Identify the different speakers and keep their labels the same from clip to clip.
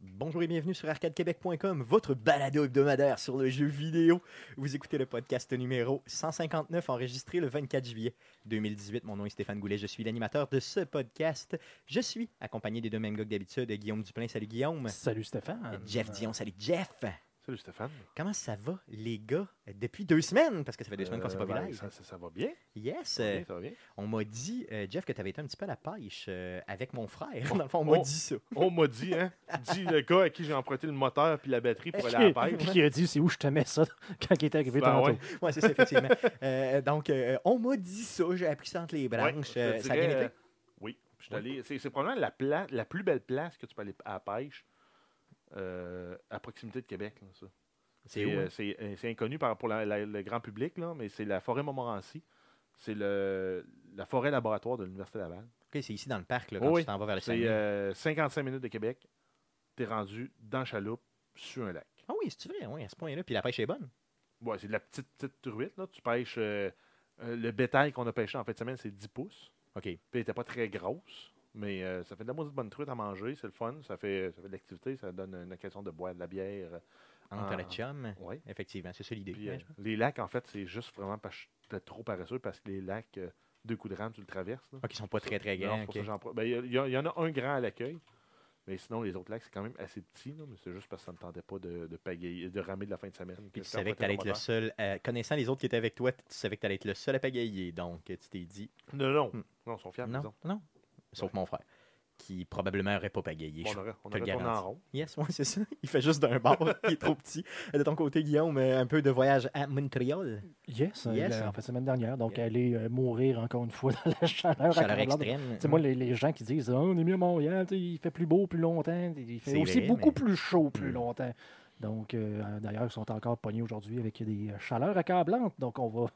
Speaker 1: bonjour et bienvenue sur arcadequebec.com, votre balado hebdomadaire sur le jeu vidéo. Vous écoutez le podcast numéro 159 enregistré le 24 juillet 2018. Mon nom est Stéphane Goulet, je suis l'animateur de ce podcast. Je suis accompagné des deux mêmes gars que d'habitude, Guillaume Duplain, salut Guillaume.
Speaker 2: Salut Stéphane.
Speaker 1: Jeff Dion, salut Jeff.
Speaker 3: Salut Stéphane.
Speaker 1: Comment ça va les gars depuis deux semaines? Parce que ça fait deux semaines qu'on s'est pas vu
Speaker 3: Euh, ben,
Speaker 1: live.
Speaker 3: Ça, ça- ça va bien.
Speaker 1: Yes. euh,
Speaker 3: Ça va bien, ça va bien.
Speaker 1: On m'a dit, euh, Jeff, que tu avais été un petit peu à la pêche euh, avec mon frère. Dans le fond, on
Speaker 3: Oh.
Speaker 1: m'a dit ça.
Speaker 3: On m'a dit, hein. Dit le gars à qui j'ai emprunté le moteur puis la batterie pour aller à la pêche.
Speaker 2: Puis Euh, qui a dit c'est où je te mets ça quand il est arrivé
Speaker 3: Ben
Speaker 2: tantôt.
Speaker 3: ouais.
Speaker 1: Oui, c'est ça, effectivement. Euh, donc, euh, on m'a dit ça, j'ai appris ça entre les
Speaker 3: Ouais,
Speaker 1: branches.
Speaker 3: je te
Speaker 1: euh, ça a bien été.
Speaker 3: dirais, euh, Oui. Je suis allé- C'est c'est probablement la, pla- la plus belle place que tu peux aller à la pêche euh, à proximité de Québec. là, ça.
Speaker 1: C'est
Speaker 3: Et,
Speaker 1: où? hein?
Speaker 3: euh, C'est euh, c'est inconnu par, pour la- la- le grand public, là, mais c'est la forêt Montmorency. C'est le- la forêt laboratoire de l'Université Laval.
Speaker 1: Ok, c'est ici dans le parc, là, quand
Speaker 3: Oui,
Speaker 1: tu t'en vas vers le
Speaker 3: C'est
Speaker 1: Saguenay.
Speaker 3: euh, 55 minutes de Québec. Tu es rendu dans chaloupe sur un lac.
Speaker 1: Ah oui, c'est vrai, oui, à ce point-là. Puis la pêche est bonne.
Speaker 3: Ouais, c'est de la petite, petite truite. Là. Tu pêches euh, euh, le bétail qu'on a pêché en fin de semaine, c'est 10 pouces.
Speaker 1: OK.
Speaker 3: Puis elle n'était pas très grosse, mais euh, ça fait de la maudite bonne truite à manger. C'est le fun. Ça fait, euh, ça fait de l'activité. Ça donne une occasion de boire de la bière.
Speaker 1: Entre
Speaker 3: Ah.
Speaker 1: le chum,
Speaker 3: Ouais.
Speaker 1: effectivement, c'est ça l'idée.
Speaker 3: Puis, euh,
Speaker 1: Ouais, je-
Speaker 3: les lacs, en fait, c'est juste vraiment parce que j'étais trop paresseux parce que les lacs, euh, deux coups de rame, tu le traverses. là.
Speaker 1: Ok, ils Ah, sont pas
Speaker 3: ça,
Speaker 1: très, très
Speaker 3: Non,
Speaker 1: grands.
Speaker 3: c'est pour ça
Speaker 1: ok.
Speaker 3: que j'en prends. Ben, Il y, a- il y en a un grand à l'accueil. Mais sinon, les autres lacs, c'est quand même assez petit. là, mais c'est juste parce que ça ne me tentait pas de, de, pagayer- de ramer de la fin de semaine.
Speaker 1: Puis tu savais que tu allais être le
Speaker 3: seul.
Speaker 1: seul. euh, connaissant les autres qui étaient avec toi, tu savais que tu allais être le seul à pagayer. Donc, tu t'es dit,
Speaker 3: Non, non.
Speaker 1: Hmm.
Speaker 3: Non, ils sont fiers,
Speaker 1: non,
Speaker 3: disons.
Speaker 1: non. Sauf mon frère, qui probablement n'aurait pas pagayé.
Speaker 3: Bon,
Speaker 1: Je-
Speaker 3: on aurait, on
Speaker 1: te le
Speaker 3: aurait tourné en
Speaker 1: garantis.
Speaker 3: rond.
Speaker 1: Yes, ouais, c'est ça. Il fait juste d'un bord, il est trop petit. De ton côté, Guillaume, euh, un peu de voyage à Montréal.
Speaker 2: Yes, euh,
Speaker 1: Yes.
Speaker 2: la- en fait, semaine dernière. Donc,
Speaker 1: Yeah.
Speaker 2: aller euh, mourir encore une fois dans la chaleur. à
Speaker 1: Chaleur
Speaker 2: Colombes.
Speaker 1: extrême.
Speaker 2: Tu sais, moi, les, les gens qui disent Ah, on est mieux à Montréal, tu sais, il fait plus beau plus longtemps, il fait
Speaker 1: C'est
Speaker 2: aussi
Speaker 1: vrai,
Speaker 2: beaucoup
Speaker 1: mais-
Speaker 2: plus chaud plus
Speaker 1: Mm.
Speaker 2: longtemps. Donc, euh, d'ailleurs, ils sont encore pognés aujourd'hui avec des euh, chaleurs accablantes. Donc, on va,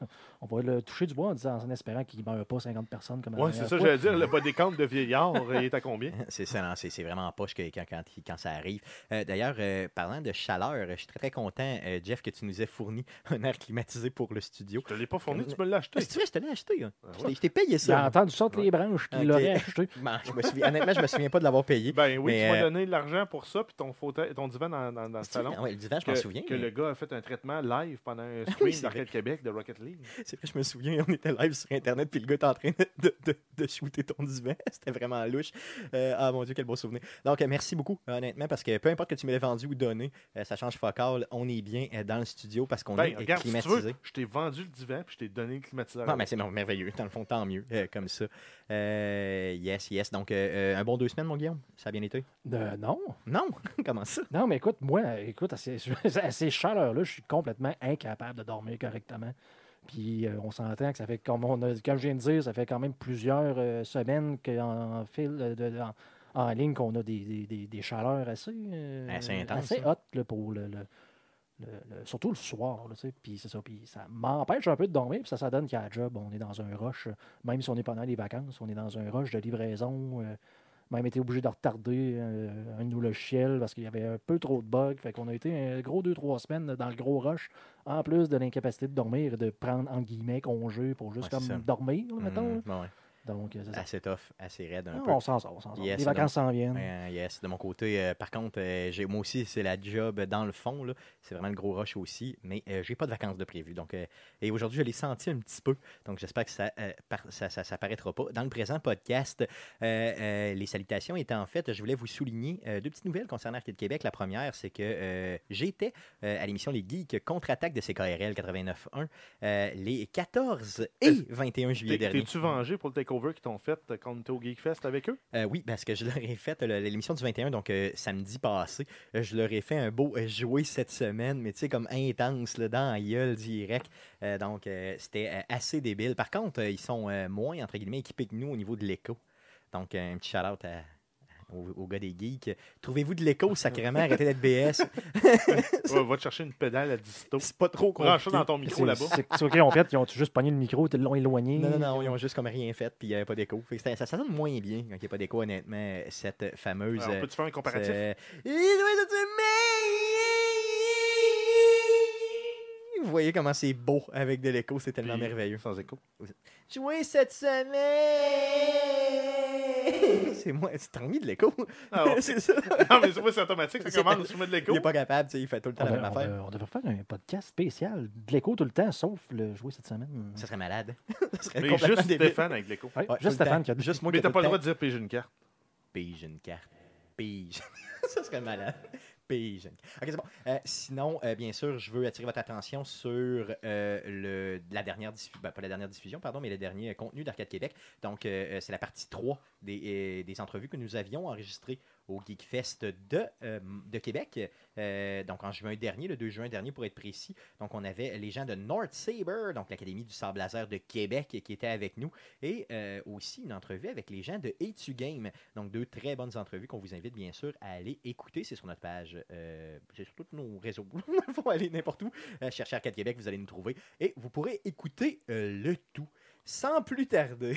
Speaker 2: on va le toucher du bois en, disant, en espérant qu'il ne meurt pas 50 personnes comme la
Speaker 3: Oui, c'est
Speaker 2: dernière
Speaker 3: ça,
Speaker 2: fois.
Speaker 3: j'allais dire. Le bas des comptes de vieillard, euh, il est à combien
Speaker 1: C'est ça, non, c'est c'est vraiment poche que, quand, quand, il- quand ça arrive. Euh, D'ailleurs, euh, parlant de chaleur, je suis très, très content, euh, Jeff, que tu nous aies fourni un air climatisé pour le studio.
Speaker 3: Je te l'ai pas fourni, tu me l'as acheté.
Speaker 1: Si tu veux, je te l'ai acheté. hein.
Speaker 3: Ah
Speaker 1: Je
Speaker 3: ouais.
Speaker 1: t'ai- Je t'ai payé
Speaker 2: J'ai
Speaker 1: ça.
Speaker 2: entendu sortir les branches qu'il
Speaker 1: Ok.
Speaker 2: aurait acheté.
Speaker 1: Ben, je me souviens, honnêtement, je me souviens pas de l'avoir payé.
Speaker 3: Ben oui,
Speaker 1: Mais,
Speaker 3: tu m'as
Speaker 1: euh,
Speaker 3: donné de l'argent pour ça, puis ton, fauteuil, ton divan dans, dans- dans le
Speaker 1: C'est vrai,
Speaker 3: salon.
Speaker 1: Ah ouais, le divan, je
Speaker 3: Que,
Speaker 1: m'en souviens.
Speaker 3: que
Speaker 1: mais- Ah
Speaker 3: le gars a fait un traitement live pendant un
Speaker 1: oui,
Speaker 3: stream
Speaker 1: c'est
Speaker 3: d'Arcade Québec de Rocket League.
Speaker 1: C'est vrai, je me souviens, on était live sur Internet, puis le gars était en train de, de, de- de shooter ton divan. C'était vraiment louche. Euh, ah mon Dieu, quel beau souvenir. Donc, euh, merci beaucoup, honnêtement, parce que peu importe que tu me l'aies vendu ou donné, euh, ça change focal. On est bien euh, dans le studio parce qu'on
Speaker 3: Ben,
Speaker 1: est euh,
Speaker 3: regarde, si tu
Speaker 1: climatisé.
Speaker 3: veux, je t'ai vendu le divan, puis je t'ai donné le climatiseur.
Speaker 1: Non, mais c'est non, merveilleux. Dans le fond, tant mieux, euh, comme ça. Euh, yes, yes. Donc, euh, euh, un bon deux semaines, mon Guillaume. Ça a bien été?
Speaker 2: Euh, non.
Speaker 1: Non? Comment ça?
Speaker 2: Non, mais écoute, moi, écoute, à ces, à ces chaleurs-là, je suis complètement incapable de dormir correctement. Puis euh, on s'entend que ça fait, comme, on a, comme je viens de dire, ça fait quand même plusieurs euh, semaines qu'en fil euh, de- de- en, en ligne qu'on a des, des- des- des chaleurs assez, euh,
Speaker 1: Assez intenses,
Speaker 2: assez
Speaker 1: hein.
Speaker 2: hot là, pour le, le- le- le- surtout le soir. là, tu sais. puis c'est ça, puis ça m'empêche un peu de dormir. Puis ça, ça donne qu'à la job, on est dans un rush. euh, Même si on est pendant les vacances, on est dans un rush de livraison. euh, même été obligé de retarder euh, un de nos logiciels parce qu'il y avait un peu trop de bugs. Fait qu'on a été un gros 2-3 semaines dans le gros rush, en plus de l'incapacité de dormir et de prendre, en guillemets, congé pour juste
Speaker 1: Ouais, c'est ça.
Speaker 2: comme dormir, là, mettons.
Speaker 1: Mm, bon, ouais.
Speaker 2: Donc, euh, c'est ça.
Speaker 1: Assez tough, assez raide un
Speaker 2: Non,
Speaker 1: peu.
Speaker 2: on s'en sort, on s'en sort.
Speaker 1: Yes,
Speaker 2: Les vacances s'en viennent.
Speaker 1: Euh, yes, de mon côté, euh, par contre, euh, j'ai, moi aussi, c'est la job euh, dans le fond. là. C'est vraiment le gros rush aussi, mais euh, j'ai pas de vacances de prévu. Donc, euh, et aujourd'hui, je l'ai senti un petit peu. Donc, j'espère que ça euh, par- ça, ça, ça paraîtra pas. Dans le présent podcast, euh, euh, les salutations étant faites, je voulais vous souligner euh, deux petites nouvelles concernant Arcade Québec. La première, c'est que euh, j'étais euh, à l'émission Les Geeks contre-attaque de CKRL 89.1 euh, les 14 et 21 juillet
Speaker 3: Euh, T'es-
Speaker 1: dernier.
Speaker 3: T'es-tu vengé pour le takeover qu'ils t'ont fait euh, quand on était au Geekfest avec eux?
Speaker 1: Euh, oui, parce que je leur ai fait le- l'émission du 21, donc euh, samedi passé. Euh, je leur ai fait un beau euh, jouer cette semaine, mais tu sais, comme intense, là, dans la gueule direct. Euh, donc, euh, c'était euh, assez débile. Par contre, euh, ils sont euh, moins, entre guillemets, équipés que nous au niveau de l'écho. Donc, euh, un petit shout-out à- aux, aux gars des geeks. Trouvez-vous de l'écho, sacrément, arrêtez d'être BS.
Speaker 3: Ouais, va te chercher une pédale à disto.
Speaker 1: C'est pas trop
Speaker 3: Branche
Speaker 1: compliqué.
Speaker 3: ça dans ton micro là-bas.
Speaker 2: C'est c'est ce qu'ils ont fait. Ils ont juste pogné le micro, ils l'ont éloigné.
Speaker 1: Non, non, non, ils ont juste comme rien fait, puis il n'y avait pas d'écho. Fait que c'était- Ça, ça sonne moins bien quand il n'y a pas d'écho, honnêtement, cette fameuse...
Speaker 3: Alors,
Speaker 1: euh,
Speaker 3: Peux-tu faire un comparatif?
Speaker 1: C'est- Il doit être- Vous voyez comment c'est beau avec de l'écho, c'est tellement
Speaker 3: Puis-
Speaker 1: merveilleux.
Speaker 3: Sans écho.
Speaker 1: Jouer cette semaine! c'est moi, c'est terminé de l'écho.
Speaker 3: Ah ouais.
Speaker 1: c'est ça.
Speaker 3: non, mais oui, c'est automatique, ça commence à soumettre de l'écho.
Speaker 1: Il est pas capable, tu sais, il fait tout le temps
Speaker 2: On,
Speaker 1: la même
Speaker 2: devrait- on
Speaker 1: affaire.
Speaker 2: devrait- on devrait faire un podcast spécial de l'écho tout le temps, sauf le jouer cette semaine.
Speaker 1: Ça serait malade. ça serait
Speaker 3: Mais
Speaker 1: complètement
Speaker 3: juste
Speaker 1: débile. Ah,
Speaker 3: Stéphane avec l'écho.
Speaker 2: Ouais,
Speaker 1: Ouais, tout le
Speaker 2: juste Stéphane
Speaker 1: temps.
Speaker 2: qui a
Speaker 1: Juste moi
Speaker 3: Mais
Speaker 1: qui
Speaker 3: t'as
Speaker 1: a
Speaker 3: pas le droit
Speaker 1: temps.
Speaker 3: de dire pige une carte.
Speaker 1: Pige une carte. Pige. ça serait malade. Pige une carte. Ok, c'est bon. Euh, sinon, euh, bien sûr, je veux attirer votre attention sur euh, le, la dernière diffusion, pas la dernière diffusion, pardon, mais le dernier euh, contenu d'Arcade Québec. Donc, euh, euh, c'est la partie 3 des, euh, des entrevues que nous avions enregistrées au Geekfest de, euh, de Québec. Euh, donc, en juin dernier, le 2 juin dernier, pour être précis. Donc, on avait les gens de North Saber, donc l'Académie du Sable Laser de Québec, qui étaient avec nous. Et euh, aussi une entrevue avec les gens de Etu Game. Donc, deux très bonnes entrevues qu'on vous invite, bien sûr, à aller écouter. C'est sur notre page, euh, c'est sur tous nos réseaux. Il faut aller n'importe où. Euh, chercher Arcade Québec, vous allez nous trouver. Et vous pourrez écouter euh, le tout. Sans plus tarder,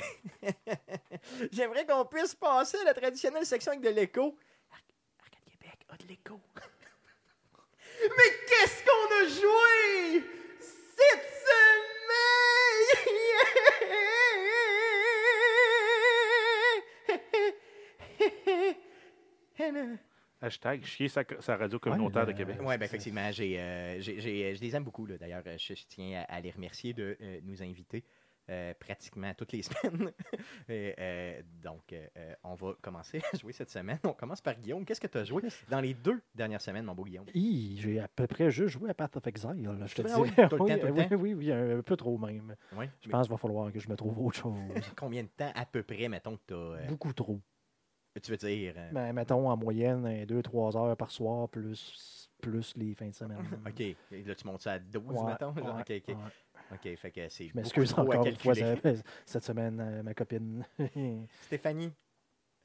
Speaker 1: j'aimerais qu'on puisse passer à la traditionnelle section avec de l'écho. Ar- Arcade Québec a de l'écho. Mais qu'est-ce qu'on a joué cette semaine?
Speaker 3: Hashtag chier sa, sa radio communautaire
Speaker 2: Ouais,
Speaker 3: de
Speaker 2: le-
Speaker 3: Québec.
Speaker 1: Oui, ben effectivement, j'ai, euh, j'ai- j'ai- je les aime beaucoup. là. D'ailleurs, euh, je, je tiens à, à les remercier de euh, nous inviter euh, pratiquement toutes les semaines. Et, euh, donc, euh, euh, on va commencer à jouer cette semaine. On commence par Guillaume. Qu'est-ce que tu as joué dans les deux dernières semaines, mon beau Guillaume?
Speaker 2: Hi, J'ai à peu près juste joué à Path of Exile, là, je te
Speaker 1: Ah
Speaker 2: dis.
Speaker 1: oui, tout le temps, tout
Speaker 2: oui,
Speaker 1: le
Speaker 2: oui,
Speaker 1: temps.
Speaker 2: oui, oui, un peu trop même.
Speaker 1: Ouais.
Speaker 2: Je pense qu'il va falloir que je me trouve autre chose.
Speaker 1: Mais combien de temps à peu près, mettons, que euh, tu
Speaker 2: Beaucoup trop.
Speaker 1: Tu veux dire. euh,
Speaker 2: Ben, mettons en moyenne 2-3 heures par soir, plus, plus les fins de semaine.
Speaker 1: OK. Et Là, tu montes ça à 12,
Speaker 2: Ouais,
Speaker 1: mettons. genre,
Speaker 2: ouais,
Speaker 1: OK, OK.
Speaker 2: ouais.
Speaker 1: OK, fait que c'est.
Speaker 2: Je
Speaker 1: beaucoup
Speaker 2: m'excuse
Speaker 1: trop à
Speaker 2: encore une fois
Speaker 1: calculer.
Speaker 2: ça- cette semaine, euh, ma copine.
Speaker 1: Stéphanie,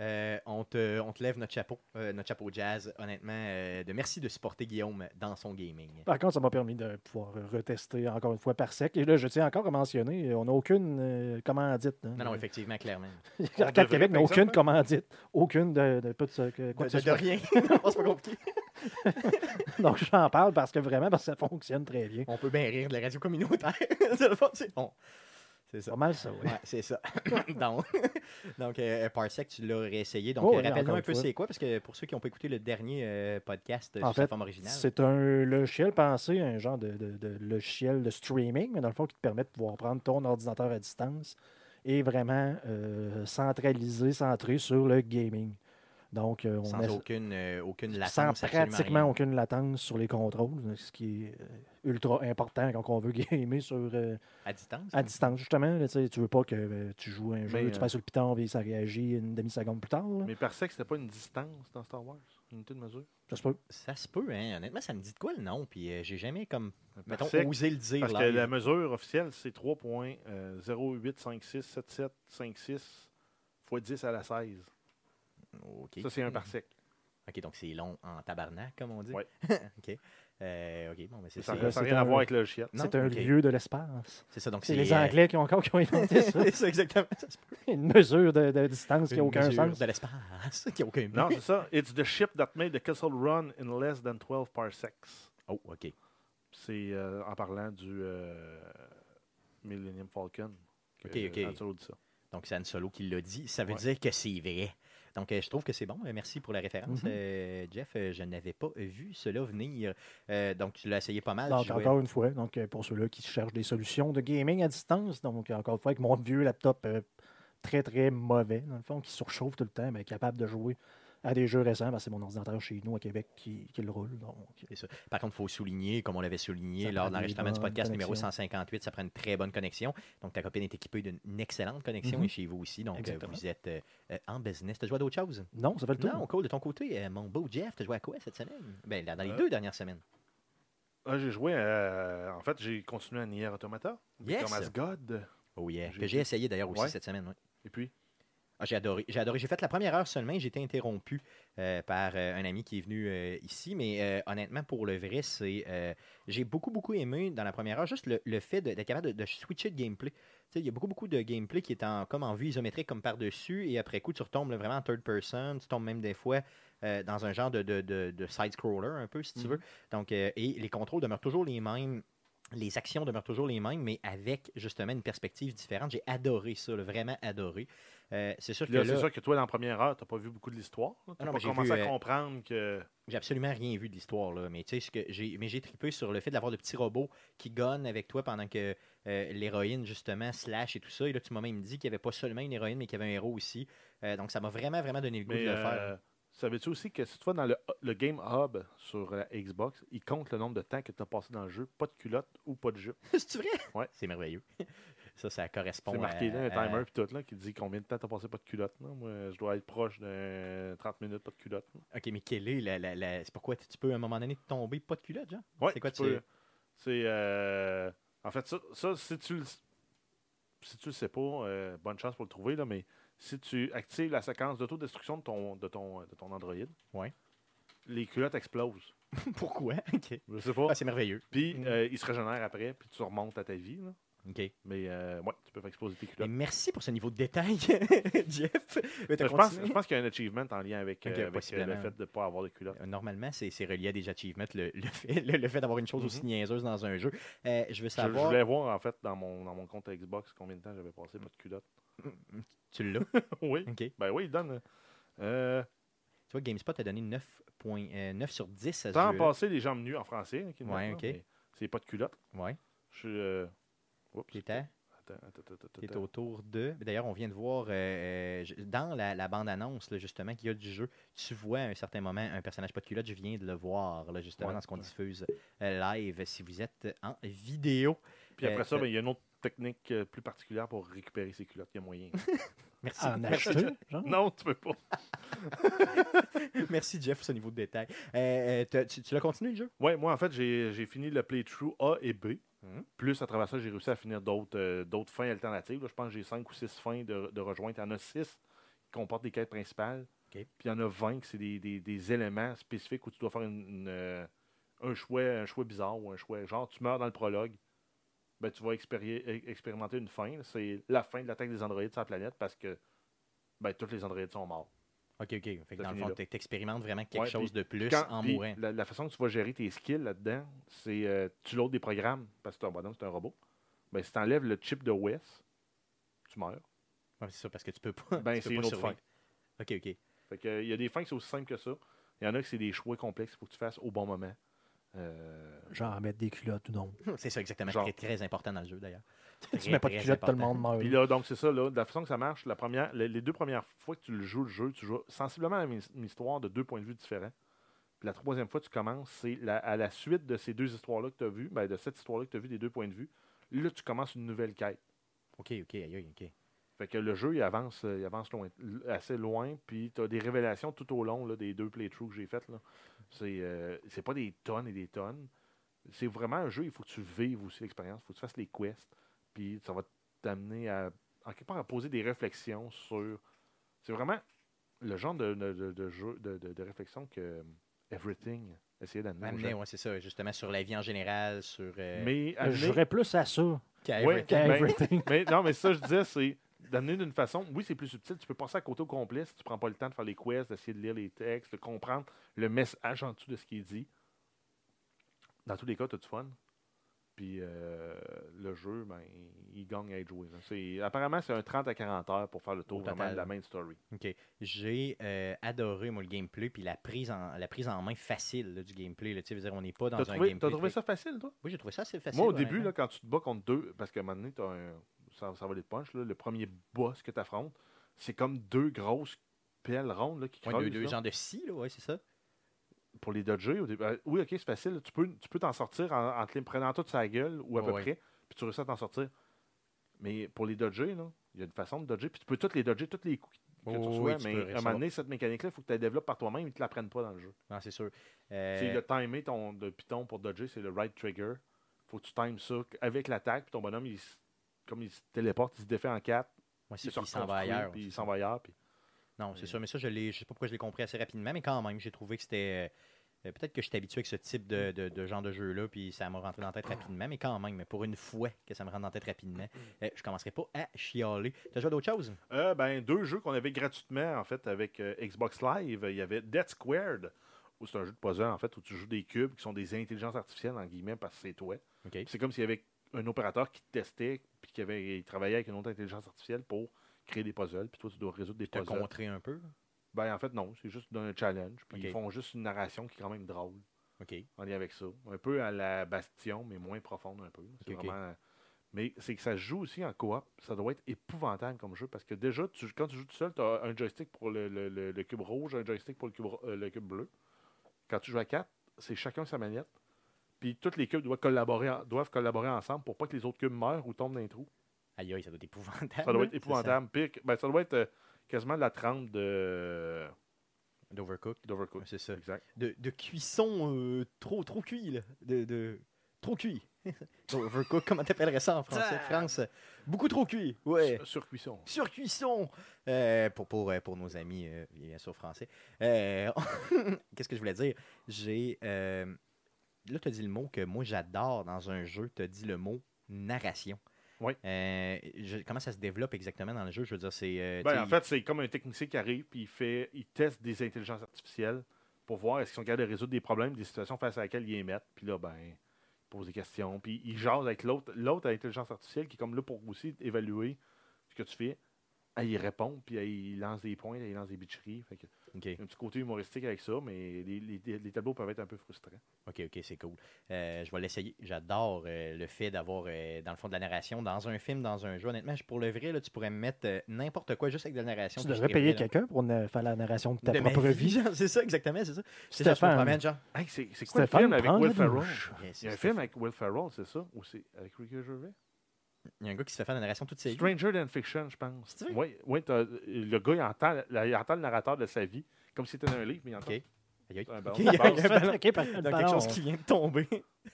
Speaker 1: euh, on, te, on te lève notre chapeau, euh, notre chapeau jazz, honnêtement. euh, de merci de supporter Guillaume dans son gaming.
Speaker 2: Par contre, ça m'a permis de pouvoir retester encore une fois par sec. Et là, je tiens encore à mentionner, on n'a aucune euh, commandite. hein.
Speaker 1: Non, non, effectivement, clairement.
Speaker 2: Arcade
Speaker 3: devrait,
Speaker 2: Québec
Speaker 3: par
Speaker 2: n'a aucune
Speaker 3: exemple,
Speaker 2: commandite. Aucune de, de, pas de ce- que- quoi
Speaker 1: De,
Speaker 2: que
Speaker 1: de-
Speaker 2: ce
Speaker 1: de
Speaker 2: soit.
Speaker 1: rien. Non, c'est pas compliqué.
Speaker 2: Donc, j'en parle parce que vraiment, parce que ça fonctionne très bien.
Speaker 1: On peut bien rire de la radio communautaire. c'est le fun, c'est bon. C'est
Speaker 2: C'est
Speaker 1: ça.
Speaker 2: pas mal ça, oui.
Speaker 1: Ouais, c'est ça. donc, donc euh, Parsec, tu l'as réessayé. Donc,
Speaker 2: Oh,
Speaker 1: euh,
Speaker 2: oui,
Speaker 1: rappelle-nous
Speaker 2: encore
Speaker 1: un
Speaker 2: une
Speaker 1: peu
Speaker 2: fois.
Speaker 1: c'est quoi, parce que pour ceux qui n'ont pas écouté le dernier euh, podcast euh,
Speaker 2: En
Speaker 1: sur la
Speaker 2: fait,
Speaker 1: forme originale.
Speaker 2: C'est un logiciel pensé, un genre de, de- de logiciel de streaming, mais dans le fond, qui te permet de pouvoir prendre ton ordinateur à distance et vraiment euh, centraliser, centré sur le gaming. Donc, euh, on
Speaker 1: sans
Speaker 2: essa-
Speaker 1: aucune, euh, aucune latence.
Speaker 2: sans
Speaker 1: absolument
Speaker 2: pratiquement
Speaker 1: rien.
Speaker 2: aucune latence sur les contrôles, ce qui est euh, ultra important quand on veut gamer sur, euh,
Speaker 1: À distance.
Speaker 2: à distance, justement. là, tu sais, tu veux pas que euh, tu joues à un jeu,
Speaker 3: Mais,
Speaker 2: tu
Speaker 3: euh,
Speaker 2: passes sur le piton et ça réagit une demi-seconde plus tard. là.
Speaker 3: Mais par sec, c'était pas une distance dans Star Wars, une unité de mesure.
Speaker 2: Ça se peut.
Speaker 1: Ça se peut, hein. Honnêtement, ça me dit de quoi le nom, puis euh, j'ai jamais comme
Speaker 3: Un
Speaker 1: Mettons,
Speaker 3: parsec,
Speaker 1: oser le dire.
Speaker 3: parce que
Speaker 1: live.
Speaker 3: la mesure officielle, c'est 3.0856756 fois 10 à la 16.
Speaker 1: OK.
Speaker 3: Ça, c'est un parsec.
Speaker 1: OK, donc c'est long en tabarnak, comme on dit.
Speaker 3: Ouais.
Speaker 1: OK. Euh, OK, bon, mais c'est
Speaker 3: Ça
Speaker 1: ça.
Speaker 3: n'a
Speaker 2: c'est
Speaker 3: rien
Speaker 2: un-
Speaker 3: à voir avec le logiciel.
Speaker 1: Non?
Speaker 2: C'est un
Speaker 1: Ok.
Speaker 2: lieu de l'espace.
Speaker 1: C'est ça, donc
Speaker 2: C'est les
Speaker 1: euh,
Speaker 2: Anglais qui ont encore qui ont inventé ça.
Speaker 1: c'est ça, exactement. Ça, c'est
Speaker 2: une mesure de, de distance qui
Speaker 1: une
Speaker 2: n'a aucun
Speaker 1: mesure
Speaker 2: sens.
Speaker 1: de l'espace, qui n'a aucun but.
Speaker 3: Non, c'est ça. It's the ship that made the castle run in less than 12 parsecs.
Speaker 1: Oh, OK.
Speaker 3: C'est euh, en parlant du euh, Millennium Falcon. que
Speaker 1: Ok, ok.
Speaker 3: Han Solo dit ça.
Speaker 1: Donc c'est Anne Solo qui l'a dit. Ça veut
Speaker 3: Ouais.
Speaker 1: dire que c'est vrai. Donc euh, je trouve que c'est bon. Euh, Merci pour la référence,
Speaker 2: Mhm.
Speaker 1: euh, Jeff. Euh, Je n'avais pas vu cela venir. Euh, donc tu l'as essayé pas mal.
Speaker 2: Donc,
Speaker 1: tu jouais-
Speaker 2: encore une fois, donc, euh, pour ceux-là qui cherchent des solutions de gaming à distance, donc encore une fois, avec mon vieux laptop euh, très très mauvais, dans le fond, qui surchauffe tout le temps, mais capable de jouer à des jeux récents, parce que c'est mon ordinateur chez nous à Québec qui, qui le roule. Donc,
Speaker 1: Par contre, il faut souligner, comme on l'avait souligné
Speaker 2: Ça
Speaker 1: lors de
Speaker 2: prend des
Speaker 1: l'enregistrement du
Speaker 2: bonnes
Speaker 1: podcast numéro
Speaker 2: connexions.
Speaker 1: 158, ça prend une très bonne connexion. Donc, ta copine est équipée d'une une excellente connexion
Speaker 2: Mhm.
Speaker 1: et chez vous aussi. Donc, euh,
Speaker 2: Exactement.
Speaker 1: vous êtes euh, euh, en business. Tu as joué à d'autres choses?
Speaker 2: non, ça fait le tour.
Speaker 1: Non, cool. De ton côté, euh, mon beau Jeff, tu as joué à quoi cette semaine? Ben, dans dans les
Speaker 2: Euh,
Speaker 1: deux dernières semaines.
Speaker 3: Ah, j'ai joué. euh, en fait, j'ai continué à Nier Automata.
Speaker 1: Yes!
Speaker 3: Thomas God.
Speaker 1: Oh yeah.
Speaker 3: J'ai-
Speaker 1: Que j'ai essayé d'ailleurs aussi
Speaker 3: Ouais.
Speaker 1: cette semaine. oui.
Speaker 3: Et puis,
Speaker 1: Ah, j'ai adoré. J'ai adoré. J'ai fait la première heure seulement. et J'ai été interrompu euh, par euh, un ami qui est venu euh, ici. Mais euh, honnêtement, pour le vrai, c'est euh, j'ai beaucoup beaucoup aimé dans la première heure juste le, le fait de- d'être capable de, de switcher de gameplay. Tu sais, il y a beaucoup beaucoup de gameplay qui est en comme en vue isométrique comme par dessus et après coup tu retombes là, vraiment en third person. Tu tombes même des fois euh, dans un genre de, de, de- de side scroller un peu si tu
Speaker 3: Mhm.
Speaker 1: veux. Donc euh, et les contrôles demeurent toujours les mêmes. Les actions demeurent toujours les mêmes, mais avec justement une perspective différente. J'ai adoré ça, là, vraiment adoré. Euh, c'est sûr
Speaker 3: Puis là,
Speaker 1: que
Speaker 3: c'est
Speaker 1: là,
Speaker 3: sûr que toi, dans la première heure, t'as pas vu beaucoup de l'histoire.
Speaker 1: Ah
Speaker 3: là. T'as
Speaker 1: non,
Speaker 3: pas
Speaker 1: mais j'ai
Speaker 3: commencé
Speaker 1: vu,
Speaker 3: à
Speaker 1: euh,
Speaker 3: comprendre que.
Speaker 1: J'ai absolument rien vu de l'histoire, là. Mais tu sais, ce que j'ai, mais j'ai tripé sur le fait d'avoir le petit robot qui gonne avec toi pendant que euh, l'héroïne, justement, slash et tout ça. Et là, tu m'as même dit qu'il n'y avait pas seulement une héroïne, mais qu'il y avait un héros aussi. Euh, donc, ça m'a vraiment, vraiment donné le goût
Speaker 3: Mais
Speaker 1: de le faire.
Speaker 3: euh, savais-tu aussi que si tu vas dans le, le Game Hub sur la Xbox, il compte le nombre de temps que tu as passé dans le jeu, pas de culotte ou pas de jeu.
Speaker 1: C'est vrai?
Speaker 3: Ouais.
Speaker 1: C'est merveilleux. Ça, ça correspond
Speaker 3: C'est marqué
Speaker 1: à,
Speaker 3: là, un
Speaker 1: à-
Speaker 3: timer puis tout là, qui dit combien de temps t'as passé pas de culotte. là. Moi, je dois être proche de 30 minutes pas de culotte. là.
Speaker 1: OK, mais quelle est la... la- la- C'est pourquoi tu tu peux, à un moment donné, tomber pas de culotte, genre?
Speaker 3: Ouais,
Speaker 1: C'est quoi,
Speaker 3: tu
Speaker 1: tu-
Speaker 3: peux- C'est euh, en fait ça, ça, si tu le si tu le sais pas, euh, bonne chance pour le trouver là, mais si tu actives la séquence d'autodestruction de ton de ton de ton Android,
Speaker 1: Ouais.
Speaker 3: les culottes explosent.
Speaker 1: pourquoi? OK.
Speaker 3: Je sais pas.
Speaker 1: Ah, c'est merveilleux.
Speaker 3: Puis
Speaker 2: Mm.
Speaker 3: euh, ils se régénèrent après, puis tu remontes à ta vie. là.
Speaker 1: OK. Mais
Speaker 3: Mais euh, ouais, tu peux faire exploser tes culottes.
Speaker 1: merci pour ce niveau de détail, Jeff. Mais t'as
Speaker 3: Je pense,
Speaker 1: continué?
Speaker 3: je pense qu'il y a un achievement en lien avec, euh,
Speaker 1: Ok,
Speaker 3: avec, euh,
Speaker 1: possiblement.
Speaker 3: le fait de ne pas avoir de culotte.
Speaker 1: Euh, Normalement, c'est c'est relié à des achievements, le, le fait, le- le fait d'avoir une chose aussi
Speaker 3: Mhm.
Speaker 1: niaiseuse dans un jeu. Euh, je veux
Speaker 3: Je, je
Speaker 1: savoir.
Speaker 3: voulais voir en fait dans mon, dans mon compte Xbox combien de temps j'avais passé pas de culotte.
Speaker 1: Tu l'as.
Speaker 3: oui.
Speaker 1: OK. Tu
Speaker 3: Ben oui, il donne. Euh,
Speaker 1: vois, GameSpot a donné 9, point- euh, 9 sur 10 à ce
Speaker 3: temps
Speaker 1: jeu.
Speaker 3: passé, les jambes nues en français. hein, qui nous
Speaker 1: Ouais,
Speaker 3: mettent,
Speaker 1: ok.
Speaker 3: là, mais C'est pas de culotte.
Speaker 1: Ouais.
Speaker 3: Je suis. euh, oups.
Speaker 1: T'étais
Speaker 3: Attends, attends, attends, attends,
Speaker 1: t'étais
Speaker 3: attends.
Speaker 1: autour de. D'ailleurs, on vient de voir euh, je- dans la, la bande-annonce, là, justement, qu'il y a du jeu. Tu vois à un certain moment un personnage pas de culotte. Je viens de le voir, là, justement,
Speaker 3: Ouais,
Speaker 1: dans ce qu'on
Speaker 3: ouais.
Speaker 1: diffuse euh, live. Si vous êtes en vidéo,
Speaker 3: Puis après
Speaker 1: Euh,
Speaker 3: ça,
Speaker 1: euh,
Speaker 3: ben, il y a une autre technique euh, plus particulière pour récupérer ses culottes. Il y a moyen.
Speaker 1: merci.
Speaker 3: Ah,
Speaker 2: En
Speaker 1: merci,
Speaker 2: acheter, genre?
Speaker 3: non, tu peux pas.
Speaker 1: merci, Jeff, pour ce niveau de détail. Euh, euh, t'as- tu tu l'as continué le jeu?
Speaker 3: Ouais, moi, en fait, j'ai j'ai fini le playthrough A et B.
Speaker 1: Mhm.
Speaker 3: Plus, à travers ça, j'ai réussi à finir d'autres euh, d'autres fins alternatives. là. Je pense que j'ai 5 ou 6 fins de, de rejoindre. Il y en a 6 qui comportent des quêtes principales.
Speaker 1: OK.
Speaker 3: Puis il y en a 20 que c'est des, des- des éléments spécifiques où tu dois faire une- une, euh, un, choix, un choix bizarre ou un choix. Genre, tu meurs dans le prologue. Ben, tu vas expéri- e- expérimenter une fin. C'est la fin de l'attaque des androïdes sur la planète parce que ben, tous les androïdes sont morts.
Speaker 1: OK, OK. Fait que
Speaker 3: Ça
Speaker 1: dans le
Speaker 3: finit
Speaker 1: fond,
Speaker 3: là.
Speaker 1: tu expérimentes vraiment quelque
Speaker 3: Ouais,
Speaker 1: chose
Speaker 3: puis
Speaker 1: de plus
Speaker 3: Quand-
Speaker 1: en
Speaker 3: puis
Speaker 1: mourant.
Speaker 3: La, la façon que tu vas gérer tes skills là-dedans, c'est euh, tu loads des programmes, parce que c'est un bonhomme, c'est un robot. Ben, si tu enlèves le chip de OS, tu meurs.
Speaker 1: Ouais, c'est ça, parce que tu peux pas.
Speaker 3: Ben,
Speaker 1: tu peux
Speaker 3: c'est
Speaker 1: pas
Speaker 3: une autre
Speaker 1: survivre. OK, OK.
Speaker 3: Fait que, euh, il y a des fins qui sont aussi simples que ça. Il y en a que c'est des choix complexes qu'il faut que tu fasses au bon moment. Euh,
Speaker 2: Genre mettre des culottes ou non.
Speaker 1: C'est ça, exactement.
Speaker 3: Genre.
Speaker 1: Très, très important dans le jeu, d'ailleurs.
Speaker 2: tu mets pas de culottes, tout le monde meurt.
Speaker 3: Puis là, donc, c'est ça, là, de la façon que ça marche, la première, les, les deux premières fois que tu le joues, le jeu, tu joues sensiblement la même his- une histoire de deux points de vue différents. Puis la troisième fois, tu commences, c'est la- à la suite de ces deux histoires-là que tu as vues, ben, de cette histoire-là que tu as vue, des deux points de vue, là, tu commences une nouvelle quête.
Speaker 1: OK, OK, aïe, aïe, OK.
Speaker 3: Fait que le jeu, il avance, euh, il avance loin, l- assez loin, puis tu as des révélations tout au long là, des deux playthroughs que j'ai faites. là. C'est euh, c'est pas des tonnes et des tonnes. C'est vraiment un jeu, il faut que tu vives aussi l'expérience, il faut que tu fasses les quests, puis ça va t'amener à, en quelque part, à poser des réflexions sur... C'est vraiment le genre de, de- de- de jeu, de, de- de réflexion que euh, Everything essayait d'amener. aux
Speaker 1: Amener,
Speaker 3: gens.
Speaker 1: ouais, c'est ça, justement, sur la vie en général, sur. euh,
Speaker 3: Mais,
Speaker 2: Je
Speaker 3: amener-
Speaker 2: jouerais plus à ça
Speaker 1: qu'à
Speaker 3: Ouais,
Speaker 1: Everything.
Speaker 2: qu'à
Speaker 3: Ben,
Speaker 2: Everything.
Speaker 3: mais non, mais ça, je disais, c'est d'amener d'une façon. Oui, c'est plus subtil. Tu peux passer à côté au complet si tu prends pas le temps de faire les quests, d'essayer de lire les textes, de comprendre le message en dessous de ce qui est dit. Dans tous les cas, tu du fun. Puis euh, le jeu, ben, il gagne à y jouer. là. C'est- Apparemment, c'est un 30 à 40 heures pour faire le tour
Speaker 1: Au
Speaker 3: vraiment
Speaker 1: total.
Speaker 3: de la main story.
Speaker 1: OK. J'ai euh, adoré, moi, le gameplay, puis la prise en, la prise en main facile là, du gameplay. là. Tu sais, je veux dire, on n'est pas dans
Speaker 3: T'as
Speaker 1: un
Speaker 3: trouvé,
Speaker 1: gameplay.
Speaker 3: t'as trouvé
Speaker 1: très-
Speaker 3: ça facile, toi?
Speaker 1: Oui, j'ai trouvé ça assez facile.
Speaker 3: Moi, au début,
Speaker 1: honnêtement.
Speaker 3: là, quand tu te bats contre deux, parce qu'à un moment donné, t'as un- ça, ça va les punch, là, le premier boss que tu affrontes, c'est comme deux grosses pelles rondes là, qui
Speaker 1: Ouais,
Speaker 3: creusent,
Speaker 1: deux, deux
Speaker 3: là.
Speaker 1: gens de scie, là, ouais, c'est ça.
Speaker 3: pour les dodger au début. euh, Oui, ok, c'est facile. Tu peux tu peux t'en sortir en, en te les prenant toute sa gueule ou à
Speaker 1: Ouais,
Speaker 3: peu
Speaker 1: ouais.
Speaker 3: près, puis tu réussis à t'en sortir. Mais pour les dodger, là, il y a une façon de dodger, puis tu peux toutes les dodger, tous les coups que
Speaker 1: Oh,
Speaker 3: tu
Speaker 1: oui,
Speaker 3: reçois,
Speaker 1: tu peux
Speaker 3: mais à un
Speaker 1: recevoir.
Speaker 3: moment donné, cette mécanique-là, il faut que tu la développes par toi-même, ils ne te la prennent pas dans le jeu.
Speaker 1: Non, c'est sûr.
Speaker 3: Tu
Speaker 1: Euh,
Speaker 3: sais, le timer ton, de Python pour dodger, c'est le right trigger. faut que tu times ça avec l'attaque, puis ton bonhomme, il, se- comme il se téléporte, il se défait en quatre,
Speaker 1: moi, c'est
Speaker 3: il se
Speaker 1: puis il s'en va
Speaker 3: reconstruit,
Speaker 1: ailleurs.
Speaker 3: puis il s'en va ailleurs. puis-
Speaker 1: Non, c'est
Speaker 3: Mais-
Speaker 1: sûr, mais ça, je ne sais pas pourquoi je l'ai compris assez rapidement, mais quand même, j'ai trouvé que c'était. euh, euh, Peut-être que je suis habitué avec ce type de, de- de genre de jeu-là, puis ça m'a rentré dans la tête rapidement, mais quand même, pour une fois que ça me rentre dans la tête rapidement,
Speaker 3: Mm-hmm.
Speaker 1: euh, je commencerai pas à chialer. T'as joué à d'autres choses?
Speaker 3: Euh, ben, deux jeux qu'on avait gratuitement, en fait, avec euh, Xbox Live. Il y avait Dead Squared, où c'est un jeu de puzzle, en fait, où tu joues des cubes qui sont des intelligences artificielles, en guillemets, parce que c'est toi.
Speaker 1: OK.
Speaker 3: Puis C'est comme s'il y avait un opérateur qui te testait, puis qui avait, il travaillait avec une autre intelligence artificielle pour créer des puzzles, puis toi, tu dois résoudre des
Speaker 1: Te
Speaker 3: puzzles.
Speaker 1: contrer un peu.
Speaker 3: Ben, en fait, non, c'est juste un challenge. Puis
Speaker 1: Ok.
Speaker 3: ils font juste une narration qui est quand même drôle
Speaker 1: OK.
Speaker 3: en lien avec ça. Un peu à la Bastion, mais moins profonde un peu. C'est
Speaker 1: Ok, ok.
Speaker 3: vraiment- Mais c'est que ça se joue aussi en coop. Ça doit être épouvantable comme jeu parce que déjà, tu- quand tu joues tout seul, tu as un joystick pour le, le- le- le cube rouge, un joystick pour le cube, ro- euh, le cube bleu. Quand tu joues à quatre, c'est chacun sa manette. Puis tous les cubes doivent collaborer, en- doivent collaborer ensemble pour pas que les autres cubes meurent ou tombent dans les trous.
Speaker 1: Aïe, aïe, ça doit être épouvantable.
Speaker 3: Ça doit
Speaker 1: là.
Speaker 3: être
Speaker 1: Ah, C'est
Speaker 3: épouvantable. Pire que- ben, ça doit être euh, quasiment la trempe de
Speaker 1: ça. D'Overcooked.
Speaker 3: d'Overcooked.
Speaker 1: C'est ça.
Speaker 3: Exact.
Speaker 1: De, de cuisson euh, trop, trop cuit, là. De, de- trop cuit. D'Overcooked, comment t'appellerais ça en français?
Speaker 3: Ah!
Speaker 1: France. Beaucoup trop cuit. Ouais.
Speaker 3: Sur- Surcuisson.
Speaker 1: Surcuisson Euh, pour, pour, euh, pour nos amis, euh, bien sûr, français. Euh, Qu'est-ce que je voulais dire? J'ai. euh, là, tu as dit le mot que moi j'adore dans un jeu. Tu as dit le mot narration.
Speaker 3: Oui.
Speaker 1: Euh, je- comment ça se développe exactement dans le jeu? Je veux dire, c'est. euh, tu sais,
Speaker 3: Ben, en fait, c'est comme un technicien qui arrive puis il fait, il teste des intelligences artificielles pour voir est-ce qu'ils sont capables de résoudre des problèmes, des situations face à laquelle ils les mettent. Puis là, ben, il pose des questions. Puis il jase avec l'autre, l'autre à l'intelligence artificielle qui est comme là pour aussi évaluer ce que tu fais. Elle y répond, puis elle y lance des points, elle y lance des bitcheries. Fait que,
Speaker 1: OK.
Speaker 3: il y a un petit côté humoristique avec ça, mais les, les- les tableaux peuvent être un peu frustrants.
Speaker 1: OK, OK, c'est cool. Euh, je vais l'essayer. J'adore euh, le fait d'avoir, euh, dans le fond, de la narration dans un film, dans un jeu. Honnêtement, je- pour le vrai, là, tu pourrais me mettre euh, n'importe quoi juste avec de la narration.
Speaker 2: Tu
Speaker 1: puis je
Speaker 2: devrais
Speaker 1: rirais,
Speaker 2: payer
Speaker 1: là.
Speaker 2: quelqu'un pour ne- faire la narration de ta
Speaker 1: De ma
Speaker 2: propre vie.
Speaker 1: genre, C'est ça, exactement, c'est ça. C'est ça, je me
Speaker 2: Stéphane,
Speaker 1: promène, genre.
Speaker 3: Hey, c'est, c'est quoi le
Speaker 2: Stéphane,
Speaker 3: film avec
Speaker 2: prends
Speaker 3: Will
Speaker 2: la
Speaker 3: Ferrell?
Speaker 2: douche.
Speaker 1: Yes,
Speaker 3: Il y a un
Speaker 1: yes,
Speaker 3: film avec Will Ferrell, c'est ça? Ou c'est avec Ricky Gervais?
Speaker 1: Il y a un gars qui se fait faire la narration toute série.
Speaker 3: Stranger Than Fiction, je pense.
Speaker 1: C'est vrai?
Speaker 3: Oui, ouais, t'as- le gars, il entend, la- il entend le narrateur de sa vie, comme si c'était dans un livre, mais il
Speaker 1: Ok.
Speaker 3: entend.
Speaker 1: Aïe, aïe.
Speaker 3: C'est un ballon.
Speaker 1: Ok, il y a- il y a un ballon-
Speaker 2: Ok, par-
Speaker 1: il y
Speaker 2: le
Speaker 1: a quelque
Speaker 2: ballon-
Speaker 1: chose qui vient de tomber.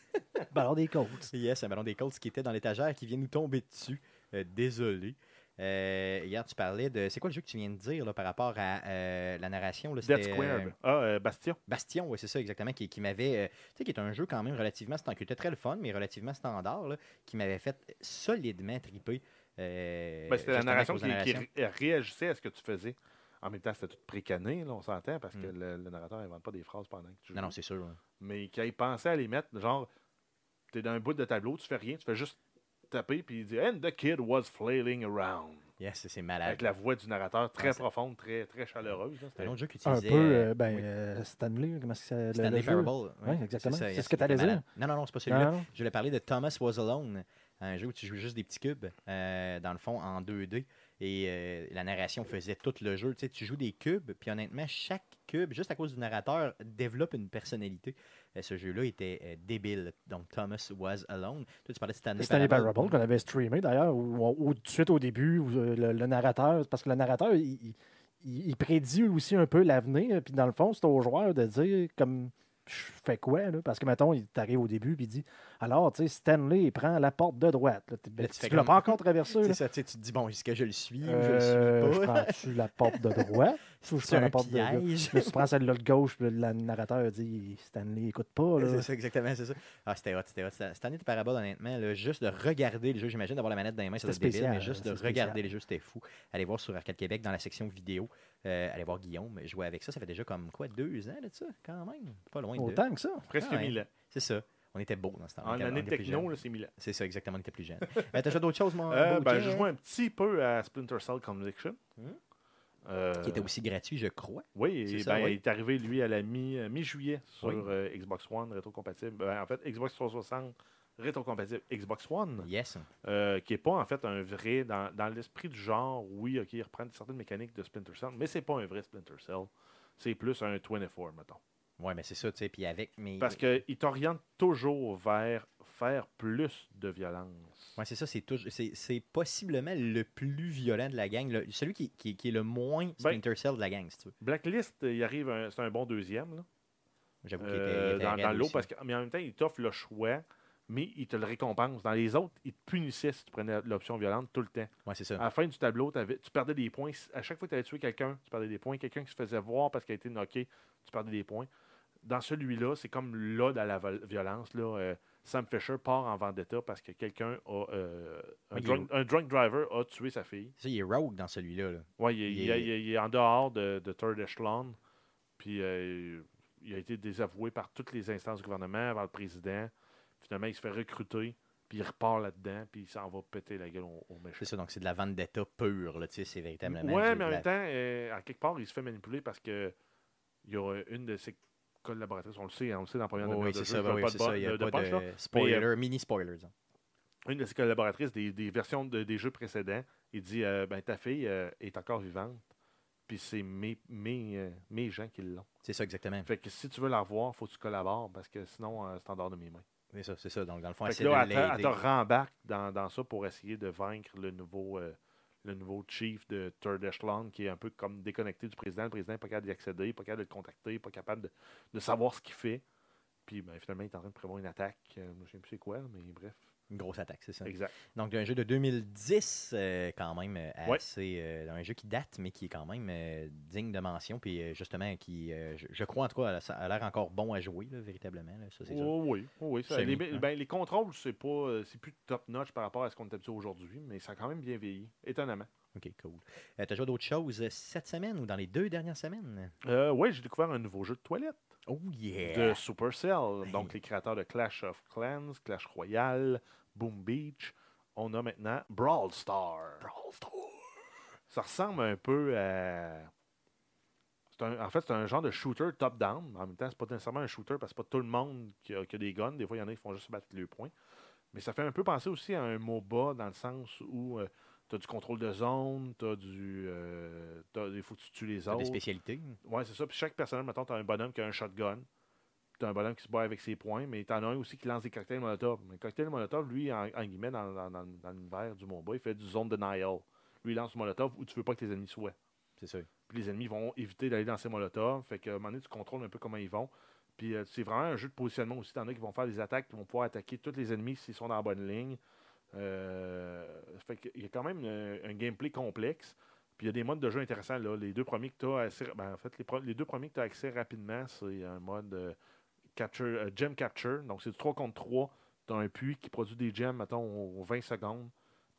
Speaker 2: le ballon des côtes.
Speaker 1: Yes, un ballon des Colts qui était dans l'étagère qui vient nous tomber dessus. Euh, désolé. Euh, hier, tu parlais de. C'est quoi le jeu que tu viens de dire là, par rapport à euh, la narration là,
Speaker 3: Dead
Speaker 1: c'était,
Speaker 3: Squared.
Speaker 1: euh,
Speaker 3: Ah, euh, Bastion.
Speaker 1: Bastion, oui, c'est ça, exactement, qui, qui m'avait. euh, tu sais, qui est un jeu quand même relativement standard, qui était très le fun, mais relativement standard, là, qui m'avait fait solidement triper. euh,
Speaker 3: Ben, c'était la
Speaker 1: justement à
Speaker 3: narration
Speaker 1: cause
Speaker 3: qui,
Speaker 1: de la
Speaker 3: qui
Speaker 1: narration.
Speaker 3: ré- réagissait à ce que tu faisais. En même temps, c'était tout précané, là, on s'entend, parce que
Speaker 1: Mm.
Speaker 3: le, le narrateur n'invente pas des phrases pendant que tu joues.
Speaker 1: Non, non, c'est sûr. hein.
Speaker 3: Mais quand il pensait à les mettre, genre, t'es dans un bout de tableau, tu fais rien, tu fais juste taper, puis il dit And the kid was flailing around.
Speaker 1: Yes, c'est- c'est malade.
Speaker 3: Avec la voix du narrateur très
Speaker 1: Ah, Ben, c'est-
Speaker 3: profonde, très, très chaleureuse. là,
Speaker 1: C'est un
Speaker 3: c'était-
Speaker 1: autre jeu qui
Speaker 2: Un
Speaker 1: utilisait.
Speaker 2: peu, euh, ben,
Speaker 1: oui.
Speaker 2: euh, Stanley, comment est-ce que c'est le-
Speaker 1: Stanley
Speaker 2: le jeu?
Speaker 1: Parable.
Speaker 2: Ouais, exactement.
Speaker 1: ça,
Speaker 2: C'est
Speaker 1: yes,
Speaker 2: ce que t'allais
Speaker 1: c'était
Speaker 2: dire? Ah.
Speaker 1: malade. Non, non, non, c'est pas celui-là.
Speaker 2: Non, non.
Speaker 1: Je voulais parler de Thomas Was Alone, un jeu où tu joues juste des petits cubes, euh, dans le fond, en 2D. Et euh, la narration faisait tout le jeu. Tu, sais, tu joues des cubes, puis honnêtement, chaque cube, juste à cause du narrateur, développe une personnalité. Euh, ce jeu-là était euh, débile. Donc, Thomas Was Alone. Toi, tu parlais de Stanley,
Speaker 2: Stanley
Speaker 1: Parable.
Speaker 2: Parable qu'on avait streamé d'ailleurs, ou- ou- ou tout de suite au début, où, euh, le, le narrateur, parce que le narrateur, il, il- il- il prédit aussi un peu l'avenir, puis dans le fond, c'est au joueur de dire comme je fais quoi, là? parce que mettons, il t'arrive au début, puis il dit alors, tu sais, Stanley, il prend la porte de droite. Là, T'es- ben,
Speaker 1: Là, tu
Speaker 2: tu
Speaker 1: fais
Speaker 2: l'as
Speaker 1: comme-
Speaker 2: pas encore traversé.
Speaker 1: C'est
Speaker 2: là.
Speaker 1: ça, tu sais, tu te dis, bon, est-ce que je le suis ou je le
Speaker 2: Euh,
Speaker 1: suis
Speaker 2: je
Speaker 1: pas?
Speaker 2: prends-tu la porte de droite ou je
Speaker 1: C'est
Speaker 2: prends
Speaker 1: un
Speaker 2: la porte de gauche?
Speaker 1: piège.
Speaker 2: Là, tu prends celle-là de gauche, puis le narrateur dit Stanley, écoute pas. Là.
Speaker 1: C'est ça, exactement, c'est ça. Ah, c'était hot, c'était hot. C'était- Cette année de Parabole, honnêtement, là, juste de regarder le jeu, j'imagine d'avoir la manette dans les mains, ça doit être
Speaker 2: C'était
Speaker 1: débile, mais
Speaker 2: spécial,
Speaker 1: juste de
Speaker 2: c'était
Speaker 1: regarder
Speaker 2: spécial.
Speaker 1: les jeux, c'était fou. Allez voir sur Arcade Québec dans la section vidéo. euh, allez voir Guillaume jouer avec ça. Ça fait déjà comme quoi, deux ans de ça, quand même. Pas loin de.
Speaker 2: Autant que ça.
Speaker 3: Presque
Speaker 1: Ah ouais.
Speaker 3: 1000 ans.
Speaker 1: C'est ça. On était beau dans ce temps
Speaker 3: En année de techno, là, c'est 1000 ans.
Speaker 1: C'est ça, exactement, on était plus jeunes. Euh, T'as joué d'autres choses, mon.
Speaker 3: Euh,
Speaker 1: beau
Speaker 3: ben,
Speaker 1: Jeff?
Speaker 3: je joue un petit peu à Splinter Cell Conviction.
Speaker 1: Hmm.
Speaker 3: Euh,
Speaker 1: Qui était aussi gratuit, je crois.
Speaker 3: Oui,
Speaker 1: C'est
Speaker 3: et
Speaker 1: ça,
Speaker 3: ben,
Speaker 1: oui.
Speaker 3: il est arrivé, lui, à la mi- euh, mi-juillet sur
Speaker 1: Oui.
Speaker 3: euh, Xbox One, rétrocompatible. Ben, en fait, Xbox 360, rétrocompatible Xbox One,
Speaker 1: Yes.
Speaker 3: euh, qui n'est pas, en fait, un vrai, dans, dans l'esprit du genre, oui, OK, il reprend certaines mécaniques de Splinter Cell, mais c'est pas un vrai Splinter Cell. C'est plus un 24, mettons.
Speaker 1: Ouais, mais c'est ça, tu sais. Puis avec. Mais...
Speaker 3: Parce qu'il t'oriente toujours vers faire plus de violence.
Speaker 1: Ouais, c'est ça, c'est, touj- c'est, c'est possiblement le plus violent de la gang, le- celui qui, qui- qui est le
Speaker 3: Ben,
Speaker 1: moins Splinter Cell de la gang, si tu veux.
Speaker 3: Blacklist, il arrive, un- c'est un bon deuxième, là.
Speaker 1: J'avoue qu'il était,
Speaker 3: euh,
Speaker 1: il était
Speaker 3: dans,
Speaker 1: raide
Speaker 3: dans l'eau,
Speaker 1: aussi.
Speaker 3: parce que, mais en même temps, il t'offre le choix, mais il te le récompense. Dans les autres, il te punissait si tu prenais l'option violente tout le temps.
Speaker 1: Ouais, c'est ça.
Speaker 3: À la fin du tableau, t'avais- tu perdais des points. À chaque fois que tu avais tué quelqu'un, tu perdais des points. Quelqu'un qui se faisait voir parce qu'il a été knocké, tu perdais des points. Dans celui-là, c'est comme l'ode à la vol- violence. Là, euh, Sam Fisher part en vendetta parce que quelqu'un a. euh, un,
Speaker 1: Oui,
Speaker 3: drunk, un drunk driver a tué sa fille.
Speaker 1: Ça, il est rogue dans celui-là. là.
Speaker 3: Ouais, il, est-
Speaker 1: Il
Speaker 3: il est-
Speaker 1: est-
Speaker 3: il est- il est en dehors de, de Third Echelon. Puis euh, il a été désavoué par toutes les instances du gouvernement, par le président. Finalement, il se fait recruter puis il repart là-dedans, puis il s'en va péter la gueule au, au méchant.
Speaker 1: C'est ça, donc c'est de la vendetta pure, là, tu sais, c'est véritablement.
Speaker 3: Ouais,
Speaker 1: j'ai
Speaker 3: mais en
Speaker 1: de la-
Speaker 3: même temps, euh, à quelque part, il se fait manipuler parce que il y aura une de ses collaboratrices, on le sait, hein, on le sait dans la première
Speaker 1: Ouais,
Speaker 3: demi-heure
Speaker 1: oui,
Speaker 3: de
Speaker 1: c'est
Speaker 3: jeu,
Speaker 1: ça,
Speaker 3: je
Speaker 1: oui,
Speaker 3: fais
Speaker 1: c'est
Speaker 3: pas
Speaker 1: ça.
Speaker 3: de,
Speaker 1: Il n'y
Speaker 3: bo-
Speaker 1: a
Speaker 3: de
Speaker 1: pas
Speaker 3: punch, là. euh,
Speaker 1: de spoiler, mini spoiler, disons.
Speaker 3: Une de ses collaboratrices des, des versions de- des jeux précédents, il dit euh, ben, ta fille euh, est encore vivante, puis c'est mes, mes, euh, mes gens qui l'ont.
Speaker 1: C'est ça, exactement.
Speaker 3: Fait que si tu veux la voir, faut que tu collabores parce que sinon, euh, c'est en dehors de mes mains.
Speaker 1: C'est ça, c'est ça. Donc, dans le fond,
Speaker 3: Fait que
Speaker 1: essayer
Speaker 3: là,
Speaker 1: de
Speaker 3: elle, te- elle
Speaker 1: l'aider.
Speaker 3: te rembarque dans, dans ça pour essayer de vaincre le nouveau, euh, le nouveau chief de Third Echelon qui est un peu comme déconnecté du président. Le président n'est pas capable d'y accéder, pas capable de le contacter, pas capable de, de savoir ce qu'il fait. Puis ben, finalement, il est en train de prévoir une attaque. euh, je ne sais plus c'est quoi, mais bref.
Speaker 1: Une grosse attaque, c'est ça.
Speaker 3: Exact.
Speaker 1: Donc, un jeu de 2010, euh, quand même, euh,
Speaker 3: Ouais.
Speaker 1: assez. euh, un jeu qui date, mais qui est quand même euh, digne de mention. Puis, euh, justement, qui, euh, je, je crois, en tout cas, ça a l'air encore bon à jouer, là, véritablement. là, ça, c'est sûr.
Speaker 3: Oh oui, oh oui. ça-
Speaker 1: Semi,
Speaker 3: les,
Speaker 1: hein.
Speaker 3: ben, les contrôles, c'est pas euh, c'est plus top-notch par rapport à ce qu'on est habitué aujourd'hui, mais ça a quand même bien vieilli, étonnamment.
Speaker 1: OK, cool. Euh, T'as joué à d'autres choses euh, cette semaine ou dans les deux dernières semaines?
Speaker 3: Euh, oui, j'ai découvert un nouveau jeu de toilette.
Speaker 1: Oh, yeah!
Speaker 3: de Supercell,
Speaker 1: Hey.
Speaker 3: donc les créateurs de Clash of Clans, Clash Royale, Boom Beach. On a maintenant Brawl Star. Ça ressemble un peu à. c'est un- en fait, c'est un genre de shooter top-down. En même temps, c'est pas nécessairement un shooter parce que c'est pas tout le monde qui a, qui a des guns. Des fois, il y en a qui font juste se battre avec le point. Mais ça fait un peu penser aussi à un MOBA dans le sens où tu as du contrôle de zone, tu as du. euh, t'as- il faut que tu tues les
Speaker 1: T'as
Speaker 3: autres.
Speaker 1: des spécialités?
Speaker 3: Ouais, c'est ça. Puis chaque personnage, mettons, t'as un bonhomme qui a un shotgun. T'as un bonhomme qui se bat avec ses poings, mais t'en as un aussi qui lance des cocktails Molotov. Mais le cocktail Molotov, lui, en, en guillemets, dans, dans, dans, dans l'univers du MOBA, il fait du zone denial. Lui, il lance du Molotov où tu veux pas que tes ennemis soient.
Speaker 1: C'est sûr.
Speaker 3: Puis les ennemis vont éviter d'aller dans ces Molotov. Fait que, à un moment donné, tu contrôles un peu comment ils vont. Puis euh, c'est vraiment un jeu de positionnement aussi. T'en as qui vont faire des attaques, qui vont pouvoir attaquer tous les ennemis s'ils sont dans la bonne ligne. Euh, fait que, il y a quand même euh, un gameplay complexe. Puis il y a des modes de jeu intéressants. Là. Les deux premiers que tu as accès, ben, en fait, les, pro- les deux premiers que tu as accès rapidement, c'est un mode euh, capture, euh, gem capture. Donc c'est du 3 contre 3. Tu as un puits qui produit des gems, mettons, aux 20 secondes.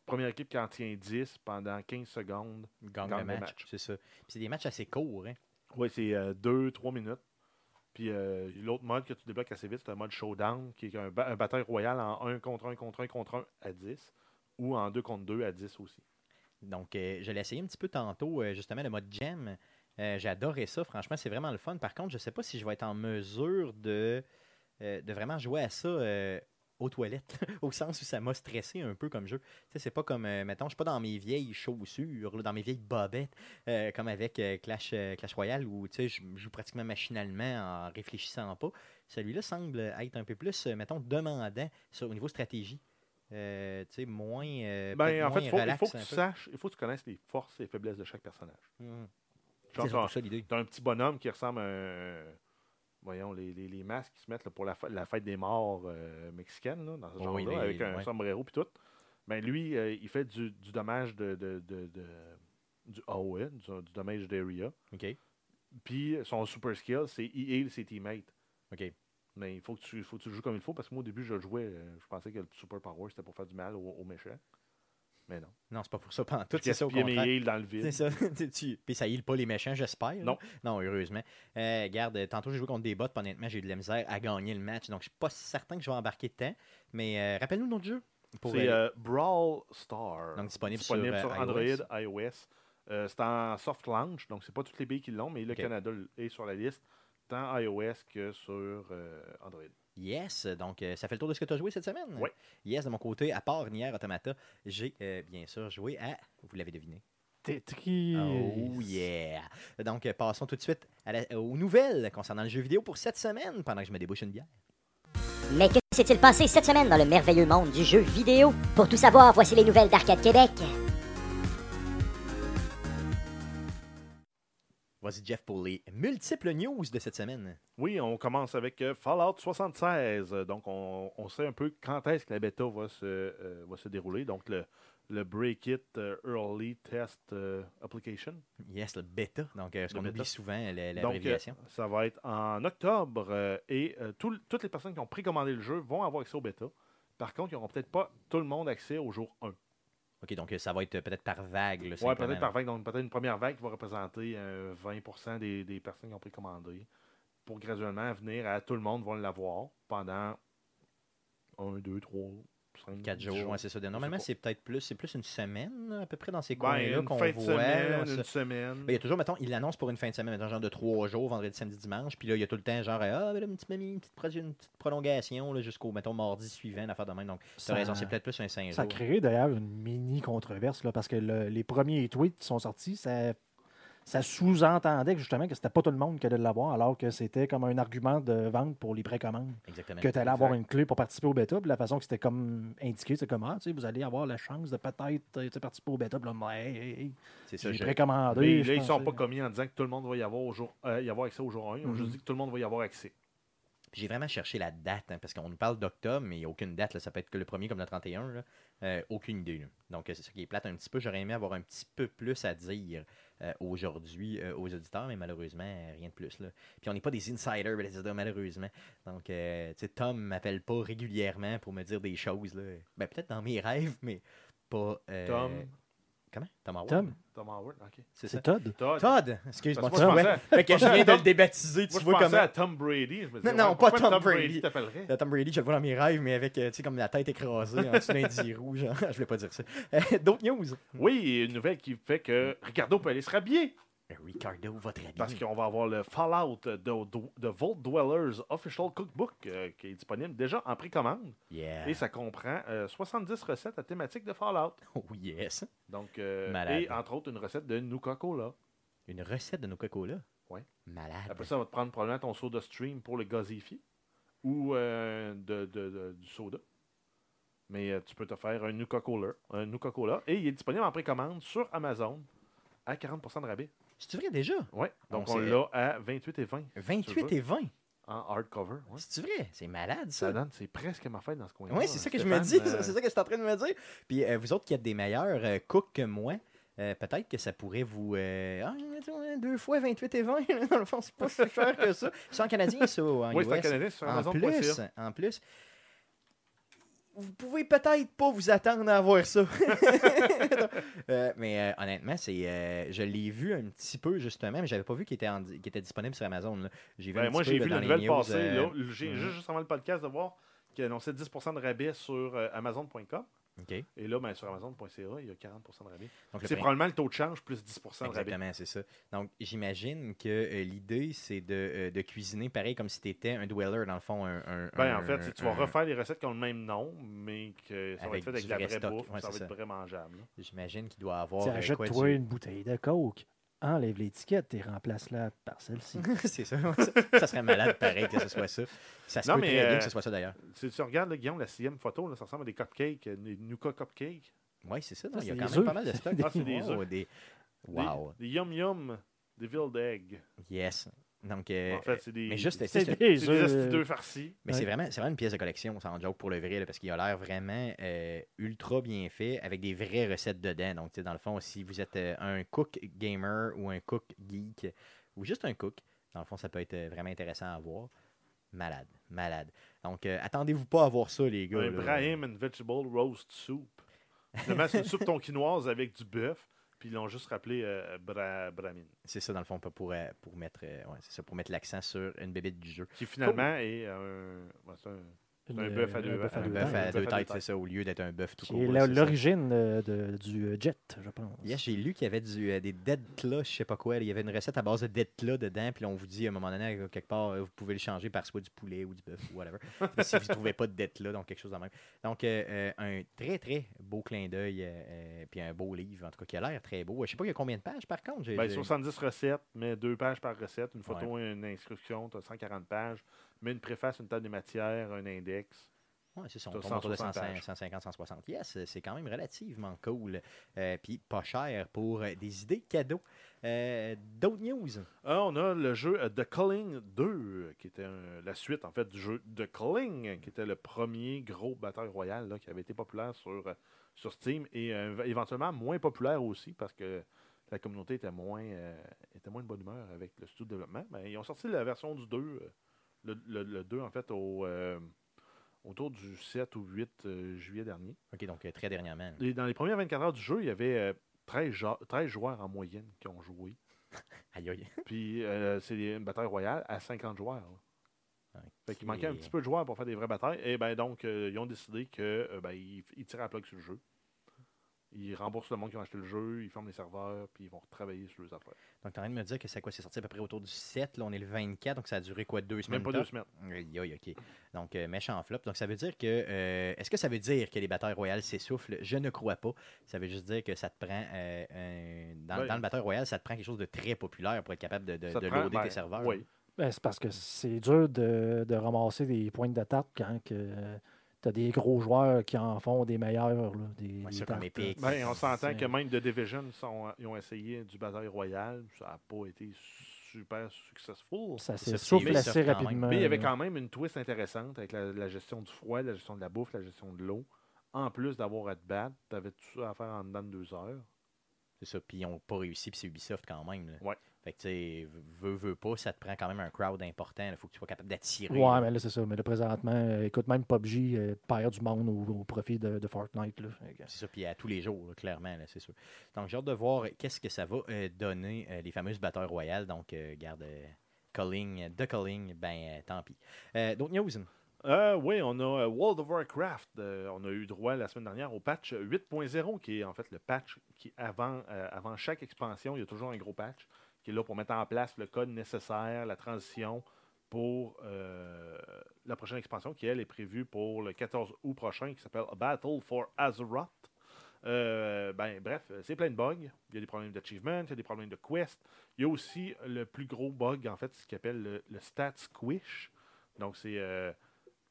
Speaker 3: Première équipe qui en tient 10 pendant 15 secondes.
Speaker 1: Gang,
Speaker 3: Gagne
Speaker 1: le
Speaker 3: le
Speaker 1: match,
Speaker 3: match.
Speaker 1: c'est ça. Puis c'est des matchs assez courts, hein?
Speaker 3: Oui, c'est 2-3 minutes. Puis euh, l'autre mode que tu débloques assez vite, c'est un mode showdown, qui est un, ba- un bataille royale en 1 contre 1 contre 1 contre 1 à 10, ou en 2 contre 2 à 10 aussi.
Speaker 1: Donc, euh, je l'ai essayé un petit peu tantôt, euh, justement, le mode jam. Euh, J'ai adoré ça. Franchement, c'est vraiment le fun. Par contre, je ne sais pas si je vais être en mesure de, euh, de vraiment jouer à ça euh, aux toilettes, au sens où ça m'a stressé un peu comme jeu. Tu sais, c'est pas comme, euh, mettons, je suis pas dans mes vieilles chaussures, là, dans mes vieilles bobettes, euh, comme avec euh, Clash, euh, Clash Royale, où tu sais, je joue pratiquement machinalement en réfléchissant pas. Celui-là semble être un peu plus, euh, mettons, demandant sur, au niveau stratégie. Euh, tu sais, moins. euh, peut-être
Speaker 3: Ben, en
Speaker 1: moins
Speaker 3: fait, faut- il
Speaker 1: relax
Speaker 3: faut que
Speaker 1: un
Speaker 3: tu
Speaker 1: peu.
Speaker 3: saches, il faut que tu connaisses les forces et les faiblesses de chaque personnage.
Speaker 1: Mhm.
Speaker 3: Genre,
Speaker 1: C'est surtout
Speaker 3: t'as-
Speaker 1: ça l'idée.
Speaker 3: t'as un petit bonhomme qui ressemble à un. Voyons, les, les, les masques qui se mettent là, pour la, fe- la fête des morts euh, mexicaine, là, dans ce
Speaker 1: Oui,
Speaker 3: genre-là,
Speaker 1: les-
Speaker 3: avec un
Speaker 1: ouais.
Speaker 3: sombrero puis tout. Mais lui, euh, il fait du, du dommage de, de, de- de- du AOE, du, du dommage d'area.
Speaker 1: OK.
Speaker 3: Puis son super skill, c'est il heal ses teammates.
Speaker 1: OK.
Speaker 3: Mais il faut que tu, faut que tu le joues comme il faut parce que moi au début je le jouais, euh, je pensais que le super power c'était pour faire du mal aux, aux méchants. Mais non.
Speaker 1: Non, c'est pas pour ça. Pendant tout,
Speaker 3: Je
Speaker 1: c'est ça au
Speaker 3: gaspillais
Speaker 1: contraire.
Speaker 3: mes heals dans le vide.
Speaker 1: C'est ça. Tu- tu- Puis ça heal pas les méchants, j'espère. là.
Speaker 3: Non.
Speaker 1: Non, heureusement. Euh, garde, euh, tantôt j'ai joué contre des bots, puis honnêtement, j'ai eu de la misère à gagner le match. Donc je suis pas certain que je vais embarquer de temps. Mais euh, rappelle-nous le nom du jeu. Pour,
Speaker 3: C'est
Speaker 1: euh,
Speaker 3: euh, Brawl Star.
Speaker 1: Donc, disponible sur, euh,
Speaker 3: Android,
Speaker 1: iOS.
Speaker 3: iOS. Euh, c'est en soft launch, donc c'est pas tous les pays qui l'ont, mais le
Speaker 1: Ok.
Speaker 3: Canada est sur la liste, tant iOS que sur euh, Android.
Speaker 1: Yes, donc euh, ça fait le tour de ce que tu as joué cette semaine.
Speaker 3: Ouais.
Speaker 1: Yes, de mon côté, à part Nier Automata, j'ai euh, bien sûr joué à, vous l'avez deviné,
Speaker 2: Tetris.
Speaker 1: Oh yeah! Donc euh, passons tout de suite à la- aux nouvelles concernant le jeu vidéo pour cette semaine, pendant que je me débouche une bière.
Speaker 4: Mais que s'est-il passé cette semaine dans le merveilleux monde du jeu vidéo Pour tout savoir, voici les nouvelles d'Arcade Québec.
Speaker 1: Voici Jeff pour les multiples news de cette semaine.
Speaker 3: Oui, on commence avec euh, Fallout 76. Euh, Donc, on, on sait un peu quand est-ce que la bêta va se, euh, va se dérouler. Donc, le, le Break It euh, Early Test euh, Application.
Speaker 1: Yes, le bêta. Donc, euh, ce
Speaker 3: Le
Speaker 1: qu'on
Speaker 3: bêta.
Speaker 1: oublie souvent, le-
Speaker 3: Donc,
Speaker 1: l'abréviation.
Speaker 3: euh, ça va être en octobre euh, et euh, tout le- toutes les personnes qui ont précommandé le jeu vont avoir accès au bêta. Par contre, ils n'auront peut-être pas tout le monde accès au jour 1.
Speaker 1: OK, donc euh, ça va être euh, peut-être par vague. là,
Speaker 3: Ouais,
Speaker 1: simplement,
Speaker 3: peut-être
Speaker 1: là.
Speaker 3: par vague. Donc, peut-être une première vague qui va représenter euh, 20 des, des personnes qui ont précommandé pour graduellement venir à tout le monde va l'avoir pendant 1, 2, 3, cinq,
Speaker 1: Quatre
Speaker 3: dix
Speaker 1: jours, ouais, c'est ça. Normalement,
Speaker 3: pas.
Speaker 1: c'est peut-être plus, c'est plus une semaine, à peu près, dans ces
Speaker 3: Ben,
Speaker 1: coins-là
Speaker 3: une
Speaker 1: qu'on
Speaker 3: fin
Speaker 1: voit.
Speaker 3: de semaine,
Speaker 1: là, ça.
Speaker 3: une semaine.
Speaker 1: Ben, il y a toujours, mettons, il l'annonce pour une fin de semaine, mettons, genre de trois jours, vendredi, samedi, dimanche. Puis là, il y a tout le temps, genre, ah, ben là, une petite, mamie, une petite, pro- une petite prolongation là, jusqu'au, mettons, mardi suivant, l'affaire de même. Donc, t'as
Speaker 2: Ça-
Speaker 1: raison, c'est peut-être plus un cinq
Speaker 2: Ça a
Speaker 1: jours.
Speaker 2: créé d'ailleurs une mini controverse là, parce que le- les premiers tweets qui sont sortis, ça, ça sous-entendait que, justement que c'était pas tout le monde qui allait l'avoir, alors que c'était comme un argument de vente pour les précommandes.
Speaker 1: Exactement.
Speaker 2: Que tu allais avoir
Speaker 3: Exact.
Speaker 2: une clé pour participer au bêta, puis la façon que c'était comme indiqué, c'est comme ah, tu sais, vous allez avoir la chance de peut-être euh, tu sais, participer au bêta, puis là, mais, hey, hey, hey,
Speaker 1: C'est ça,
Speaker 2: j'ai
Speaker 1: je-
Speaker 2: précommandé.
Speaker 3: Mais
Speaker 2: je
Speaker 3: là, ils ne sont
Speaker 2: pensais.
Speaker 3: pas commis en disant que tout le monde va y avoir, au jour, euh, y avoir accès au jour 1. Ils ont juste
Speaker 2: Mhm.
Speaker 3: dit que tout le monde va y avoir accès.
Speaker 1: Puis J'ai vraiment cherché la date, hein, parce qu'on nous parle d'octobre, mais il n'y a aucune date. là. ça peut être que le premier comme le 31. là. Euh, aucune idée. là. Donc, euh, c'est ce qui est plate un petit peu. J'aurais aimé avoir un petit peu plus à dire euh, aujourd'hui euh, aux auditeurs, mais malheureusement, euh, rien de plus. Là. Puis on n'est pas des insiders, Bethesda, malheureusement. Donc, euh, tu sais, Tom ne m'appelle pas régulièrement pour me dire des choses. Là. Ben, peut-être dans mes rêves, mais pas. euh,
Speaker 3: Tom.
Speaker 1: Comment Tom Howard
Speaker 2: Tom,
Speaker 3: Tom Howard, OK.
Speaker 1: C'est ça.
Speaker 2: c'est Todd.
Speaker 3: Todd.
Speaker 1: Todd Excuse-moi.
Speaker 3: Parce que moi, je
Speaker 1: Tom,
Speaker 3: pensais-
Speaker 1: ouais. Fait que je
Speaker 3: pensais à
Speaker 1: viens de
Speaker 3: Tom-
Speaker 1: le débaptiser. Tu
Speaker 3: Moi, je
Speaker 1: vois
Speaker 3: pensais
Speaker 1: comment.
Speaker 3: à Tom Brady. Je me
Speaker 1: Non,
Speaker 3: disais,
Speaker 1: non,
Speaker 3: ouais,
Speaker 1: pas
Speaker 3: pourquoi
Speaker 1: Tom Brady.
Speaker 3: t'appellerait?
Speaker 1: Le Tom Brady, je le vois dans mes rêves, mais avec, euh, tu sais, comme la tête écrasée en dessous d'un dix rouge. hein. Je voulais pas dire ça. Euh, D'autres news?
Speaker 3: Oui, et une nouvelle qui fait que Ricardo peut aller se rhabiller
Speaker 1: Ricardo va très bien.
Speaker 3: parce qu'on va avoir le Fallout de, de Vault Dwellers Official Cookbook euh, qui est disponible déjà en précommande
Speaker 1: Yeah.
Speaker 3: et ça comprend euh, 70 recettes à thématique de Fallout.
Speaker 1: Oh yes.
Speaker 3: Donc, euh,
Speaker 1: Malade.
Speaker 3: et entre autres, une recette de Nuka Cola.
Speaker 1: Une recette de nos coca-cola?
Speaker 3: Ouais.
Speaker 1: Malade.
Speaker 3: Après ça, on va te prendre probablement ton soda stream pour le gazifier ou euh, de, de- de- du soda. Mais euh, tu peux te faire un Nuka Cola, un Nuka Cola et il est disponible en précommande sur Amazon à 40 de rabais.
Speaker 1: C'est vrai déjà?
Speaker 3: Ouais. Donc,
Speaker 1: Donc,
Speaker 3: on
Speaker 1: c'est-
Speaker 3: l'a à 28 et 20 Tu
Speaker 1: 28
Speaker 3: veux?
Speaker 1: et 20.
Speaker 3: en hardcover. Ouais.
Speaker 1: C'est vrai? C'est malade ça.
Speaker 3: Ça donne, c'est presque ma fête dans ce coin-là.
Speaker 1: Oui, c'est ça que je me
Speaker 3: Stéphane,
Speaker 1: dis.
Speaker 3: euh,
Speaker 1: ça, C'est ça que je suis en train de me dire. Puis euh, vous autres qui êtes des meilleurs euh, cooks que moi, euh, peut-être que ça pourrait vous. euh, ah, mettons, hein, deux fois 28 et 20, là, dans le fond, c'est pas si cher que ça. C'est en canadien, ça, ou en
Speaker 3: Oui, c'est en
Speaker 1: US?
Speaker 3: canadien, c'est sur
Speaker 1: En
Speaker 3: Amazon.ca.
Speaker 1: plus, en plus, vous pouvez peut-être pas vous attendre à avoir ça. Euh, mais euh, honnêtement, c'est, euh, je l'ai vu un petit peu justement, mais j'avais pas vu qu'il était, en- qu'il était disponible sur Amazon. là. J'ai vu
Speaker 3: Ben,
Speaker 1: un
Speaker 3: moi,
Speaker 1: petit
Speaker 3: j'ai
Speaker 1: peu,
Speaker 3: vu
Speaker 1: là,
Speaker 3: la
Speaker 1: dans les
Speaker 3: nouvelle
Speaker 1: news,
Speaker 3: passer.
Speaker 1: euh,
Speaker 3: là. J'ai
Speaker 1: mhm.
Speaker 3: juste juste avant le podcast de voir qu'il annonçait 10 de rabais sur euh, Amazon.com.
Speaker 1: OK.
Speaker 3: Et là, ben, sur Amazon.ca, il y a 40 de rabais.
Speaker 1: Donc, le
Speaker 3: C'est
Speaker 1: prin-
Speaker 3: probablement le taux de change plus 10 de rabais.
Speaker 1: Exactement, c'est ça. Donc, j'imagine que euh, l'idée, c'est de, euh, de cuisiner pareil comme si tu étais un dweller, dans le fond. Un, un-
Speaker 3: Ben, en
Speaker 1: un-
Speaker 3: fait, c'est- tu vas
Speaker 1: un-
Speaker 3: refaire les recettes qui ont le même nom, mais que ça va
Speaker 1: Mm-hmm. Avec
Speaker 3: être fait avec
Speaker 1: du
Speaker 3: la
Speaker 1: vrai
Speaker 3: vraie
Speaker 1: stock.
Speaker 3: bouffe,
Speaker 1: Ouais,
Speaker 3: ça va
Speaker 1: c'est
Speaker 3: être
Speaker 1: ça.
Speaker 3: vraiment mangeable. là.
Speaker 1: J'imagine qu'il doit avoir.
Speaker 2: Tu
Speaker 1: euh, quoi,
Speaker 2: achètes-toi
Speaker 1: du-
Speaker 2: une bouteille de Coke, enlève l'étiquette et remplace-la par celle-ci.
Speaker 1: c'est ça. ouais, ça. Ça serait malade pareil que ce soit ça. Ça se
Speaker 3: Non,
Speaker 1: peut
Speaker 3: mais,
Speaker 1: très bien
Speaker 3: euh,
Speaker 1: que ce soit ça d'ailleurs.
Speaker 3: Si tu regardes, là, Guillaume, la sixième photo, là, ça ressemble à des cupcakes, euh, des Nuka Cupcakes.
Speaker 1: Oui, c'est ça. non,
Speaker 2: Ça,
Speaker 1: il y a
Speaker 2: c'est
Speaker 1: quand
Speaker 2: des
Speaker 1: même pas
Speaker 2: œufs.
Speaker 1: mal de stock.
Speaker 3: Ah, c'est des
Speaker 1: Wow, des-
Speaker 3: Des-
Speaker 1: Wow.
Speaker 3: Des, Yum Yum, des Villed Egg.
Speaker 1: Yes. Donc, euh,
Speaker 3: en fait, c'est des.
Speaker 1: mais juste,
Speaker 3: c'est
Speaker 1: c'est c'est- euh,
Speaker 2: des
Speaker 3: des
Speaker 2: œufs,
Speaker 3: esti d'œufs farcis.
Speaker 1: mais
Speaker 2: Ouais.
Speaker 1: c'est vraiment, c'est vraiment une pièce de collection, sans joke, pour le vrai, là, parce qu'il a l'air vraiment euh, ultra bien fait, avec des vraies recettes dedans. Donc, tu sais, dans le fond, si vous êtes euh, un cook gamer ou un cook geek, ou juste un cook, dans le fond, ça peut être euh, vraiment intéressant à voir. Malade, malade. Donc, euh, attendez-vous pas à voir ça, les gars.
Speaker 3: Un
Speaker 1: là.
Speaker 3: Brahim and Vegetable Roast Soup. Finalement, c'est une soupe tonquinoise avec du bœuf, puis ils l'ont juste rappelé euh, Bra- Brahmin.
Speaker 1: C'est ça, dans le fond, pour, pour, euh, pour mettre, euh, ouais, c'est ça, pour mettre l'accent sur une bébête du jeu.
Speaker 3: Qui finalement est un. ouais, c'est un-
Speaker 2: Une- euh,
Speaker 3: Un bœuf à deux-
Speaker 1: Un
Speaker 3: deux
Speaker 1: bœuf
Speaker 3: têtes.
Speaker 1: à deux têtes, c'est ça, au lieu d'être un bœuf tout
Speaker 2: Qui
Speaker 1: court.
Speaker 2: est
Speaker 1: là,
Speaker 2: la-
Speaker 1: c'est ça.
Speaker 2: l'origine euh, de- du euh, jet, je pense.
Speaker 1: Yes, j'ai lu qu'il y avait du, euh, des dead claws, je sais pas quoi. là. Il y avait une recette à base de dead claws dedans. Puis là, on vous dit à un moment donné, euh, quelque part, euh, vous pouvez le changer par soit du poulet ou du bœuf ou whatever. si vous ne trouvez pas de dead claws, donc quelque chose de même. Donc, euh, euh, un très, très beau clin d'œil. euh, euh, puis un beau livre, en tout cas, qui a l'air très beau. Je sais pas il y a combien de pages, par contre. j'ai-
Speaker 3: Ben,
Speaker 1: j'ai-
Speaker 3: 70 recettes, mais deux pages par recette, une photo, une inscription, tu as 140 pages, mais une préface, une table des matières, un index.
Speaker 1: Ouais, c'est ça, on
Speaker 3: T'as
Speaker 1: tombe autour de
Speaker 3: 160
Speaker 1: 150,
Speaker 3: pages.
Speaker 1: 150, 160. Yes, c'est- c'est quand même relativement cool. Euh, Puis pas cher pour euh, des idées cadeaux. Euh, D'autres news?
Speaker 3: Ah, on a le jeu euh, The Calling 2, euh, qui était un- la suite en fait du jeu The Calling, euh, qui était le premier gros battle royal là, qui avait été populaire sur, euh, sur Steam et euh, éventuellement moins populaire aussi parce que la communauté était moins, euh, était moins de bonne humeur avec le studio de développement. Ben, ils ont sorti la version du 2, euh, le, le- le 2 en fait, au, euh, autour du 7 ou 8 euh, juillet dernier.
Speaker 1: OK, donc euh, très dernièrement. là.
Speaker 3: Et dans les premières 24 heures du jeu, il y avait euh, 13, jou- 13 joueurs en moyenne qui ont joué.
Speaker 1: Aïe, aïe.
Speaker 3: Puis euh, c'est une bataille royale à 50 joueurs. là. Fait qu'il manquait un petit peu de joueurs pour faire des vraies batailles. Et ben donc, euh, ils ont décidé qu'ils ben, ils, ils tirent à la plug sur le jeu. Ils remboursent le monde qui a acheté le jeu, ils ferment les serveurs, puis ils vont travailler sur leurs affaires.
Speaker 1: Donc, t'es en train de me dire que c'est quoi C'est sorti à peu près autour du 7. Là, on est le 24, donc ça a duré quoi Deux semaines
Speaker 3: Même pas
Speaker 1: top?
Speaker 3: deux semaines.
Speaker 1: Aïe, aïe, ok. Donc, euh, méchant flop. Donc, ça veut dire que. euh, Est-ce que ça veut dire que les batailles royales s'essoufflent Je ne crois pas. Ça veut juste dire que ça te prend. euh, un- dans,
Speaker 3: Ouais.
Speaker 1: dans le batteur royal, ça te prend quelque chose de très populaire pour être capable de, de,
Speaker 3: Ben, Ça te
Speaker 1: de
Speaker 3: prend-
Speaker 1: loader
Speaker 3: ben,
Speaker 1: tes serveurs.
Speaker 3: Oui.
Speaker 2: Ben, c'est parce que c'est dur de, de ramasser des pointes de tarte quand que t'as des gros joueurs qui en font des meilleurs. Là, des,
Speaker 1: Ouais,
Speaker 2: des
Speaker 1: c'est comme
Speaker 2: tartes, euh,
Speaker 1: Epic.
Speaker 2: là.
Speaker 3: Ben, on s'entend
Speaker 2: C'est-
Speaker 3: que même The Division, sont- euh, ils ont essayé du bataille royale. Ça n'a pas été super successful.
Speaker 2: Ça
Speaker 1: c'est
Speaker 2: s'essouffle
Speaker 1: Ubisoft
Speaker 2: assez
Speaker 1: quand même.
Speaker 2: rapidement.
Speaker 3: Mais il y avait
Speaker 2: là.
Speaker 3: quand même une twist intéressante avec la, la gestion du froid, la gestion de la bouffe, la gestion de l'eau. En plus d'avoir à te battre, tu avais tout ça à faire en dedans de deux heures.
Speaker 1: C'est ça. Puis, ils n'ont pas réussi, puis c'est Ubisoft quand même. là.
Speaker 3: Ouais.
Speaker 1: Fait que, tu sais, veux, veux pas, ça te prend quand même un crowd important. Il faut que tu sois capable d'attirer.
Speaker 2: Ouais, mais là, c'est ça. Mais là, présentement, euh, écoute, même PUBG euh, perd du monde au, au profit de, de Fortnite. Là. Fait que-
Speaker 1: C'est ça, puis à tous les jours, là, clairement, là, c'est sûr. Donc, j'ai hâte de voir qu'est-ce que ça va euh, donner, euh, les fameuses batailles royales. Donc, euh, garde euh, Calling, euh, de Calling, ben euh, tant pis. Euh, D'autres news
Speaker 3: Euh, oui, on a euh, World of Warcraft. euh, on a eu droit la semaine dernière au patch 8.0, qui est en fait le patch qui, avant, euh, avant chaque expansion, il y a toujours un gros patch qui est là pour mettre en place le code nécessaire, la transition pour euh, la prochaine expansion qui, elle, est prévue pour le 14 août prochain, qui s'appelle Battle for Azeroth. Euh, ben, bref, c'est plein de bugs. Il y a des problèmes d'achievement, il y a des problèmes de quest. Il y a aussi le plus gros bug, en fait, ce qu'on appelle le, le stat squish. Donc, c'est. euh,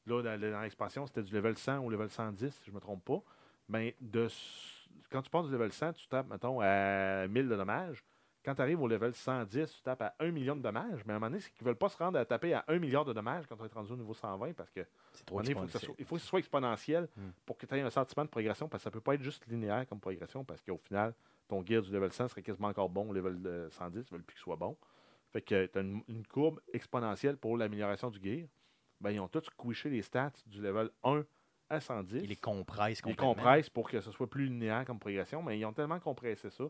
Speaker 3: là, dans, dans l'expansion, c'était du level 100 au level 110, si je ne me trompe pas. Mais de, s- quand tu passes du level 100, tu tapes, mettons, à 1000 de dommages. Quand tu arrives au level 110, tu tapes à 1 million de dommages. Mais à un moment donné, c'est qu'ils ne veulent pas se rendre à taper à 1 milliard de dommages quand on est rendu au niveau 120 parce que
Speaker 1: C'est trop
Speaker 3: il, faut que ça
Speaker 1: exponentiel.
Speaker 3: soit- il faut que ce soit exponentiel
Speaker 1: Hmm.
Speaker 3: pour que tu aies un sentiment de progression, parce que ça ne peut pas être juste linéaire comme progression, parce qu'au final, ton gear du level 100 serait quasiment encore bon au level euh, 110, ils veulent plus qu'il soit bon. Fait que tu as une, une courbe exponentielle pour l'amélioration du gear. Ben, ils ont tous squishé les stats du level 1 à 110.
Speaker 1: Il les compresse
Speaker 3: Ils
Speaker 1: complètement.
Speaker 3: compressent pour que ce soit plus linéaire comme progression, mais ils ont tellement compressé ça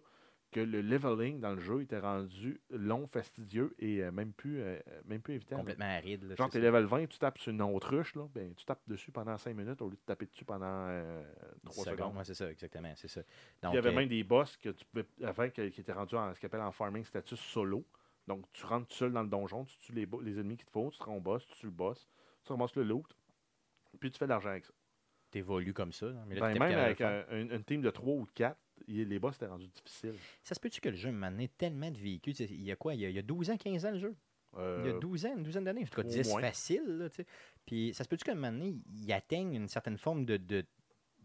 Speaker 3: que le leveling dans le jeu était rendu long, fastidieux et euh, même, plus, euh, même plus évitable.
Speaker 1: Complètement aride. là,
Speaker 3: Genre,
Speaker 1: c'est
Speaker 3: t'es
Speaker 1: ça.
Speaker 3: level 20, tu tapes sur une autruche, là, ben, tu tapes dessus pendant 5 minutes au lieu de taper dessus pendant 3
Speaker 1: Secondes,
Speaker 3: secondes.
Speaker 1: ouais, c'est ça, exactement. C'est ça.
Speaker 3: Puis
Speaker 1: Donc,
Speaker 3: Il y avait
Speaker 1: euh,
Speaker 3: même des boss que tu pouvais, avant que- qui étaient rendus en ce qu'on appelle en farming status solo. Donc, tu rentres tout seul dans le donjon, tu tues les, bo- les ennemis qu'il te faut, tu te rends au boss, tu tues le boss, tu ramasses le loot, puis tu fais de l'argent avec ça.
Speaker 1: t'évolues comme ça. hein, mais là,
Speaker 3: Ben,
Speaker 1: t'es
Speaker 3: même
Speaker 1: capable de le
Speaker 3: avec
Speaker 1: faire.
Speaker 3: un- une, une team de 3 ou 4, les boss étaient rendus difficiles.
Speaker 1: Ça se peut-tu que le jeu m'a amené tellement de véhicules tu sais, Il y a quoi il y a, il y a 12 ans, 15 ans le jeu
Speaker 3: Euh,
Speaker 1: Il y a 12 ans, une douzaine d'années, en tout cas
Speaker 3: au
Speaker 1: 10
Speaker 3: moins.
Speaker 1: facile. là, tu sais. Puis ça se peut-tu qu'à un moment donné, ils atteignent une certaine forme de, de,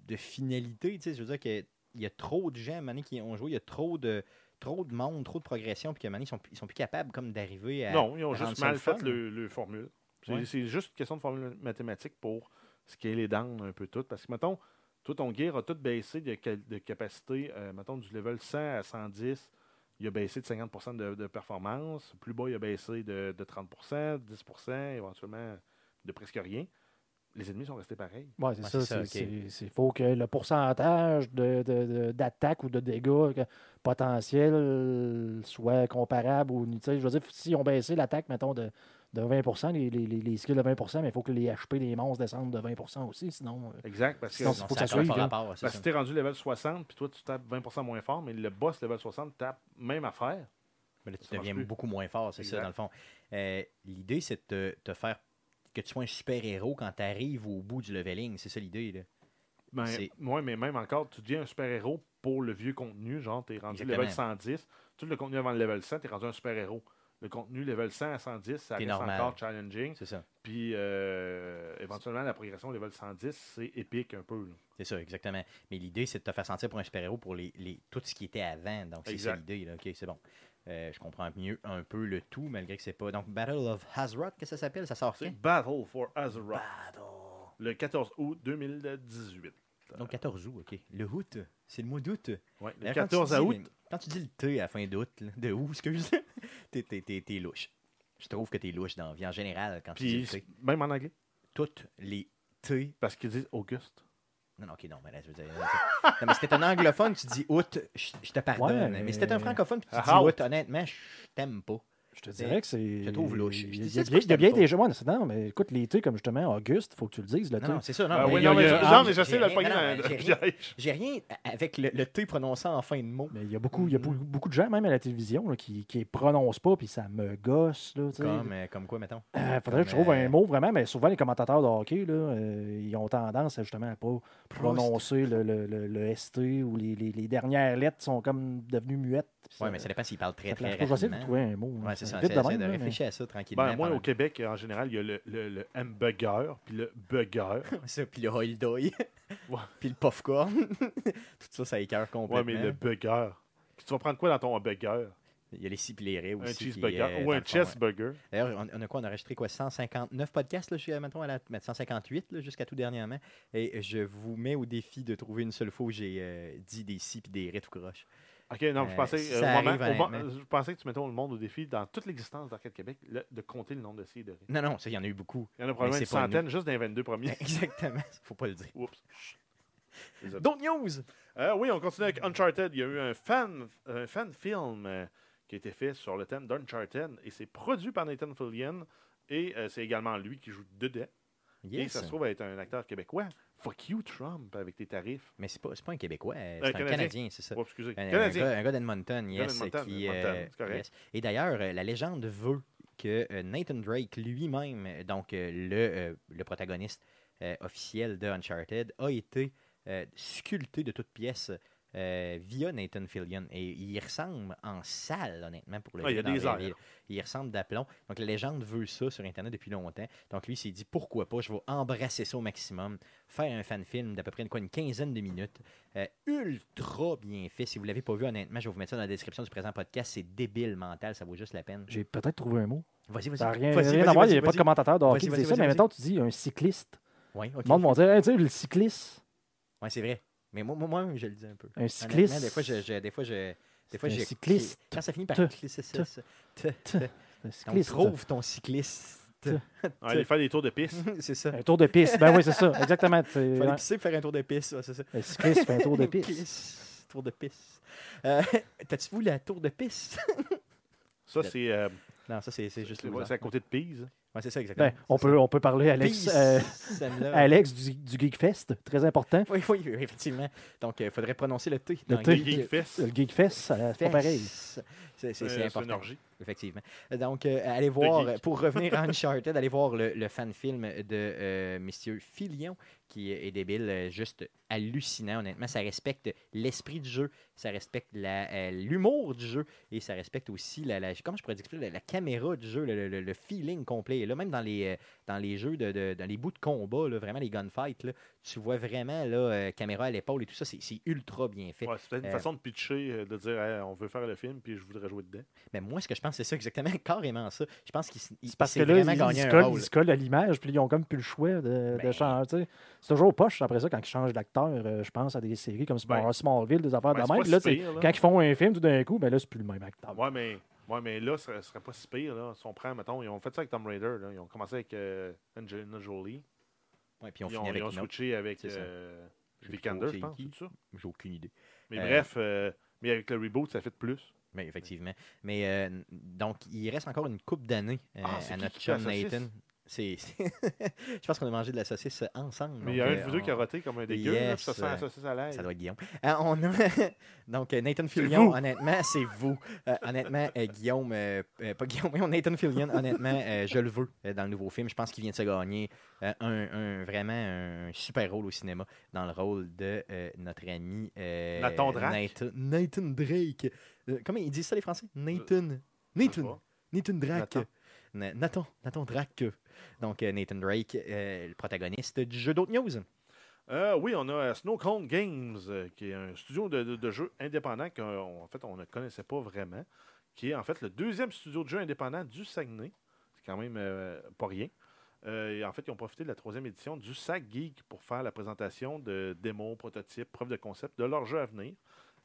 Speaker 1: de finalité. tu sais, Je veux dire qu'il y a trop de gens à un moment donné, qui ont joué, il y a trop de, trop de monde, trop de progression, puis qu'à un moment donné, ils sont, ils sont plus capables comme d'arriver à.
Speaker 3: non, ils ont
Speaker 1: à rendre
Speaker 3: juste
Speaker 1: ça le
Speaker 3: mal fait
Speaker 1: fun. hein.
Speaker 3: le, le formule. C'est
Speaker 1: Ouais.
Speaker 3: c'est juste une question de formule mathématique pour scaler down un peu tout. Parce que, mettons, tout ton gear a tout baissé de, quel- de capacité, euh, mettons, du level 100 à 110, il a baissé de 50 de, de performance. Plus bas, il a baissé de, de 30 10 éventuellement de presque rien. Les ennemis sont restés pareils.
Speaker 2: Ouais, c'est
Speaker 1: Ouais,
Speaker 2: ça.
Speaker 1: c'est ça,
Speaker 2: C'est
Speaker 1: ok.
Speaker 2: c'est- c'est- faut que le pourcentage d'attaque de, de- d'attaque ou de dégâts que- potentiels soit comparable. Ou, tu sais, je veux dire, si on baissait l'attaque, mettons, de, de 20 les, les, les- les skills de 20 mais il faut que les HP des monstres descendent de 20 aussi, sinon... euh,
Speaker 3: Exact. Parce que
Speaker 2: Sinon,
Speaker 1: Sinon,
Speaker 2: faut que
Speaker 1: ça
Speaker 2: ça
Speaker 1: n'a
Speaker 2: suive,
Speaker 1: pas
Speaker 2: là.
Speaker 1: rapport, c'est
Speaker 3: Parce
Speaker 1: ça.
Speaker 3: que si t'es rendu level 60, puis toi, tu tapes 20 moins fort, mais le boss level 60 tape même affaire.
Speaker 1: Mais là, tu
Speaker 3: Ça marche
Speaker 1: deviens
Speaker 3: plus.
Speaker 1: beaucoup moins fort, c'est ça,
Speaker 3: Exact.
Speaker 1: dans le fond. Euh, L'idée, c'est de te, te faire que tu sois un super-héros quand tu arrives au bout du leveling. C'est ça l'idée. là.
Speaker 3: Ben,
Speaker 1: C'est-
Speaker 3: ouais, mais même encore, tu deviens un super-héros pour le vieux contenu. Genre, t'es rendu
Speaker 1: Exactement.
Speaker 3: level 110. Tout le contenu avant le level 100, t'es rendu un super-héros. Le contenu level 100 à 110, ça
Speaker 1: T'es
Speaker 3: reste
Speaker 1: normal.
Speaker 3: encore challenging.
Speaker 1: C'est ça.
Speaker 3: Puis, euh, éventuellement, la progression au level 110, c'est épique un peu. là.
Speaker 1: C'est ça, exactement. Mais l'idée, c'est de te faire sentir pour un super-héros pour les, les- tout ce qui était avant. Donc, c'est ça
Speaker 3: Exact.
Speaker 1: l'idée. là. OK, c'est bon. Euh, je comprends mieux un peu le tout, malgré que c'est pas. Donc, Battle of Hazrat, que ça s'appelle Ça sort
Speaker 3: C'est
Speaker 1: quand
Speaker 3: Battle for Azeroth. Le 14 août 2018.
Speaker 1: Donc, 14 août, OK. Le août, c'est le mois d'août.
Speaker 3: Ouais, le
Speaker 1: D'ailleurs, quand
Speaker 3: 14
Speaker 1: tu dis
Speaker 3: août.
Speaker 1: le- Quand tu dis le T à la fin d'août, là, de août, excuse, t'es- t'es t'es- t'es louche. Je trouve que t'es louche dans la vie en général quand tu dis le
Speaker 3: Puis,
Speaker 1: T.
Speaker 3: même en anglais.
Speaker 1: Toutes les T
Speaker 3: Parce qu'ils disent Auguste.
Speaker 1: Non, non, ok, non, mais là, je veux dire. Non, mais si t'es un anglophone, tu dis août, je je te pardonne.
Speaker 2: Ouais,
Speaker 1: mais...
Speaker 2: mais
Speaker 1: si t'es un francophone, puis tu dis
Speaker 3: Ah,
Speaker 1: août, honnêtement, je t'aime pas.
Speaker 2: Je te dirais que c'est.
Speaker 1: je trouve louche. Je
Speaker 2: ben, Il y a-
Speaker 1: dis
Speaker 2: il
Speaker 1: ça,
Speaker 2: y a,
Speaker 1: c'est
Speaker 2: bien-
Speaker 1: pas
Speaker 2: il y a
Speaker 1: que
Speaker 2: bien
Speaker 1: c'est
Speaker 2: des jeux. Ouais, c'est- non, mais écoute, l'été, comme justement, Auguste, faut que tu le dises, le
Speaker 1: Non, non,
Speaker 2: thé.
Speaker 1: c'est ça. Non,
Speaker 3: Ah
Speaker 1: mais
Speaker 3: oui,
Speaker 1: il y a-
Speaker 3: non, mais
Speaker 1: il y a-
Speaker 3: non, mais j'essaie de
Speaker 1: j'ai
Speaker 3: le pogner
Speaker 1: rien-
Speaker 3: dans
Speaker 1: non,
Speaker 3: dans
Speaker 1: j'ai
Speaker 3: le
Speaker 1: rien-
Speaker 3: piège.
Speaker 1: J'ai rien avec le, le T prononcé en fin de mot.
Speaker 2: Mais il y a beaucoup, il
Speaker 1: Mhm.
Speaker 2: y a beaucoup, beaucoup de gens, même à la télévision, là, qui ne prononcent pas, puis ça me gosse. Là, tu sais.
Speaker 1: Comme, euh, comme quoi, mettons.
Speaker 2: Euh, faudrait que je trouve un mot vraiment, mais souvent les commentateurs de hockey, là, euh, ils ont tendance à justement à pas prononcer le, le- le- le ST ou les, les- les dernières lettres sont comme devenues muettes.
Speaker 1: Oui, mais ça dépend s'ils parlent très,
Speaker 2: Fait que là,
Speaker 1: très
Speaker 2: je vais essayer de
Speaker 1: rapidement.
Speaker 2: trouver un mot. là.
Speaker 1: Ouais, c'est ça.
Speaker 2: vite
Speaker 1: J'essaie
Speaker 2: de
Speaker 1: j'essaie de
Speaker 2: même, là, mais-
Speaker 1: réfléchir à ça tranquillement.
Speaker 3: Ben, moi,
Speaker 1: pendant-
Speaker 3: au Québec, en général, il y a le, le, le hamburger, puis le bugger.
Speaker 1: Ça, puis le oil doy,
Speaker 3: Ouais.
Speaker 1: puis le popcorn. Tout ça, ça écœure complètement.
Speaker 3: Ouais, mais le bugger. Tu vas prendre quoi dans ton hamburger?
Speaker 1: Il y a les cipirés
Speaker 3: Un
Speaker 1: aussi. qui, euh,
Speaker 3: cheeseburger
Speaker 1: dans
Speaker 3: ou
Speaker 1: le
Speaker 3: un
Speaker 1: fond, ouais.
Speaker 3: cheeseburger?
Speaker 1: D'ailleurs, on, on a quoi On a enregistré quoi 159 podcasts, là, jusqu'à, mettons, à la, mais 158 là, jusqu'à tout dernièrement. Et je vous mets au défi de trouver une seule fois où j'ai euh, dit des si puis des ré tout croche.
Speaker 3: Ok, non, je
Speaker 1: Euh,
Speaker 3: pensais,
Speaker 1: ça
Speaker 3: euh, au moment-
Speaker 1: arrive
Speaker 3: au moment-
Speaker 1: honnêtement.
Speaker 3: je pensais que tu mettais le monde au défi, dans toute l'existence d'Arcade Québec, le- de compter le nombre de sidérés.
Speaker 1: Non, non, ça, il y en a eu beaucoup.
Speaker 3: Il y en a probablement
Speaker 1: c'est
Speaker 3: une
Speaker 1: pas
Speaker 3: centaine juste dans les 22 premiers.
Speaker 1: Exactement, faut pas le dire.
Speaker 3: Oups. Désolé.
Speaker 1: D'autres news
Speaker 3: Euh, oui, on continue avec Uncharted. Il y a eu un fan, un fan film euh, qui a été fait sur le thème d'Uncharted et c'est produit par Nathan Fillion et euh, c'est également lui qui joue dedans. Et
Speaker 1: Yes.
Speaker 3: ça se trouve être un acteur québécois. Fuck you, Trump, avec tes tarifs.
Speaker 1: Mais c'est pas, c'est pas un Québécois, euh,
Speaker 3: Un
Speaker 1: c'est un
Speaker 3: Canadien.
Speaker 1: Canadien, c'est ça. Ben,
Speaker 3: Oh, excusez.
Speaker 1: Un, un
Speaker 3: Canadien.
Speaker 1: gars, un gars d'Edmonton, yes,
Speaker 3: d'Edmonton,
Speaker 1: qui,
Speaker 3: Edmonton,
Speaker 1: euh,
Speaker 3: c'est correct.
Speaker 1: yes. Et d'ailleurs, euh, la légende veut que euh, Nathan Drake lui-même, euh, donc euh, le, euh, le protagoniste euh, officiel de Uncharted, a été euh, sculpté de toutes pièces euh, via Nathan Fillion. Et il ressemble en salle, honnêtement, pour le
Speaker 3: Ah, il y a
Speaker 1: vivre dans
Speaker 3: des
Speaker 1: la
Speaker 3: airs,
Speaker 1: vie.
Speaker 3: là.
Speaker 1: Il ressemble d'aplomb. Donc la légende veut ça sur Internet depuis longtemps. Donc lui il s'est dit, pourquoi pas, je vais embrasser ça au maximum, faire un fan-film d'à peu près une, quoi, une quinzaine de minutes euh, ultra bien fait. Si vous ne l'avez pas vu, honnêtement, je vais vous mettre ça dans la description du présent podcast. C'est débile mental, ça vaut juste la peine.
Speaker 2: J'ai peut-être trouvé un mot.
Speaker 1: Vas-y, vas-y.
Speaker 2: Ça n'a rien,
Speaker 1: Vas-y,
Speaker 2: rien
Speaker 1: vas-y,
Speaker 2: à voir, il
Speaker 1: vas-y,
Speaker 2: n'y a pas de
Speaker 1: vas-y.
Speaker 2: commentateur de
Speaker 1: Vas-y,
Speaker 2: hockey qui
Speaker 1: vas-y,
Speaker 2: disait ça,
Speaker 1: vas-y,
Speaker 2: mais
Speaker 1: vas-y.
Speaker 2: mettons, tu dis un cycliste.
Speaker 1: Ouais, ok.
Speaker 2: Le monde va dire, Hey, tu sais, le cycliste.
Speaker 1: Ouais, c'est vrai. Mais moi, moi, moi, je le dis un peu.
Speaker 2: Un
Speaker 1: Honnêtement,
Speaker 2: cycliste.
Speaker 1: Des fois, je, je- des fois, je, des fois,
Speaker 2: un
Speaker 1: je-
Speaker 2: cycliste.
Speaker 1: Quand ça finit par
Speaker 2: Te-
Speaker 1: cycliste, c'est ça. Te-
Speaker 2: te-
Speaker 1: te-
Speaker 2: Un
Speaker 1: On
Speaker 2: cycliste.
Speaker 1: trouve ton cycliste.
Speaker 3: Ouais, Aller faire des tours de piste.
Speaker 1: c'est ça.
Speaker 2: Un tour de piste. Ben oui, c'est ça. Exactement. tu sais,
Speaker 1: Il fallait
Speaker 2: ouais.
Speaker 1: pisser pour faire un tour de piste, ouais, c'est ça.
Speaker 2: Un cycliste fait un tour de piste.
Speaker 1: Pisse, Tour de piste. Euh, T'as-tu vu la tour de piste?
Speaker 3: Ça, c'est euh,
Speaker 1: Non, ça, c'est c'est juste
Speaker 3: c'est
Speaker 1: le
Speaker 3: ouais, c'est à côté de Pise.
Speaker 1: Ouais, c'est ça, exactement.
Speaker 2: Ben, on, peut, on peut parler, Alex,
Speaker 1: Pisse,
Speaker 2: euh,
Speaker 1: Sam-là.
Speaker 2: Alex du, du Geekfest. Très important.
Speaker 1: Oui, oui, oui, effectivement. Donc, il faudrait prononcer le T.
Speaker 2: Le
Speaker 1: dans
Speaker 2: T.
Speaker 1: Geek
Speaker 3: Geek Fest.
Speaker 2: Le Geekfest, ça- c'est pas pareil.
Speaker 1: Fest. C'est c'est- c'est
Speaker 3: Euh, C'est c'est une
Speaker 1: important.
Speaker 3: orgie.
Speaker 1: Effectivement. Donc, euh, allez voir,
Speaker 3: geek.
Speaker 1: pour revenir à Uncharted, allez voir le, le fan-film de euh, Monsieur Filion, qui est débile, euh, juste hallucinant, honnêtement. Ça respecte l'esprit du jeu, ça respecte la, euh, l'humour du jeu, et ça respecte aussi, la, la- comment je pourrais dire, la, la caméra du jeu, le, le- le feeling complet. Et là, même dans les, euh, dans les jeux, de, de- dans les bouts de combat, là, vraiment les gunfights, là, tu vois vraiment là, euh, caméra à l'épaule et tout ça, c'est, c'est ultra bien fait.
Speaker 3: Ouais, c'est peut-être une
Speaker 1: Euh,
Speaker 3: façon de pitcher, euh, de dire Hey, on veut faire le film, puis je voudrais jouer dedans.
Speaker 1: Mais moi, ce que je pense, c'est ça exactement, carrément ça. Je pense qu'il s- il-
Speaker 2: C'est parce
Speaker 1: s'est
Speaker 2: que là, ils,
Speaker 1: vraiment
Speaker 2: ils
Speaker 1: gagné
Speaker 2: se
Speaker 1: un
Speaker 2: collent,
Speaker 1: rôle.
Speaker 2: ils se collent à l'image, puis ils ont comme plus le choix de, de
Speaker 1: Ben.
Speaker 2: changer. tu sais. C'est toujours poche après ça quand ils changent d'acteur. euh, je pense à des séries comme
Speaker 3: Ben.
Speaker 2: Smallville, des
Speaker 1: Ah,
Speaker 2: affaires
Speaker 3: Ben,
Speaker 2: de
Speaker 3: c'est
Speaker 2: la même.
Speaker 3: pas
Speaker 2: puis Là,
Speaker 3: si
Speaker 2: c'est-
Speaker 3: pire, là.
Speaker 2: quand ils font un film tout d'un coup, ben là, c'est plus le même acteur.
Speaker 3: Ouais, mais, ouais, mais là, ce serait, ce serait pas si pire. Là. Si on prend, mettons, ils ont fait ça avec Tom Raider. Là. Ils ont commencé avec euh, Angelina Jolie.
Speaker 1: Ouais, puis
Speaker 3: Ils
Speaker 1: on
Speaker 3: ont,
Speaker 1: finit avec
Speaker 3: ils ont
Speaker 1: une autre.
Speaker 3: switché avec
Speaker 1: c'est ça.
Speaker 3: euh,
Speaker 1: Je sais
Speaker 3: Vikander,
Speaker 1: plus
Speaker 3: je
Speaker 1: trop
Speaker 3: pense.
Speaker 1: c'est qui.
Speaker 3: c'est ça.
Speaker 1: J'ai aucune idée.
Speaker 3: Mais
Speaker 1: Euh,
Speaker 3: bref, euh, mais avec le reboot, ça fait de plus.
Speaker 1: Mais effectivement. Mais euh, n- donc, il reste encore une coupe d'années euh,
Speaker 3: Ah, c'est
Speaker 1: à
Speaker 3: qui
Speaker 1: notre
Speaker 3: qui fait la
Speaker 1: chum
Speaker 3: saucisse?
Speaker 1: Nathan. C'est- c'est- Je pense qu'on a mangé de la saucisse ensemble.
Speaker 3: Mais il y a
Speaker 1: donc,
Speaker 3: un de
Speaker 1: euh,
Speaker 3: vous deux qui a
Speaker 1: on-
Speaker 3: roté comme un dégueu, là,
Speaker 1: Yes,
Speaker 3: puis ça sent la
Speaker 1: euh,
Speaker 3: saucisse à l'ail.
Speaker 1: Ça doit être Guillaume. Ah, on a- Donc, euh, Nathan
Speaker 3: C'est
Speaker 1: Fillion,
Speaker 3: vous.
Speaker 1: honnêtement, c'est vous. Euh, honnêtement, euh, Guillaume, euh, euh, pas Guillaume, mais Nathan Fillion, honnêtement, euh, je le veux euh, dans le nouveau film. Je pense qu'il vient de se gagner euh, un, un- vraiment un super rôle au cinéma dans le rôle de euh, notre ami euh,
Speaker 3: Nathan Drake?
Speaker 1: Nathan, Nathan Drake. Euh, comment ils disent ça les Français Nathan.
Speaker 3: Je sais
Speaker 1: Nathan.
Speaker 3: pas.
Speaker 1: Nathan Drake.
Speaker 3: Nathan.
Speaker 1: Na- Nathan, Nathan Drake. Donc, euh, Nathan Drake, euh, le protagoniste du jeu d'autres news.
Speaker 3: Euh, oui, on a euh, Snow Cone Games, euh, qui est un studio de, de- de jeux indépendant qu'en fait, on ne connaissait pas vraiment, qui est en fait le deuxième studio de jeux indépendant du Saguenay. C'est quand même euh, pas rien. Euh, et en fait, ils ont profité de la troisième édition du SAC Geek pour faire la présentation de démos, prototypes, preuves de concept de leur jeu à venir.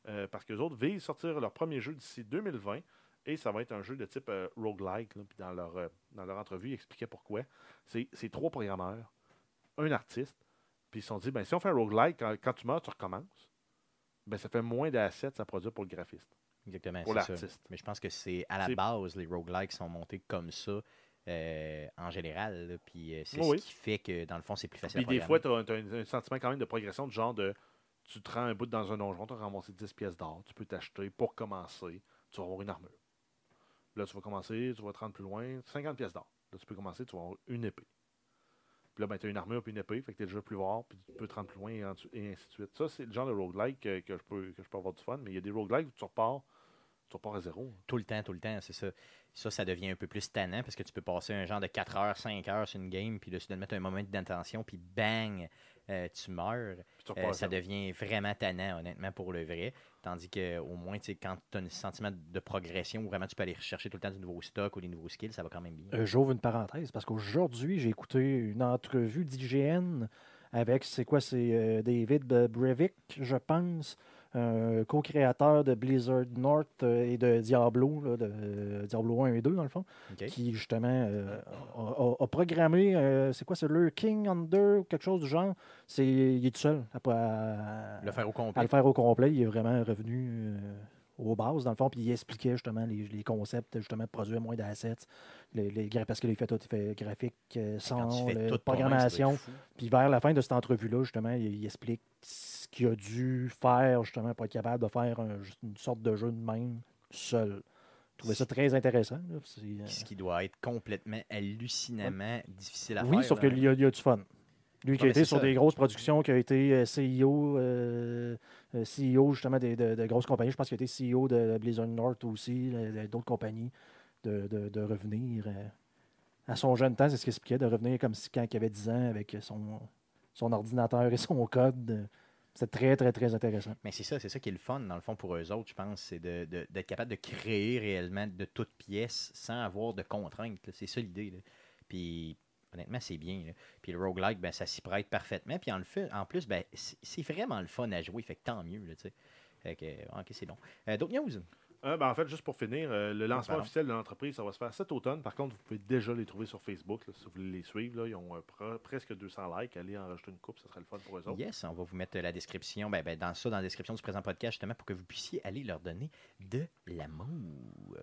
Speaker 3: euh, parce que les autres visent sortir leur premier jeu d'ici 2020 et ça va être un jeu de type euh, roguelike. là. Puis dans, leur, euh, dans leur entrevue, ils expliquaient pourquoi. C'est c'est trois programmeurs, un artiste, puis ils se sont dit ben, si on fait un roguelike, quand, quand tu meurs, tu recommences. Ben, ça fait moins d'assets à produire pour le graphiste.
Speaker 1: Exactement,
Speaker 3: pour
Speaker 1: c'est ça.
Speaker 3: l'artiste.
Speaker 1: Mais je pense que c'est à la
Speaker 3: C'est-
Speaker 1: base, les roguelikes sont montés comme ça euh, en général. là, puis euh, c'est
Speaker 3: Oui.
Speaker 1: ce qui fait que, dans le fond, Ben, c'est plus facile
Speaker 3: Puis
Speaker 1: à
Speaker 3: des fois,
Speaker 1: programmer.
Speaker 3: tu as, un, un sentiment quand même de progression, du genre de tu te rends un bout dans un donjon, tu as ramassé 10 pièces d'or, tu peux t'acheter pour commencer, tu vas avoir une armure. Là, tu vas commencer, tu vas te rendre plus loin, 50 pièces d'or. Là, tu peux commencer, tu vas avoir une épée. Puis là, ben, tu as une armure puis une épée, fait que tu es déjà plus fort, puis tu peux te rendre plus loin et, en- et ainsi de suite. Ça, c'est le genre de roguelike que, que je peux, que je peux avoir du fun, mais il y a des roguelikes où tu repars, tu repars à zéro. hein.
Speaker 1: Tout le temps, tout le temps, c'est ça. Ça, ça devient un peu plus tannant parce que tu peux passer un genre de 4 heures, 5 heures sur une game, puis là, soudainement, tu as un moment d'intention, puis bang, euh, tu meurs.
Speaker 3: Puis tu
Speaker 1: Euh,
Speaker 3: repars à
Speaker 1: ça
Speaker 3: zéro.
Speaker 1: devient vraiment tannant, honnêtement, pour le vrai. Tandis que au moins, tu sais, quand tu as un sentiment de progression, où vraiment tu peux aller rechercher tout le temps du nouveau stock ou des nouveaux skills, ça va quand même bien.
Speaker 2: Euh, J'ouvre une parenthèse parce qu'aujourd'hui, j'ai écouté une entrevue d'IGN avec, c'est quoi, c'est euh, David Brevik, je pense, un co-créateur de Blizzard North euh, et de Diablo, là, de euh, Diablo 1 et 2 dans le fond,
Speaker 1: OK?
Speaker 2: qui justement euh, a, a- a programmé, euh, c'est quoi, c'est le King Under ou quelque chose du genre. C'est, il est tout seul à, à-
Speaker 1: Le faire au
Speaker 2: à
Speaker 1: complet.
Speaker 2: le faire au complet, il est vraiment revenu euh, aux bases, dans le fond, puis il expliquait justement les, les concepts, justement, de produire moins d'assets, les, les gra- parce qu'il a fait tout fait graphique, euh,
Speaker 1: Quand tu
Speaker 2: son,
Speaker 1: fais
Speaker 2: le-
Speaker 1: tout toi-même, ça doit
Speaker 2: programmation.
Speaker 1: être fou.
Speaker 2: Puis vers la fin de cette entrevue-là, justement, il, il explique ce qu'il a dû faire, justement, pour être capable de faire un- juste une sorte de jeu de même seul. Je trouvais ça très intéressant. là, puis c'est, euh,
Speaker 1: Ce qui doit être complètement hallucinamment difficile à faire. hein.
Speaker 2: Oui, sauf
Speaker 1: là.
Speaker 2: qu'il y, a- il y a du fun. Lui
Speaker 1: Ouais,
Speaker 2: qui a
Speaker 1: mais
Speaker 2: été
Speaker 1: c'est
Speaker 2: sur
Speaker 1: ça.
Speaker 2: des grosses productions, qui a été euh, CEO, euh, euh, CEO justement des- de, de grosses compagnies. Je pense qu'il a été CEO de Blizzard North aussi, euh, de- d'autres compagnies, de, de- de revenir euh, à son jeune temps, c'est ce qu'il expliquait, de revenir comme si quand il avait 10 ans avec son, son ordinateur et son code. C'est très, très, très intéressant.
Speaker 1: Mais c'est ça, c'est ça qui est le fun, dans le fond, pour eux autres, je pense, c'est de- de- d'être capable de créer réellement de toutes pièces sans avoir de contraintes. là. C'est ça l'idée. là. Puis, honnêtement, c'est bien. là. Puis le roguelike, ben, ça s'y prête parfaitement. Puis en, le fait, en plus, ben, c'est c'est vraiment le fun à jouer. Fait que tant mieux. Là, tu sais. fait que, ouais, ok, c'est bon. Euh, D'autres news?
Speaker 3: Euh, ben, en fait, juste pour finir, euh, le lancement
Speaker 1: Pardon.
Speaker 3: officiel de l'entreprise, ça va se faire cet automne. Par contre, vous pouvez déjà les trouver sur Facebook, là, si vous voulez les suivre. là. ils ont euh, pre- presque 200 likes. Allez en rajouter une coupe, ça serait le fun pour eux autres.
Speaker 1: Yes, on va vous mettre la description, ben, ben, dans ça, dans la description du présent podcast, justement, pour que vous puissiez aller leur donner de l'amour.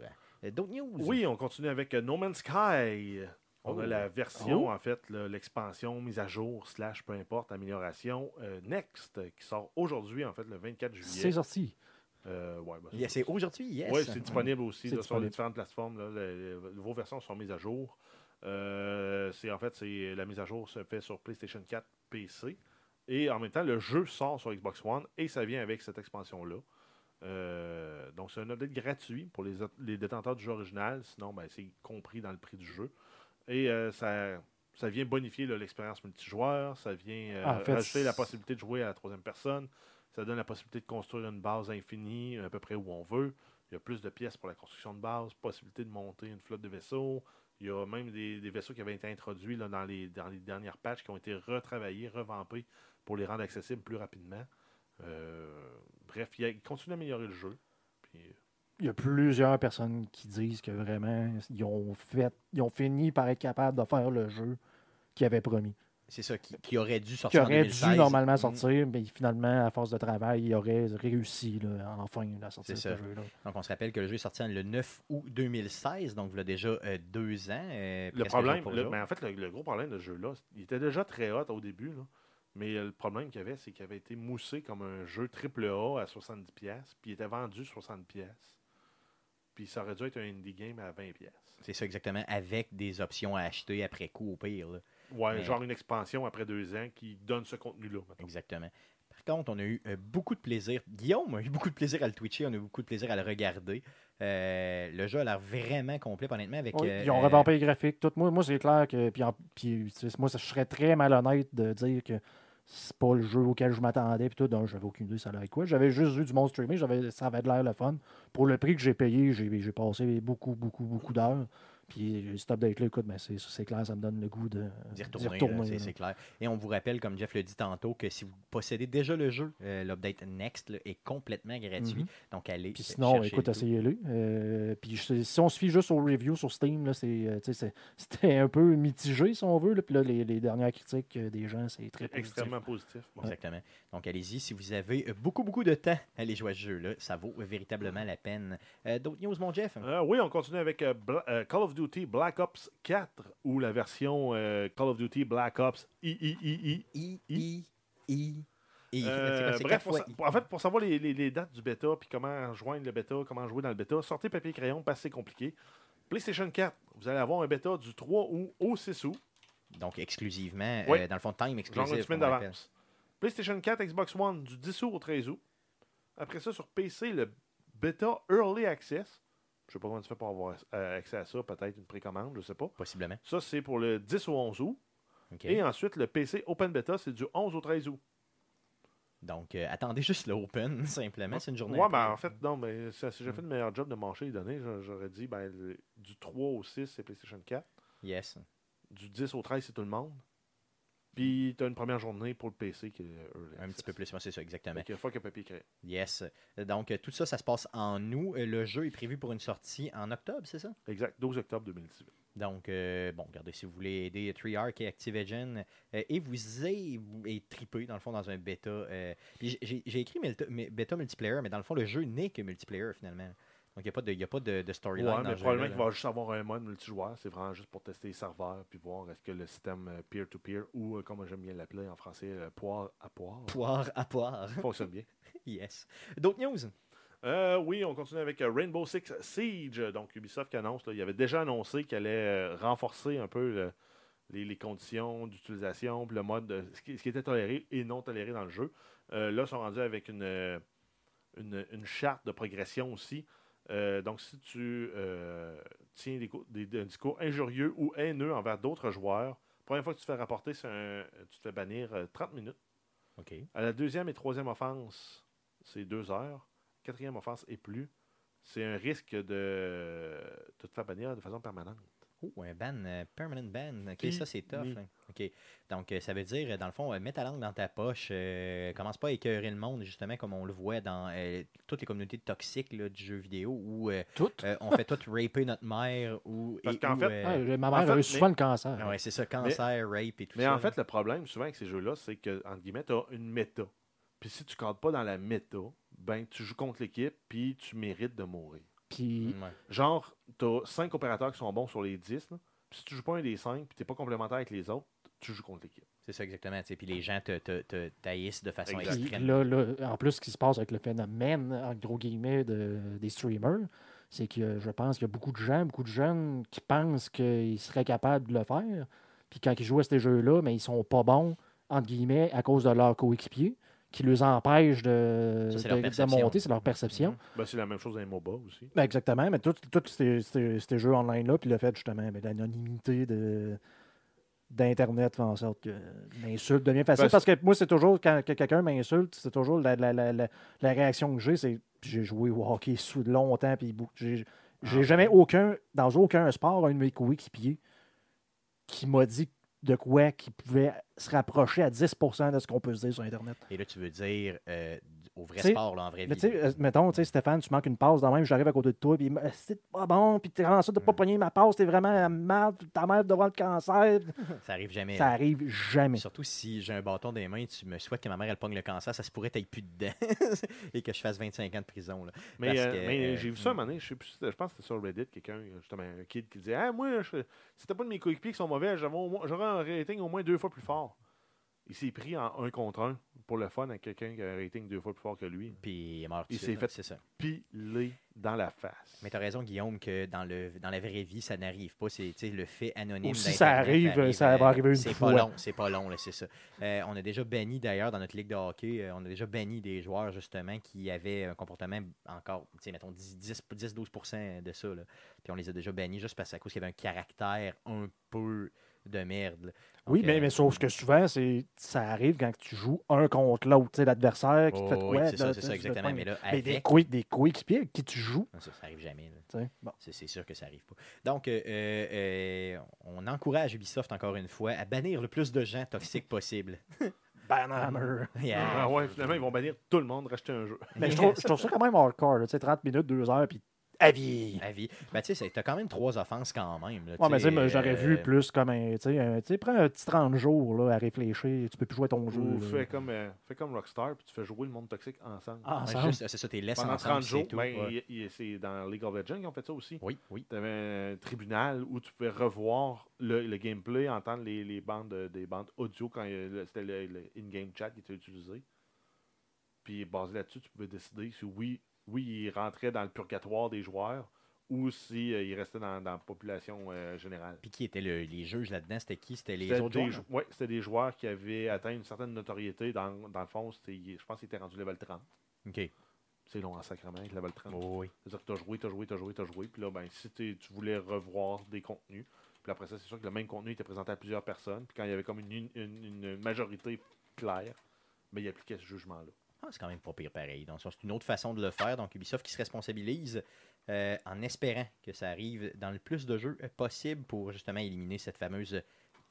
Speaker 1: Euh, D'autres news?
Speaker 3: Oui, on continue avec euh, No Man's Sky. On
Speaker 1: Oh.
Speaker 3: a la version,
Speaker 2: Oh.
Speaker 3: en fait, là, l'expansion, mise à jour, slash, peu importe, amélioration, euh, Next, euh, qui sort aujourd'hui, en fait, le 24
Speaker 2: C'est
Speaker 3: juillet.
Speaker 2: sorti.
Speaker 3: Euh, ouais, ben,
Speaker 1: Yes, c'est aujourd'hui, yes.
Speaker 3: Oui, c'est disponible aussi
Speaker 2: C'est
Speaker 3: là, sur les
Speaker 2: disponible.
Speaker 3: différentes plateformes. là. Le- le- vos versions sont mises à jour. Euh, c'est en fait, c'est la mise à jour se fait sur PlayStation 4, PC. Et en même temps, le jeu sort sur Xbox One et ça vient avec cette expansion-là. Euh, donc, c'est un update gratuit pour les, autres- les détenteurs du jeu original. Sinon, ben, c'est compris dans le prix du jeu. Et euh, ça, ça vient bonifier là, l'expérience multijoueur. Ça vient euh,
Speaker 2: Ah, En fait,
Speaker 3: rajouter la
Speaker 2: c'est-
Speaker 3: possibilité de jouer à la troisième personne. Ça donne la possibilité de construire une base infinie à peu près où on veut. Il y a plus de pièces pour la construction de base, possibilité de monter une flotte de vaisseaux. Il y a même des, des vaisseaux qui avaient été introduits là, dans, les, dans les dernières patchs qui ont été retravaillés, revampés pour les rendre accessibles plus rapidement. Euh, bref, il, y a- il continue d'améliorer le jeu. Puis, euh,
Speaker 2: il y a plusieurs personnes qui disent que vraiment, ils ont, fait, ils ont fini par être capables de faire le jeu qu'ils avaient promis.
Speaker 1: C'est ça, qui, qui aurait dû
Speaker 2: Qui
Speaker 1: sortir en
Speaker 2: aurait
Speaker 1: 2016.
Speaker 2: dû normalement
Speaker 1: Mm,
Speaker 2: sortir, mais finalement, à force de travail, ils auraient réussi là, enfin à sortir
Speaker 1: C'est ça.
Speaker 2: ce jeu-là.
Speaker 1: Donc, on se rappelle que le jeu est sorti le 9 août 2016, donc il a déjà euh, deux ans. euh,
Speaker 3: le
Speaker 1: presque
Speaker 3: problème, ben
Speaker 1: jour pour
Speaker 3: le-
Speaker 1: jour.
Speaker 3: mais en fait, le, le gros problème de ce jeu-là, c'est- il était déjà très hot au début, là, mais euh, le problème qu'il y avait, c'est qu'il avait été moussé comme un jeu triple A à 70$, puis il était vendu 60$. Puis ça aurait dû être un indie game à 20$.
Speaker 1: C'est ça, exactement, avec des options à acheter après coup, au pire. là.
Speaker 3: Ouais,
Speaker 1: Mais-
Speaker 3: genre une expansion après deux ans qui donne ce contenu-là. mettons.
Speaker 1: Exactement. Par contre, on a eu euh, beaucoup de plaisir. Guillaume a eu beaucoup de plaisir à le twitcher, on a eu beaucoup de plaisir à le regarder. Euh, le jeu a l'air vraiment complet, honnêtement, avec...
Speaker 2: Oui,
Speaker 1: euh,
Speaker 2: ils ont
Speaker 1: euh,
Speaker 2: revampé les graphiques. Tout. Moi, moi c'est clair que. Puis en- puis, tu sais, moi, je serais très malhonnête de dire que c'est pas le jeu auquel je m'attendais. Puis tout, donc, j'avais aucune idée ça allait être quoi. J'avais juste vu du monde streamer, j'avais, ça avait de l'air le fun. Pour le prix que j'ai payé, j'ai, j'ai passé beaucoup, beaucoup, beaucoup d'heures. Puis euh, cet update-là, écoute, ben, c'est- c'est clair, ça me donne le goût de
Speaker 1: d'y
Speaker 2: d'y
Speaker 1: retourner, là,
Speaker 2: retourner,
Speaker 1: c'est-
Speaker 2: là.
Speaker 1: c'est clair. Et on vous rappelle, comme Jeff le dit tantôt, que si vous possédez déjà le jeu, euh, l'update Next là, est complètement gratuit.
Speaker 2: Mhm.
Speaker 1: Donc, allez.
Speaker 2: Puis
Speaker 1: euh,
Speaker 2: sinon,
Speaker 1: chercher
Speaker 2: écoute,
Speaker 1: le tout.
Speaker 2: essayez-le. Euh, puis je- si on se fie juste aux reviews sur Steam, là, c'est, euh, tu sais, c'est- c'était un peu mitigé, si on veut. là. Puis là, les, les dernières critiques euh, des gens, c'est très positif.
Speaker 3: Extrêmement positif. Bon.
Speaker 1: Exactement. Donc, allez-y. Si vous avez euh, beaucoup, beaucoup de temps, allez jouer à ce jeu-là. Ça vaut euh, véritablement la peine. Euh, D'autres news, mon Jeff
Speaker 3: Euh, oui, on continue avec euh, Bla- euh, Call of Duty Black Ops 4 ou la version euh, Call of Duty Black Ops III.
Speaker 1: I, I,
Speaker 3: I.
Speaker 1: I, I. C'est quoi, c'est
Speaker 3: Euh,
Speaker 1: quatre
Speaker 3: bref, pour
Speaker 1: fois
Speaker 3: sa-
Speaker 1: I.
Speaker 3: pour- en fait, pour savoir les, les- les dates du bêta, puis comment rejoindre le bêta, comment jouer dans le bêta, sortez papier et crayon, pas assez compliqué. PlayStation 4, vous allez avoir un bêta du 3 août au 6 août,
Speaker 1: Donc, exclusivement,
Speaker 3: Oui.
Speaker 1: euh, dans le fond, time
Speaker 3: genre une
Speaker 1: exclusif.
Speaker 3: semaine
Speaker 1: on l'appelle.
Speaker 3: d'avance. PlayStation 4, Xbox One, du 10 août au 13 août. Après ça, sur PC, le bêta Early Access. Je sais pas comment tu fais pour avoir euh, accès à ça, peut-être une précommande, je sais pas.
Speaker 1: Possiblement.
Speaker 3: Ça, c'est pour le 10 au 11 août.
Speaker 1: OK.
Speaker 3: Et euh, ensuite, le PC Open Beta, c'est du 11 au 13 août.
Speaker 1: Donc, euh, attendez juste l'open, simplement. C'est une journée.
Speaker 3: Ouais,
Speaker 1: après.
Speaker 3: ben en fait, non, mais ça,
Speaker 1: Mm.
Speaker 3: si j'ai fait le meilleur job de mancher les données, j'a- j'aurais dit ben, le- du 3 au 6, c'est PlayStation 4.
Speaker 1: Yes.
Speaker 3: Du 10 au 13, c'est tout le monde. Puis, tu as une première journée pour le PC qui est euh, early
Speaker 1: Mm. Un petit
Speaker 3: access.
Speaker 1: peu plus. ouais, c'est ça, exactement.
Speaker 3: Fait que fuck un papier créé.
Speaker 1: Yes. Donc, euh, tout ça, ça se passe en août. Euh, Le jeu est prévu pour une sortie en octobre, c'est ça?
Speaker 3: Exact, 12 octobre 2018.
Speaker 1: Donc, euh, bon, regardez, si vous voulez aider Treyarch et Activision euh, et vous est, trippé, dans le fond, dans un bêta. euh, puis j'ai- j'ai j'ai écrit multi- mais- bêta multiplayer, mais dans le fond, le jeu n'est que multiplayer, finalement. Donc, il n'y a pas de, il y a pas de, de
Speaker 3: Ouais,
Speaker 1: storyline. dans
Speaker 3: mais
Speaker 1: le
Speaker 3: probablement
Speaker 1: jeu,
Speaker 3: qu'il va juste avoir un mode multijoueur. C'est vraiment juste pour tester les serveurs puis voir est-ce que le système euh, peer-to-peer ou, euh, comme j'aime bien l'appeler en français, euh, poire à poire,
Speaker 1: Poire à poire.
Speaker 3: fonctionne bien.
Speaker 1: yes. D'autres news?
Speaker 3: Euh, oui, on continue avec euh, Rainbow Six Siege. Donc, Ubisoft qui annonce, là, il avait déjà annoncé qu'il allait euh, renforcer un peu le- les, les conditions d'utilisation, puis le mode, de- ce, qui, ce qui était toléré et non toléré dans le jeu. Euh, là, ils sont rendus avec une, euh, une, une charte de progression aussi. Euh, donc, si tu euh, tiens des, cou- des- des discours injurieux ou haineux envers d'autres joueurs, première fois que tu te fais rapporter, c'est un- tu te fais bannir euh, 30 minutes.
Speaker 1: OK.
Speaker 3: À la deuxième et troisième offense, c'est deux heures. Quatrième offense et plus, c'est un risque de, de te faire bannir de façon permanente.
Speaker 1: Oh, un ban, euh, permanent ban. OK,
Speaker 3: Puis,
Speaker 1: ça, c'est tough.
Speaker 3: oui.
Speaker 1: hein. OK. Donc, euh, ça veut dire, euh, dans le fond, euh, mets ta langue dans ta poche. euh, commence pas à écœurer le monde, justement, comme on le voit dans euh, toutes les communautés toxiques là, du jeu vidéo où euh,
Speaker 2: Toutes.
Speaker 1: euh, on fait tout raper notre mère ou.
Speaker 3: Parce
Speaker 1: et
Speaker 3: qu'en
Speaker 1: ou,
Speaker 3: fait,
Speaker 1: euh,
Speaker 2: Ouais, ma mère
Speaker 3: en fait,
Speaker 2: a eu souvent
Speaker 3: mais-
Speaker 2: le cancer.
Speaker 1: ah ouais, c'est ça, cancer, rape et tout
Speaker 3: Mais
Speaker 1: ça.
Speaker 3: en fait, le problème souvent avec ces jeux-là, c'est que, entre guillemets, tu as une méta. Puis si tu ne cadres pas dans la méta, ben tu joues contre l'équipe, puis tu mérites de mourir.
Speaker 2: Puis
Speaker 1: Mm, Ouais.
Speaker 3: Genre, tu as cinq opérateurs qui sont bons sur les 10. là. Puis si tu joues pas un des cinq, puis tu n'es pas complémentaire avec les autres, tu joues contre l'équipe.
Speaker 1: C'est ça, exactement. tu sais. Puis les gens te, te, te taillissent de façon
Speaker 3: Exact.
Speaker 2: Puis
Speaker 1: extrême.
Speaker 2: là, là, en plus, ce qui se passe avec le phénomène, en gros guillemets, de- des streamers, c'est que euh, je pense qu'il y a beaucoup de gens, beaucoup de jeunes qui pensent qu'ils seraient capables de le faire. Puis quand ils jouent à ces jeux-là, mais ils sont pas bons, entre guillemets, à cause de leurs coéquipiers, qui les empêchent de,
Speaker 1: Ça, c'est
Speaker 2: de-
Speaker 1: leur
Speaker 2: de
Speaker 1: perception.
Speaker 2: monter, c'est leur perception.
Speaker 3: Ben, c'est la même chose dans les MOBA aussi.
Speaker 2: Ben, exactement, mais tous tous ces, ces- ces jeux online-là, puis le fait justement ben, l'anonymité de d'Internet fait en sorte que l'insulte devient facile.
Speaker 3: Ben,
Speaker 2: parce que moi, c'est toujours, quand que quelqu'un m'insulte, c'est toujours la, la- la- la- la réaction que j'ai, c'est j'ai joué au hockey sous longtemps, puis bou- j'ai j'ai jamais aucun, dans aucun sport, un de mes coéquipiers qui m'a dit de quoi qui pouvait se rapprocher à 10% de ce qu'on peut se dire sur Internet.
Speaker 1: Et là, tu veux dire euh, au vrai
Speaker 2: Tu sais,
Speaker 1: sport, là, en vraie
Speaker 2: Mais
Speaker 1: vie.
Speaker 2: tu sais, euh, mettons, tu sais, Stéphane, tu manques une passe dans même, j'arrive à côté de toi, puis euh, c'est pas bon, puis t'es vraiment sûr de
Speaker 1: Hmm.
Speaker 2: pas pogner ma passe, t'es vraiment mal, ta mère devant le cancer.
Speaker 1: Ça arrive jamais.
Speaker 2: Ça arrive jamais.
Speaker 1: Surtout si j'ai un bâton dans les mains et tu me souhaites que ma mère elle pogne le cancer, ça se pourrait que tu plus dedans et que je fasse 25 ans de prison. Là.
Speaker 3: Mais,
Speaker 1: Parce
Speaker 3: euh,
Speaker 1: que,
Speaker 3: mais
Speaker 1: euh,
Speaker 3: j'ai vu ça un moment donné, je, sais plus, je pense que c'était sur Reddit, quelqu'un, euh, justement, un kid qui disait Ah, moi, je, c'était pas de mes coéquipiers qui sont mauvais, j'avais au moins- j'aurais un rating au moins deux fois plus fort. Il s'est pris en un contre un pour le fun à quelqu'un qui a un rating deux fois plus fort que lui.
Speaker 1: Puis il est mort. tout de
Speaker 3: Il
Speaker 1: suite,
Speaker 3: s'est
Speaker 1: là,
Speaker 3: fait-
Speaker 1: C'est ça.
Speaker 3: Pilé dans la face.
Speaker 1: Mais tu as raison, Guillaume, que dans, le, dans la vraie vie, ça n'arrive pas. C'est tu sais, le fait anonyme.
Speaker 2: Ou si
Speaker 1: d'Internet
Speaker 2: ça arrive, ça
Speaker 1: euh,
Speaker 2: va arriver une
Speaker 1: c'est
Speaker 2: fois.
Speaker 1: Pas long, c'est pas long, là, c'est ça. Euh, on a déjà banni, d'ailleurs, dans notre ligue de hockey, euh, on a déjà banni des joueurs, justement, qui avaient un comportement encore, tu sais, mettons, 10-12 de ça. là. Puis on les a déjà bannis juste parce qu'à cause qu'il y avait un caractère un peu de merde. là.
Speaker 2: Oui,
Speaker 1: Donc,
Speaker 2: mais,
Speaker 1: euh,
Speaker 2: mais sauf que souvent, c'est ça arrive quand tu joues un contre l'autre. Tu sais, L'adversaire qui te fait de
Speaker 1: oh,
Speaker 2: quoi.
Speaker 1: oui, c'est ça,
Speaker 2: là,
Speaker 1: c'est
Speaker 2: tu
Speaker 1: ça,
Speaker 2: sais, tu te
Speaker 1: exactement.
Speaker 2: pognes.
Speaker 1: Mais là,
Speaker 2: Mais des
Speaker 1: avec,
Speaker 2: quick, des quick avec qui tu joues.
Speaker 1: non, ça, ça arrive jamais. là.
Speaker 2: tu sais. Bon.
Speaker 1: C'est c'est sûr que ça arrive pas. Donc, euh, euh, euh, on encourage Ubisoft, encore une fois, à bannir le plus de gens toxiques possible. Hmm.
Speaker 2: Banhammer.
Speaker 1: Yeah.
Speaker 3: Ah ouais, finalement, ils vont bannir tout le monde racheter un jeu.
Speaker 2: Mais je trouve, je trouve ça quand même hardcore. là, Tu sais, 30 minutes, 2 heures, puis avis.
Speaker 1: À vie. Ben, tu sais, c'est- t'as quand même trois offenses quand même. là, tu
Speaker 2: Ouais, mais tu
Speaker 1: sais,
Speaker 2: sais, moi, j'aurais vu
Speaker 1: euh,
Speaker 2: plus comme un. Tu sais, un- tu sais, prends un petit 30 jours là, à réfléchir. Tu peux plus jouer à ton jeu.
Speaker 3: Ou
Speaker 2: là.
Speaker 3: fais comme, euh, fais comme Rockstar, puis tu fais jouer le monde toxique ensemble.
Speaker 2: Ah,
Speaker 1: ouais,
Speaker 2: ensemble.
Speaker 1: juste, c'est ça, t'es laissé
Speaker 3: Pendant
Speaker 1: ensemble,
Speaker 3: 30
Speaker 1: c'est
Speaker 3: jours,
Speaker 1: tout.
Speaker 3: ben,
Speaker 1: ouais.
Speaker 3: il- il- c'est dans League of Legends qu'ils ont fait ça aussi.
Speaker 1: Oui, oui.
Speaker 3: Tu avais un tribunal où tu pouvais revoir le, le gameplay, entendre les, les bandes, euh, des bandes audio quand il y a le- c'était le, le in-game chat qui était utilisé. Puis basé là-dessus, tu pouvais décider si oui, oui, il rentrait dans le purgatoire des joueurs ou si euh, il restait dans, dans la population euh, générale.
Speaker 1: Puis qui étaient le- les juges là-dedans? C'était qui? C'était les
Speaker 3: C'était
Speaker 1: autres
Speaker 3: des,
Speaker 1: joueurs?
Speaker 3: jou- ouais, c'était des joueurs qui avaient atteint une certaine notoriété. Dans, dans le fond, c'était- je pense qu'ils étaient rendus level 30.
Speaker 1: OK.
Speaker 3: C'est long en sacrement, être level 30.
Speaker 1: Oh, oui.
Speaker 3: C'est-à-dire que tu as joué, tu as joué, tu as joué, tu as joué. Puis là, ben, si t'es- tu voulais revoir des contenus, puis après ça, c'est sûr que le même contenu était présenté à plusieurs personnes. Puis quand il y avait comme une, une- une- une majorité claire, ben, il appliquait ce jugement-là.
Speaker 1: Ah, c'est quand même pas pire pareil. Donc, ça, c'est une autre façon de le faire. Donc, Ubisoft qui se responsabilise euh, en espérant que ça arrive dans le plus de jeux euh, possible pour justement éliminer cette fameuse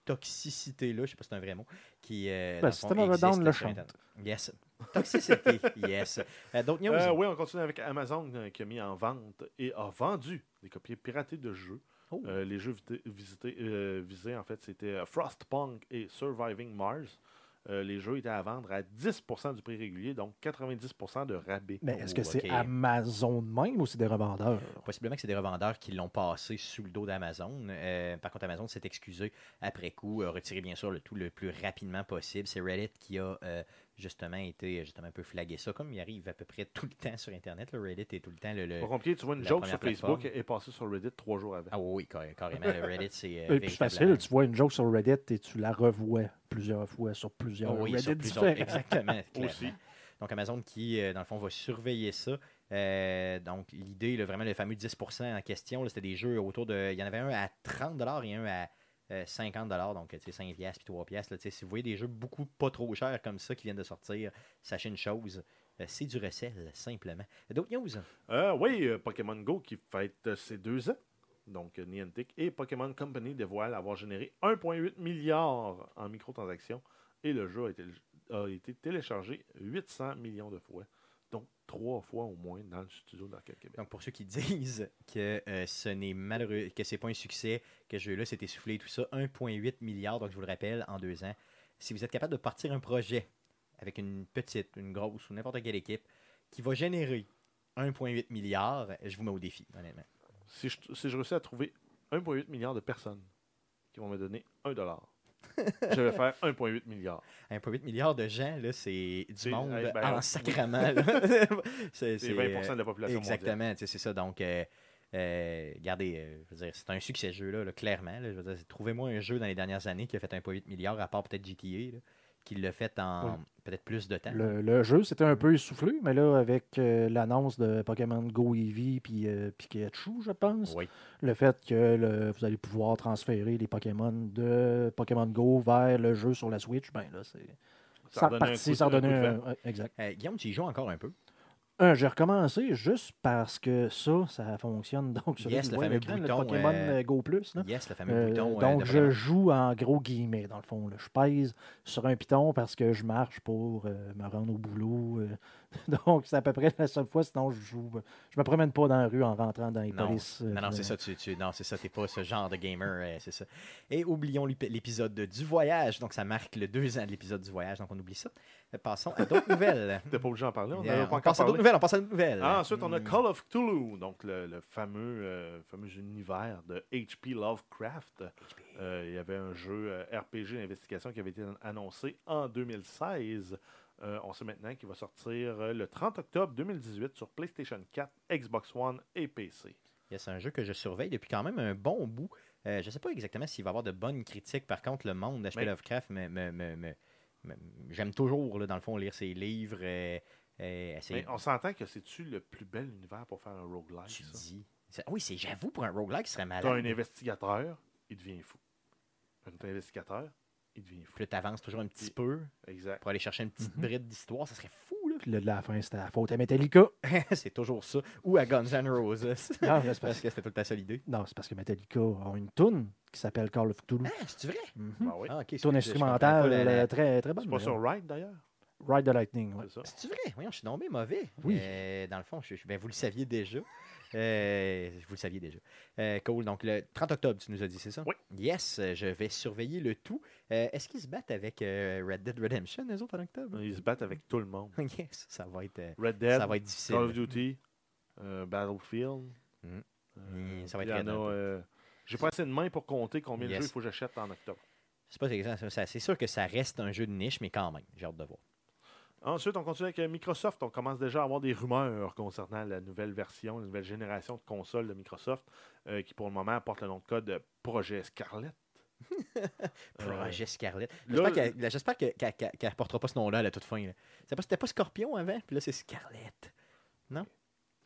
Speaker 1: toxicité-là, je sais pas si c'est un vrai mot, qui euh,
Speaker 2: Ben,
Speaker 1: dans le
Speaker 2: System of a
Speaker 1: existe
Speaker 2: Down le
Speaker 1: sur
Speaker 2: chante.
Speaker 1: Internet. Yes. Toxicité, yes. Euh, D'autres news?
Speaker 3: Euh, oui, on continue avec Amazon euh, qui a mis en vente et a vendu des copies piratées de jeux.
Speaker 1: Oh.
Speaker 3: Euh, les jeux vité- visités- euh, visés, en fait, c'était euh, Frostpunk et Surviving Mars. Euh, les jeux étaient à vendre à 10% du prix régulier, donc 90% de rabais.
Speaker 2: Mais est-ce que
Speaker 1: Oh,
Speaker 2: c'est
Speaker 1: ok.
Speaker 2: Amazon de même ou c'est des revendeurs?
Speaker 1: Possiblement que c'est des revendeurs qui l'ont passé sous le dos d'Amazon. Euh, par contre, Amazon s'est excusé après coup, a retiré bien sûr le tout le plus rapidement possible. C'est Reddit qui a euh, justement été euh, justement un peu flagué ça, comme il arrive à peu près tout le temps sur Internet. Le Reddit est tout le temps le. le-
Speaker 3: Pas compliqué, tu vois, une
Speaker 1: La
Speaker 3: joke
Speaker 1: première
Speaker 3: sur Facebook
Speaker 1: plateforme.
Speaker 3: est passée sur Reddit trois jours avant.
Speaker 1: Ah oui, oui, carré- carrément. Le Reddit, c'est. euh,
Speaker 2: Et plus facile,
Speaker 1: véritablement-
Speaker 2: tu vois une joke sur Reddit et tu la revois plusieurs fois sur plusieurs
Speaker 1: Oh oui,
Speaker 2: Reddit
Speaker 1: sur plusieurs-
Speaker 2: différents.
Speaker 1: Exactement. clairement.
Speaker 3: Aussi.
Speaker 1: Donc Amazon qui, euh, dans le fond, va surveiller ça. Euh, donc l'idée, là, vraiment le fameux 10% en question, là, c'était des jeux autour de... Il y en avait un à 30$ et un à euh, 50$, donc tu sais, 5$ puis 3$. là, tu sais, si vous voyez des jeux beaucoup pas trop chers comme ça qui viennent de sortir, sachez une chose, euh, c'est du recel, simplement. D'autres news?
Speaker 3: Euh, oui, euh, Pokémon Go qui fête euh, ses deux ans. Donc, euh, Niantic et Pokémon Company dévoilent avoir généré 1,8 milliard en microtransactions et le jeu a été, a été téléchargé 800 millions de fois. Donc, trois fois au moins dans le studio d'Arcade Québec.
Speaker 1: Donc pour ceux qui disent que euh, ce n'est malheureux, que c'est pas un succès, que ce jeu-là s'est essoufflé, tout ça, 1,8 milliard, donc je vous le rappelle, en deux ans. Si vous êtes capable de partir un projet avec une petite, une grosse ou n'importe quelle équipe qui va générer 1,8 milliard, je vous mets au défi, honnêtement.
Speaker 3: Si je, si je réussis à trouver 1,8 milliard de personnes qui vont me donner 1 dollar, je vais faire 1,8 milliard.
Speaker 1: 1,8 milliard de gens, là, c'est du
Speaker 3: C'est-
Speaker 1: monde
Speaker 3: eh ben,
Speaker 1: en
Speaker 3: oui.
Speaker 1: sacrament. là. c'est euh,
Speaker 3: C'est
Speaker 1: c'est,
Speaker 3: 20% de la population mondiale.
Speaker 1: Exactement, tu sais, c'est ça. Donc, euh, euh, regardez, euh, je veux dire, c'est un succès ce jeu-là, là, clairement. là. je veux dire, c'est- trouvez-moi un jeu dans les dernières années qui a fait un 8 milliard, à part peut-être GTA, là, qui l'a fait en
Speaker 2: Oui.
Speaker 1: peut-être plus de temps.
Speaker 2: Le, le jeu, c'était un peu essoufflé, mais là, avec euh, l'annonce de Pokémon Go Eevee puis euh, Pikachu, je pense,
Speaker 1: Oui.
Speaker 2: le fait que le- vous allez pouvoir transférer les Pokémon de Pokémon Go vers le jeu sur la Switch, ben là, c'est. Ça
Speaker 3: a donné un
Speaker 2: repartit,
Speaker 3: coup-
Speaker 2: ça a donné
Speaker 3: coup de
Speaker 2: un.
Speaker 3: vent.
Speaker 2: ouais, Exact.
Speaker 1: Euh, Guillaume, tu y joues encore un peu.
Speaker 2: Un, j'ai recommencé juste parce que ça, ça fonctionne donc sur
Speaker 1: Yes,
Speaker 2: les-
Speaker 1: le
Speaker 2: ouais,
Speaker 1: fameux
Speaker 2: maintenant,
Speaker 1: bouton,
Speaker 2: Pokémon
Speaker 1: euh,
Speaker 2: euh, Go Plus. là.
Speaker 1: Yes, le fameux
Speaker 2: Euh,
Speaker 1: bouton. euh,
Speaker 2: donc,
Speaker 1: de
Speaker 2: je
Speaker 1: Pokémon.
Speaker 2: joue en gros guillemets, dans le fond. là. Je pèse sur un piton parce que je marche pour euh, me rendre au boulot. euh. donc, c'est à peu près la seule fois, sinon je joue. euh, Je me promène pas dans la rue en rentrant dans les
Speaker 1: Non,
Speaker 2: polices. euh,
Speaker 1: Non, non,
Speaker 2: puis,
Speaker 1: c'est ça,
Speaker 2: euh,
Speaker 1: tu, tu- non, c'est ça, t'es pas ce genre de gamer, euh, c'est ça. Et oublions l'ép- l'épisode de- du voyage, donc ça marque le deux ans de l'épisode du voyage, donc on oublie ça. Euh, Passons à d'autres nouvelles.
Speaker 3: T'es pas obligé d'en parler, on
Speaker 1: Euh,
Speaker 3: n'avait
Speaker 1: on
Speaker 3: pas encore
Speaker 1: passe à
Speaker 3: parlé.
Speaker 1: d'autres nouvelles, on passe à d'autres nouvelles.
Speaker 3: Ah, ensuite, on a
Speaker 1: Hmm.
Speaker 3: Call of Cthulhu, donc le, le fameux, euh, fameux univers de H.P. Lovecraft. Euh, il y avait un jeu euh, RPG d'investigation qui avait été an- annoncé en 2016. Euh, on sait maintenant qu'il va sortir euh, le 30 octobre 2018 sur PlayStation 4, Xbox One et PC.
Speaker 1: Yes, c'est un jeu que je surveille depuis quand même un bon bout. Euh, je ne sais pas exactement s'il va avoir de bonnes critiques. Par contre, le monde d'HP
Speaker 3: Mais-
Speaker 1: Lovecraft, me- me- me- me- me- j'aime toujours, là, dans le fond, lire ses livres. euh, euh, essayer Ah,
Speaker 3: Mais on s'entend que c'est-tu le plus bel univers pour faire un roguelike?
Speaker 1: tu
Speaker 3: ça?
Speaker 1: dis. C'est- Oui, c'est j'avoue, pour un roguelike, ce serait
Speaker 3: T'as un
Speaker 1: malade.
Speaker 3: investigateur, il devient fou. Un investigateur, il devient fou.
Speaker 1: Plus tu avances toujours un petit peu
Speaker 3: Exact.
Speaker 1: pour aller chercher une petite
Speaker 2: Mhm.
Speaker 1: bride d'histoire, ça serait fou, là.
Speaker 2: Puis là, de la fin, c'était la faute à Metallica.
Speaker 1: c'est toujours ça. Ou à Guns N' Roses.
Speaker 2: Non, là, c'est
Speaker 1: Parce
Speaker 2: parce...
Speaker 1: que c'était tout le temps ça l'idée.
Speaker 2: non, c'est parce que Metallica a une toune qui s'appelle Call of Cthulhu.
Speaker 1: Ah, c'est vrai?
Speaker 2: Mhm.
Speaker 3: Ben oui.
Speaker 1: Ah, ok.
Speaker 2: Une toune
Speaker 1: excusez, je comprends pas
Speaker 2: instrumentale
Speaker 1: la- la-
Speaker 2: euh, très, très bonne.
Speaker 3: C'est pas
Speaker 2: d'ailleurs.
Speaker 3: sur Ride d'ailleurs.
Speaker 2: Ride the Lightning, ouais.
Speaker 3: C'est ça.
Speaker 1: C'est vrai? Voyons, je suis tombé mauvais.
Speaker 2: Oui.
Speaker 1: Euh, dans le fond, je, je- ben, vous le saviez déjà. Euh, vous le saviez déjà. Euh, cool. Donc, le 30 octobre, tu nous as dit, c'est ça?
Speaker 3: Oui.
Speaker 1: Yes, euh, je vais surveiller le tout. Euh, Est-ce qu'ils se battent avec euh, Red Dead Redemption, les autres, en octobre?
Speaker 3: Ils se battent avec tout le monde.
Speaker 1: yes, ça va être, euh,
Speaker 3: Red Dead,
Speaker 1: ça va être difficile.
Speaker 3: Call of Duty, euh, Battlefield.
Speaker 1: Mhm.
Speaker 3: Euh,
Speaker 1: Mm, ça va
Speaker 3: il
Speaker 1: être
Speaker 3: y
Speaker 1: raide
Speaker 3: en
Speaker 1: un
Speaker 3: a,
Speaker 1: peu.
Speaker 3: euh, J'ai pas assez de mains pour compter combien de
Speaker 1: Yes.
Speaker 3: jeux il faut que j'achète en octobre.
Speaker 1: C'est pas exact. ça, ça- C'est sûr que ça reste un jeu de niche, mais quand même, j'ai hâte de voir.
Speaker 3: Ensuite, on continue avec euh, Microsoft. On commence déjà à avoir des rumeurs concernant la nouvelle version, la nouvelle génération de consoles de Microsoft, euh, qui pour le moment porte le nom de code de Projet Scarlett. Euh,
Speaker 1: Projet Scarlet.
Speaker 3: là,
Speaker 1: J'espère qu'elle- J'espère que- qu'elle qu'elle- qu'elle portera pas ce nom-là à la toute fin. là. C'est pas- C'était pas Scorpion avant, puis là, c'est Scarlet.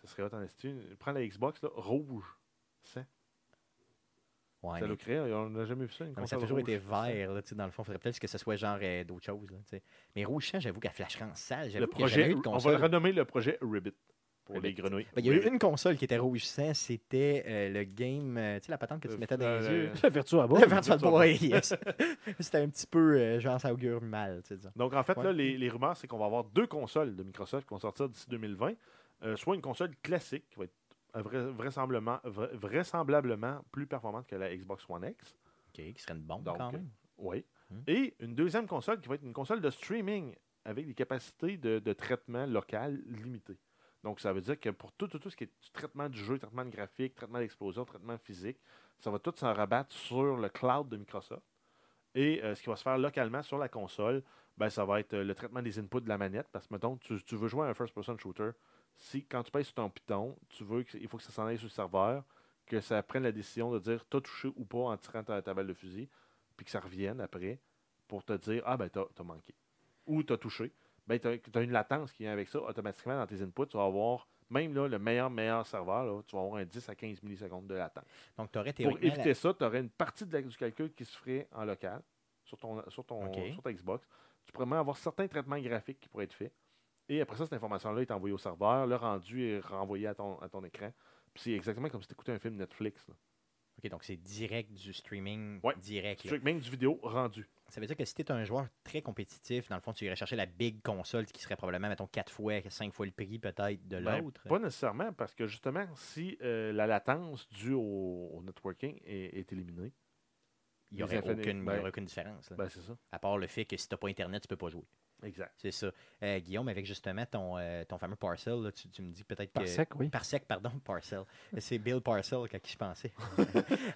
Speaker 3: ça serait hot en esti. Prends la Xbox, là, rouge. C'est
Speaker 1: Ouais,
Speaker 3: ça
Speaker 1: mais-
Speaker 3: l'a créé. On n'a jamais vu ça. Une
Speaker 1: Non, mais ça a
Speaker 3: console
Speaker 1: toujours été
Speaker 3: rouge, ça.
Speaker 1: vert, là, tu sais, dans le fond. Il faudrait peut-être que ce soit genre euh, d'autres choses. Là, tu sais. mais Rouge Champ, j'avoue qu'elle flasherait en salle.
Speaker 3: Le
Speaker 1: J'avoue qu'il y a jamais
Speaker 3: projet,
Speaker 1: eu de
Speaker 3: on va le
Speaker 1: console.
Speaker 3: renommer le projet Ribbit pour
Speaker 1: Ribbit.
Speaker 3: les grenouilles.
Speaker 1: Ben, Il y a eu
Speaker 3: Ribbit.
Speaker 1: une console qui était Rouge Sang, c'était euh, le game, euh, tu sais, la patente que tu
Speaker 3: Euh,
Speaker 1: mettais dans les
Speaker 3: euh,
Speaker 1: yeux.
Speaker 2: La Virtua Boy. Oh,
Speaker 1: Le Virtual
Speaker 3: Virtual
Speaker 1: Boy, yes. C'était un petit peu, euh, genre, ça augure mal, tu sais, disons.
Speaker 3: Donc, en fait,
Speaker 1: Ouais.
Speaker 3: là, les, les rumeurs, c'est qu'on va avoir deux consoles de Microsoft qui vont sortir d'ici 2020. Euh, soit une console classique qui va être euh, vra- vraisemblablement, vra- vraisemblablement plus performante que la Xbox One X.
Speaker 1: OK, qui serait une bombe
Speaker 3: Donc,
Speaker 1: quand même.
Speaker 3: Oui.
Speaker 1: Hmm.
Speaker 3: Et une deuxième console qui va être une console de streaming avec des capacités de, de traitement local limitées. Donc, ça veut dire que pour tout, tout, tout ce qui est du traitement du jeu, traitement de graphique, traitement d'explosion, traitement physique, ça va tout s'en rabattre sur le cloud de Microsoft. Et euh, ce qui va se faire localement sur la console, ben, ça va être euh, le traitement des inputs de la manette. Parce que, mettons, tu, tu veux jouer à un first-person shooter. Si, quand tu payes sur ton Python, tu veux que- il faut que ça s'en aille sur le serveur, que ça prenne la décision de dire t'as touché ou pas en tirant ta, ta balle de fusil puis que ça revienne après pour te dire Ah, ben, t'as as manqué. Ou t'as touché. Ben, t'as as une latence qui vient avec ça. Automatiquement, dans tes inputs, tu vas avoir, même là, le meilleur, meilleur serveur, là, tu vas avoir un 10 à 15 millisecondes de latence.
Speaker 1: Donc, t'aurais
Speaker 3: Pour
Speaker 1: théoriquement... la-
Speaker 3: éviter ça, tu aurais une partie de la- du calcul qui se ferait en local sur, ton, sur, ton,
Speaker 1: Ok.
Speaker 3: sur ta Xbox. Tu pourrais même avoir certains traitements graphiques qui pourraient être faits. Et après ça, cette information-là est envoyée au serveur, le rendu est renvoyé à ton, à ton écran. Puis c'est exactement comme si tu écoutais un film Netflix. là.
Speaker 1: OK, donc c'est direct du streaming,
Speaker 3: Ouais.
Speaker 1: direct. là.
Speaker 3: Tu fais Même du vidéo rendu.
Speaker 1: Ça veut dire que si tu es un joueur très compétitif, dans le fond, tu irais chercher la big console qui serait probablement, mettons, 4 fois, 5 fois le prix peut-être de
Speaker 3: Ben,
Speaker 1: l'autre.
Speaker 3: Pas nécessairement, parce que justement, si euh, la latence due au, au networking est, est éliminée,
Speaker 1: il n'y aurait,
Speaker 3: les infini-
Speaker 1: aucune, il y
Speaker 3: ben-
Speaker 1: aurait aucune différence. là.
Speaker 3: ben c'est ça.
Speaker 1: à part le fait que si tu n'as pas Internet, tu peux pas jouer.
Speaker 3: Exact.
Speaker 1: C'est ça. Euh, Guillaume, avec justement ton, euh, ton fameux parcel, là, tu, tu me dis peut-être que.
Speaker 2: Parsec, oui.
Speaker 1: Parsec, pardon, parcel. C'est Bill Parcel à qui je pensais.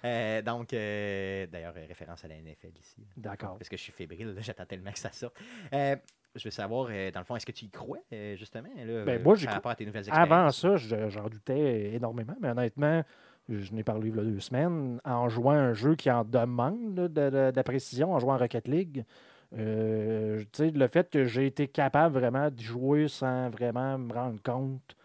Speaker 1: Euh, donc, euh, d'ailleurs, euh, référence à la NFL ici.
Speaker 2: D'accord.
Speaker 1: Parce que je suis fébrile, là, j'attends tellement que ça sorte. Euh, je veux savoir, euh, dans le fond, est-ce que tu y crois, euh, justement, là,
Speaker 2: Ben,
Speaker 1: euh,
Speaker 2: moi, j'y
Speaker 1: par
Speaker 2: crois.
Speaker 1: rapport à tes nouvelles expériences?
Speaker 2: Avant ça, je- j'en doutais énormément, mais honnêtement, je n'ai parlé il y a deux semaines, en jouant à un jeu qui en demande là, de, de- de la précision, en jouant à Rocket League, euh, tu sais, le fait que j'ai été capable vraiment d'y jouer sans vraiment me rendre compte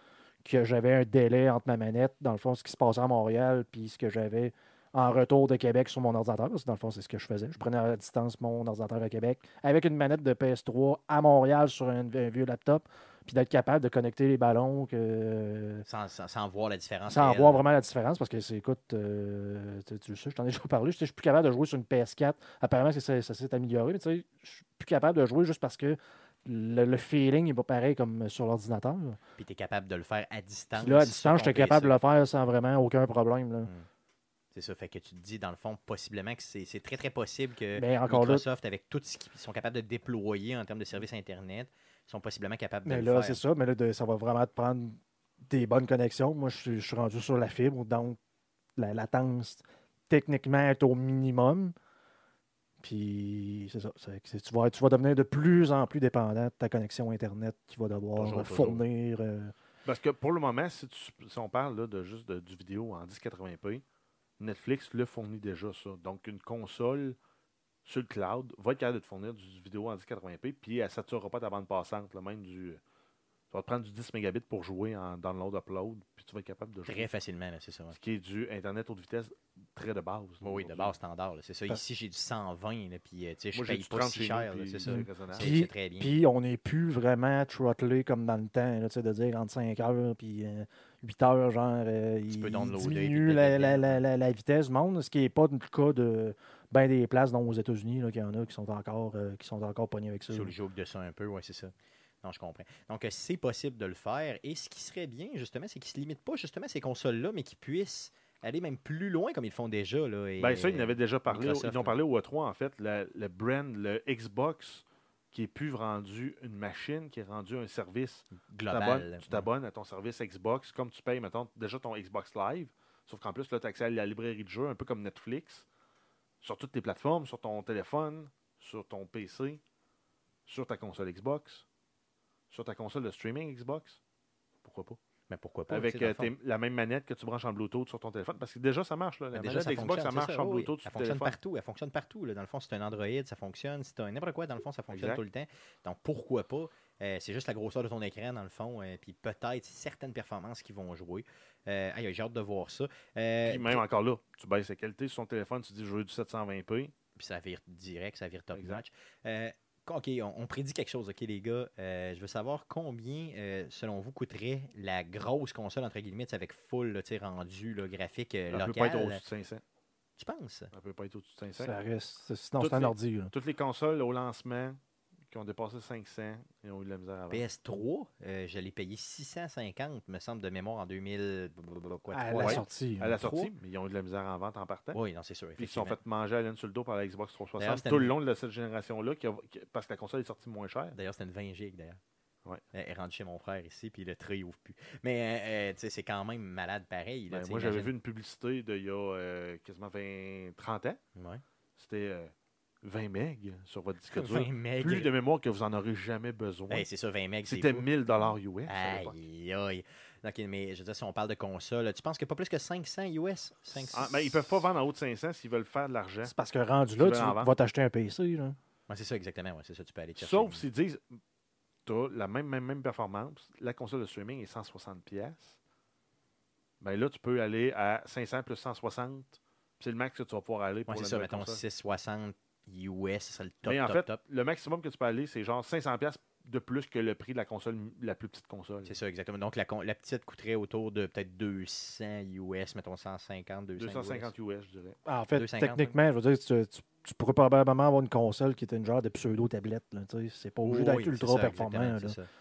Speaker 2: que j'avais un délai entre ma manette, dans le fond, ce qui se passait à Montréal, puis ce que j'avais en retour de Québec sur mon ordinateur, parce que dans le fond, c'est ce que je faisais. Je prenais à distance mon ordinateur à Québec avec une manette de PS3 à Montréal sur un, un vieux laptop, puis d'être capable de connecter les ballons que, euh,
Speaker 1: Sans, sans- sans voir la différence.
Speaker 2: sans
Speaker 1: réelle.
Speaker 2: voir vraiment la différence, parce que c'est, écoute, euh, tu tu le sais, je t'en ai déjà parlé, je sais, je suis plus capable de jouer sur une PS4. Apparemment, que ça, ça s'est amélioré, mais tu sais, je suis plus capable de jouer juste parce que le, le feeling n'est pas pareil comme sur l'ordinateur.
Speaker 1: Puis tu es capable de le faire à distance.
Speaker 2: Puis là, à
Speaker 1: sur ton
Speaker 2: distance, j'étais
Speaker 1: PC.
Speaker 2: capable de le faire sans vraiment aucun problème. là.
Speaker 1: C'est ça, fait que tu te dis, dans le fond, possiblement que c'est c'est très, très possible que
Speaker 2: Mais Ben, encore là,
Speaker 1: Microsoft, avec tout ce qu'ils sont capables de déployer en termes de services Internet, sont possiblement capables de
Speaker 2: mais
Speaker 1: le
Speaker 2: Ben là, c'est
Speaker 1: faire.
Speaker 2: ça, mais là, de- ça va vraiment te prendre des bonnes connexions. Moi, je suis, je suis rendu sur la fibre, donc la latence, techniquement, est au minimum. Puis, c'est ça. c'est que c'est- tu, vas, tu vas devenir de plus en plus dépendant de ta connexion Internet qui va devoir
Speaker 3: Toujours, toujours.
Speaker 2: fournir. euh,
Speaker 3: Parce que pour le moment, si, tu- si on parle là, de juste de- du vidéo en 1080p, Netflix le fournit déjà ça. Donc une console sur le cloud va être capable de te fournir du vidéo en 1080p, puis elle ne saturera pas ta bande passante, là, même du, Ça va te prendre du 10 mégabits pour jouer en download-upload, puis tu vas être capable de jouer.
Speaker 1: Très facilement, là, c'est ça. ouais.
Speaker 3: Ce qui est du Internet haute vitesse très de base. là,
Speaker 1: Oui, oui, de
Speaker 3: aujourd'hui.
Speaker 1: base standard, là, c'est ça.
Speaker 2: Pas-
Speaker 1: Ici, j'ai du 120, là, puis euh, tu sais, je
Speaker 3: Moi, j'ai
Speaker 1: paye
Speaker 3: du
Speaker 1: pas
Speaker 3: 30
Speaker 1: si
Speaker 3: chez
Speaker 1: cher,
Speaker 3: nous,
Speaker 1: là, c'est ça.
Speaker 3: puis c'est raisonnable.
Speaker 1: C'est c'est très bien.
Speaker 2: Puis on n'est plus vraiment trottlé comme dans le temps, là, tu sais, de dire entre 5 heures puis euh, 8 heures, genre, euh, il
Speaker 1: peux
Speaker 2: il
Speaker 1: downloader,
Speaker 2: diminue
Speaker 1: puis
Speaker 2: la,
Speaker 1: blablabla.
Speaker 2: la- la- la- la vitesse du monde, ce qui n'est pas le cas de bien des places, dont aux États-Unis, là, qu'il y en a qui sont encore, euh, qui sont encore pognés avec ça.
Speaker 1: Sous
Speaker 2: là.
Speaker 1: le joug de ça un peu, oui, c'est ça. Non, je comprends. Donc, euh, c'est possible de le faire. Et ce qui serait bien, justement, c'est qu'ils ne se limitent pas justement à ces consoles-là, mais qu'ils puissent aller même plus loin comme ils le font déjà. Là, et,
Speaker 3: Ben, ça, ils en avaient déjà parlé.
Speaker 1: Microsoft, hein.
Speaker 3: ils en ont
Speaker 1: là.
Speaker 3: parlé au E3, en fait. La- le brand, le Xbox, qui est plus rendu une machine, qui est rendu un service. Tu t'abonnes-
Speaker 1: global.
Speaker 3: Tu t'abonnes à ton service Xbox, comme tu payes, mettons, déjà ton Xbox Live. Sauf qu'en plus, tu as accès à la librairie de jeux, un peu comme Netflix, sur toutes tes plateformes, sur ton téléphone, sur ton PC, sur ta console Xbox, sur ta console de streaming Xbox. Pourquoi pas?
Speaker 1: Mais Ben, pourquoi pas?
Speaker 3: avec
Speaker 1: tu sais, dans le
Speaker 3: euh,
Speaker 1: fond.
Speaker 3: tes- la même manette que tu branches en Bluetooth sur ton téléphone. Parce que déjà, ça marche. Là. La
Speaker 1: Ben, déjà,
Speaker 3: manette
Speaker 1: ça
Speaker 3: Xbox, ça
Speaker 1: fonctionne, c'est
Speaker 3: marche en
Speaker 1: oui, oui.
Speaker 3: Bluetooth
Speaker 1: Elle
Speaker 3: sur ton
Speaker 1: fonctionne
Speaker 3: téléphone.
Speaker 1: partout. Elle fonctionne partout. là. Dans le fond, c'est un Android, ça fonctionne. Si tu as n'importe quoi, dans le fond, ça fonctionne
Speaker 3: Exact.
Speaker 1: tout le temps. Donc, pourquoi pas? Euh, c'est juste la grosseur de ton écran, dans le fond, et puis peut-être certaines performances qui vont jouer. Euh, aïe, aïe, j'ai hâte de voir ça. Euh,
Speaker 3: Puis même encore là, tu baisses la qualité sur ton téléphone, tu dis je veux du 720p.
Speaker 1: puis ça vire direct, ça vire top
Speaker 3: Exact.
Speaker 1: match. Euh, OK, on, on prédit quelque chose, OK, les gars. Euh, je veux savoir combien, euh, selon vous, coûterait la grosse console, entre guillemets, tu sais, avec full là, tu sais, rendu là, graphique euh,
Speaker 3: Elle ne peut pas être
Speaker 1: local.
Speaker 3: au-dessus de 500.
Speaker 1: tu penses?
Speaker 3: Elle peut pas être au-dessus de 500.
Speaker 2: Ça reste, sinon,
Speaker 3: Toutes
Speaker 2: c'est un
Speaker 3: les-
Speaker 2: ordi. là.
Speaker 3: Toutes les consoles au lancement qui ont dépassé 500, ils ont eu de la misère avant.
Speaker 1: PS3, euh, je l'ai payé 650, me semble, de mémoire en 2000. blablabla, quoi,
Speaker 2: À
Speaker 1: trois.
Speaker 2: la
Speaker 3: ouais.
Speaker 2: sortie.
Speaker 3: à
Speaker 2: là.
Speaker 3: la sortie, mais ils ont eu de la misère en vente en partant.
Speaker 1: Oui, non, c'est sûr.
Speaker 3: Puis ils se sont
Speaker 1: effectivement.
Speaker 3: fait manger à laine sur le dos par la Xbox
Speaker 1: D'ailleurs,
Speaker 3: 360
Speaker 1: c'était
Speaker 3: tout
Speaker 1: une-
Speaker 3: le long de cette génération-là, qui a- qui- parce que la console est sortie moins chère.
Speaker 1: D'ailleurs, c'était une 20 gigs, d'ailleurs.
Speaker 3: Ouais.
Speaker 1: Elle est rendue chez mon frère ici, puis le trait il ouvre plus. Mais euh, euh, tu sais, c'est quand même malade pareil. là,
Speaker 3: Ben,
Speaker 1: tu sais,
Speaker 3: moi, j'avais vu
Speaker 1: imagine.
Speaker 3: une publicité d'il y a euh, quasiment 20, 30 ans.
Speaker 1: Ouais.
Speaker 3: C'était euh, 20 MB sur votre disque dur.
Speaker 1: 20 megs.
Speaker 3: Plus de mémoire que vous en aurez jamais besoin.
Speaker 1: Hey, c'est ça, 20 megs. c'est
Speaker 3: C'était
Speaker 1: fou.
Speaker 3: 1000 dollars US. à l'époque.
Speaker 1: Aïe, aïe. Donc, mais je veux dire, si on parle de console, tu penses que pas plus que 500 US 500...
Speaker 3: Ah, mais ils peuvent pas vendre en haut de 500 s'ils veulent faire de l'argent.
Speaker 2: C'est parce que rendu
Speaker 3: Tu veux
Speaker 2: là, tu
Speaker 3: en vendre?
Speaker 2: vas t'acheter un PC. là.
Speaker 1: Ouais, c'est ça, exactement. ouais, c'est ça, tu peux aller chercher.
Speaker 3: Sauf s'ils disent, t'as la même, même, même performance, la console de streaming est 160 pièces. Ben là, tu peux aller à 500 plus 160. puis C'est le max que tu vas pouvoir aller pour
Speaker 1: Ouais,
Speaker 3: la
Speaker 1: c'est ça,
Speaker 3: nouvelle
Speaker 1: mettons
Speaker 3: console.
Speaker 1: 660 US, ce serait le top,
Speaker 3: Mais en
Speaker 1: top,
Speaker 3: fait,
Speaker 1: top.
Speaker 3: le maximum que tu peux aller, c'est genre 500 pièces de plus que le prix de la console, la plus petite console.
Speaker 1: C'est ça, exactement. Donc, la, con- la petite coûterait autour de peut-être 200 US, mettons 150, 200
Speaker 3: 250 US, je dirais.
Speaker 2: En fait,
Speaker 1: 250,
Speaker 2: techniquement, je veux dire, tu, tu- tu pourrais probablement avoir une console qui était une genre de pseudo-tablette. là, tu sais. C'est
Speaker 1: Oh,
Speaker 2: pas obligé d'être ultra performant. là.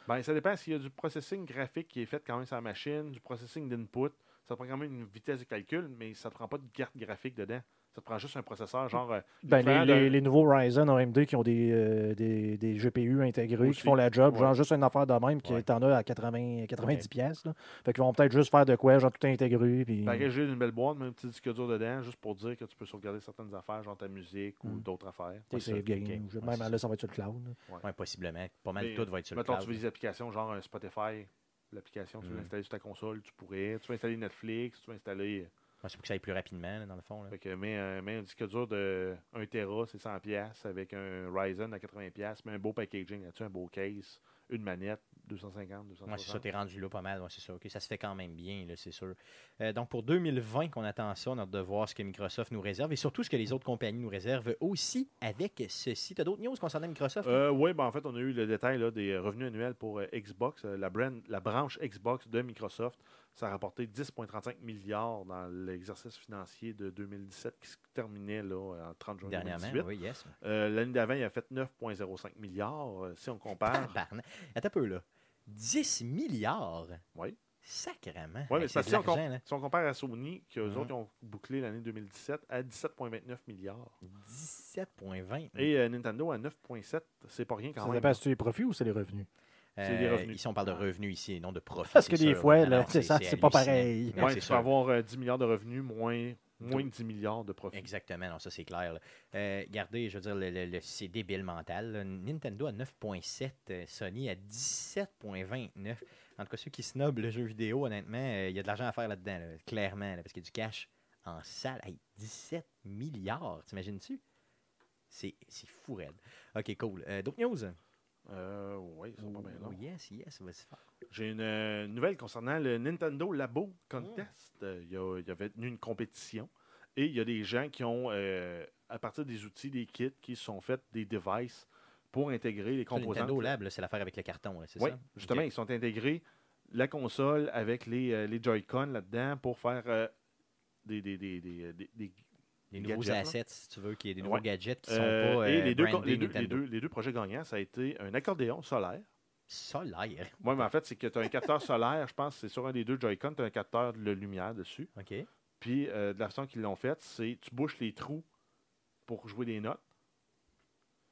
Speaker 3: Ben, ça dépend s'il y a du processing graphique qui est fait quand même sur la machine, du processing d'input. Ça prend quand même une vitesse de calcul, mais ça ne prend pas de carte graphique dedans. Ça te prend juste un processeur, genre. euh,
Speaker 2: Ben,
Speaker 3: l'équivalent
Speaker 2: les, les-
Speaker 3: d'un-
Speaker 2: les nouveaux Ryzen AMD qui ont des, euh, des, des GPU intégrés
Speaker 3: Aussi.
Speaker 2: qui font la job,
Speaker 3: Ouais.
Speaker 2: genre juste une affaire de même, qui
Speaker 1: Ouais.
Speaker 2: t'en as à 80, 90 pièces. là. Fait qu'ils vont peut-être juste faire de quoi, genre tout intégré. Puis...
Speaker 3: Packager une belle boîte, même un petit disque dur dedans, juste pour dire que tu peux sauvegarder certaines affaires, genre ta musique ou
Speaker 2: Mm.
Speaker 3: d'autres affaires.
Speaker 2: t'es
Speaker 1: c'est
Speaker 2: safe
Speaker 1: ça,
Speaker 2: game,
Speaker 1: ok.
Speaker 2: ou je-
Speaker 1: Ouais,
Speaker 2: même
Speaker 1: c'est
Speaker 2: là, ça va être sur le cloud. là.
Speaker 1: Oui, possiblement. Pas mal
Speaker 3: Mais,
Speaker 1: tout va être sur le
Speaker 3: Mettons,
Speaker 1: cloud.
Speaker 3: tu veux des applications, genre un Spotify, l'application,
Speaker 2: Hmm.
Speaker 3: tu veux
Speaker 1: Mm.
Speaker 3: l'installer sur ta console, tu pourrais. Tu veux installer Netflix, tu veux installer. euh,
Speaker 1: Ouais, c'est pour que ça aille plus rapidement, là, dans le fond. là.
Speaker 3: Fait que mets un, mets un disque dur de 1 Tera, c'est 100 pièces avec un Ryzen à 80 pièces, mets un beau packaging là-dessus, un beau case, une manette 250,
Speaker 1: Moi, c'est ça,
Speaker 3: 260.
Speaker 1: t'es rendu là pas mal. Ouais, c'est ça, ok. Ça se fait quand même bien, là, c'est sûr. Euh, donc, pour 2020, qu'on attend ça, on a hâte de voir ce que Microsoft nous réserve et surtout ce que les autres compagnies nous réservent aussi avec ceci. T'as d'autres news concernant Microsoft?
Speaker 3: Euh, oui, ben en fait, on a eu le détail là, des revenus annuels pour euh, Xbox. Euh, la, brand- la branche Xbox de Microsoft, ça a rapporté 10,35 milliards dans l'exercice financier de 2017 qui se terminait là, en 30 juin
Speaker 1: dernièrement,
Speaker 3: 2018.
Speaker 1: oui, yes.
Speaker 3: Euh, L'année d'avant, il a fait 9,05 milliards. Euh, si on compare,
Speaker 1: Tabarnak. Attends un peu, là. 10 milliards?
Speaker 3: Oui.
Speaker 1: Sacrément.
Speaker 3: Ouais, mais
Speaker 1: Hey,
Speaker 3: c'est
Speaker 1: c'est
Speaker 3: parce
Speaker 1: de
Speaker 3: que si on
Speaker 1: l'argent,
Speaker 3: com-
Speaker 1: là.
Speaker 3: si on compare à Sony, qui eux
Speaker 1: Mhm.
Speaker 3: autres ils ont bouclé l'année 2017 à 17,29 milliards.
Speaker 1: 17,20.
Speaker 3: Et euh, Nintendo à 9,7, c'est pas rien quand
Speaker 2: Ça
Speaker 3: même.
Speaker 2: dépend si tu les profits ou c'est les revenus.
Speaker 1: Euh,
Speaker 3: c'est des revenus.
Speaker 1: Ici, on parle de revenus ici et non de profits.
Speaker 2: Parce que
Speaker 1: c'est
Speaker 2: des
Speaker 1: sûr.
Speaker 2: fois,
Speaker 1: Non,
Speaker 2: là,
Speaker 1: non,
Speaker 2: c'est ça, c'est pas
Speaker 1: hallucinant.
Speaker 2: pareil.
Speaker 1: Ouais,
Speaker 3: Ouais,
Speaker 1: c'est
Speaker 3: tu peux
Speaker 1: sûr.
Speaker 3: avoir euh, 10 milliards de revenus, moins, moins de 10 milliards de profits.
Speaker 1: Exactement, non, ça c'est clair. là. Euh, regardez, je veux dire, le, le- le- c'est débile mental. là. Nintendo à 9.7, euh, Sony à 17.29. En tout cas, ceux qui snobent le jeu vidéo, honnêtement, euh, il y a de l'argent à faire là-dedans, là, clairement, là, parce qu'il y a du cash en salle. Hey, 17 milliards, t'imagines-tu? C'est c'est fou, raide. OK, cool. Euh, D'autres news?
Speaker 3: Euh, oui, ça va bien long.
Speaker 1: Oh, yes, yes, vas-y faire.
Speaker 3: J'ai une euh, nouvelle concernant le Nintendo Labo Contest.
Speaker 1: Mm.
Speaker 3: Euh, Il y, a- il y avait tenu une compétition et il y a des gens qui ont, euh, à partir des outils, des kits qui se sont faits des devices pour intégrer les
Speaker 1: Le
Speaker 3: composants.
Speaker 1: Nintendo Lab, là, c'est l'affaire avec le carton, là, c'est
Speaker 3: Oui,
Speaker 1: ça?
Speaker 3: justement,
Speaker 1: Ok.
Speaker 3: ils sont intégrés la console avec les, euh, les Joy-Con là-dedans pour faire euh, des, des, des, des, euh, des- des-
Speaker 1: Les nouveaux
Speaker 3: gadgets, là.
Speaker 1: assets, si tu veux, qui est des nouveaux
Speaker 3: Ouais.
Speaker 1: gadgets qui sont
Speaker 3: Euh,
Speaker 1: pas
Speaker 3: et
Speaker 1: euh,
Speaker 3: les deux,
Speaker 1: brandés
Speaker 3: les, deux, les,
Speaker 1: Nintendo.
Speaker 3: deux, les deux projets gagnants, ça a été un accordéon solaire.
Speaker 1: Solaire.
Speaker 3: Moi, mais en fait, c'est que tu as un capteur solaire, je pense, c'est sur un des deux Joy-Con, tu as un capteur de lumière dessus.
Speaker 1: OK.
Speaker 3: Puis euh, de la façon qu'ils l'ont faite, c'est tu bouches les trous pour jouer des notes.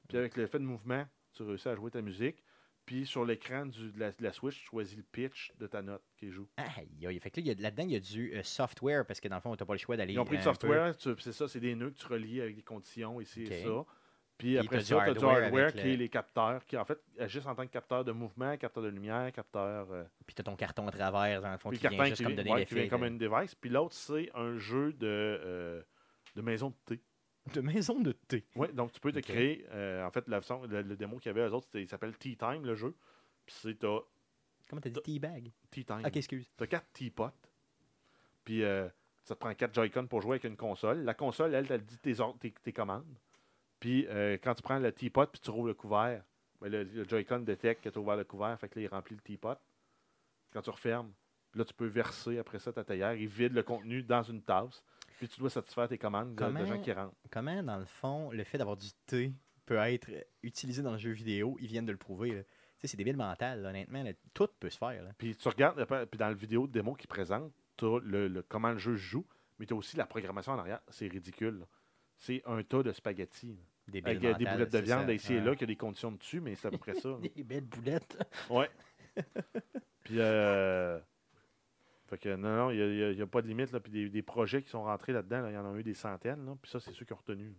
Speaker 3: Puis avec l'effet de mouvement, tu réussis à jouer ta musique. Puis sur l'écran du- de la, de la Switch, tu choisis le pitch de ta note qui joue.
Speaker 1: Aïe, aïe. Fait que là, il y a- là-dedans, il y a du euh, software, parce que dans le fond, t'as pas le choix d'aller.
Speaker 3: Ils ont pris
Speaker 1: euh,
Speaker 3: le
Speaker 1: un peu-
Speaker 3: software, tu- c'est ça, c'est des nœuds que tu relies avec des conditions ici et
Speaker 1: Ok.
Speaker 3: ça. Puis, après
Speaker 1: t'as du
Speaker 3: ça, tu as du
Speaker 1: hardware
Speaker 3: hardware
Speaker 1: avec
Speaker 3: qui est
Speaker 1: le-
Speaker 3: les capteurs, qui en fait agissent en tant que capteur de mouvement, capteur de lumière, capteur. euh,
Speaker 1: Puis t'as ton carton à travers, dans le fond,
Speaker 3: Puis
Speaker 1: qui
Speaker 3: le
Speaker 1: vient
Speaker 3: carton
Speaker 1: juste comme
Speaker 3: vient-
Speaker 1: donner hein.
Speaker 3: ouais, qui
Speaker 1: l'effet.
Speaker 3: vient comme un device. Puis l'autre, c'est un jeu de, euh, de maison de thé.
Speaker 1: De maison de thé.
Speaker 3: Oui, donc tu peux te
Speaker 1: Ok.
Speaker 3: créer. euh, en fait, la façon- le, le démo qu'il y avait, eux autres, c'était- il s'appelle Tea Time, le jeu. Puis c'est t'as
Speaker 1: Comment t'as dit teabag?
Speaker 3: Tea Time.
Speaker 1: Ok, excuse.
Speaker 3: T'as quatre teapots. Puis euh, ça te prend quatre Joy-Con pour jouer avec une console. La console, elle, elle dit tes, ordres- tes, tes commandes. Puis euh, quand tu prends le teapot puis tu rouvres le couvert, ben, le, le Joy-Con détecte que tu as ouvert le couvert, fait que là, il remplit le teapot. Quand tu refermes, là, tu peux verser après ça ta théière. Il vide le contenu dans une tasse. Puis tu dois satisfaire tes commandes de- de
Speaker 1: Comment-
Speaker 3: gens qui rentrent.
Speaker 1: Comment, dans le fond, le fait d'avoir du thé peut être euh, utilisé dans le jeu vidéo? Ils viennent de le prouver. là. Tu sais, c'est débile mental, là, honnêtement. là. Tout peut se faire. là.
Speaker 3: Puis tu regardes, euh, puis dans la vidéo de démo qu'ils présentent, tu as le, le- comment le jeu se joue, mais tu as aussi la programmation en arrière. C'est ridicule. là. C'est un tas de spaghettis. là,
Speaker 1: Débile
Speaker 3: Avec euh, des
Speaker 1: mental,
Speaker 3: boulettes de
Speaker 1: c'est ça.
Speaker 3: viande ici et
Speaker 1: Ouais.
Speaker 3: là, qu'il y a des conditions dessus, mais c'est à peu près ça. là.
Speaker 2: Des belles boulettes.
Speaker 3: Ouais. Puis, euh, fait que non, non, il n'y a, pas de limite. Là, puis des, des projets qui sont rentrés là-dedans, là, il y en a eu des centaines. là, puis ça, c'est ceux qui ont retenu. là.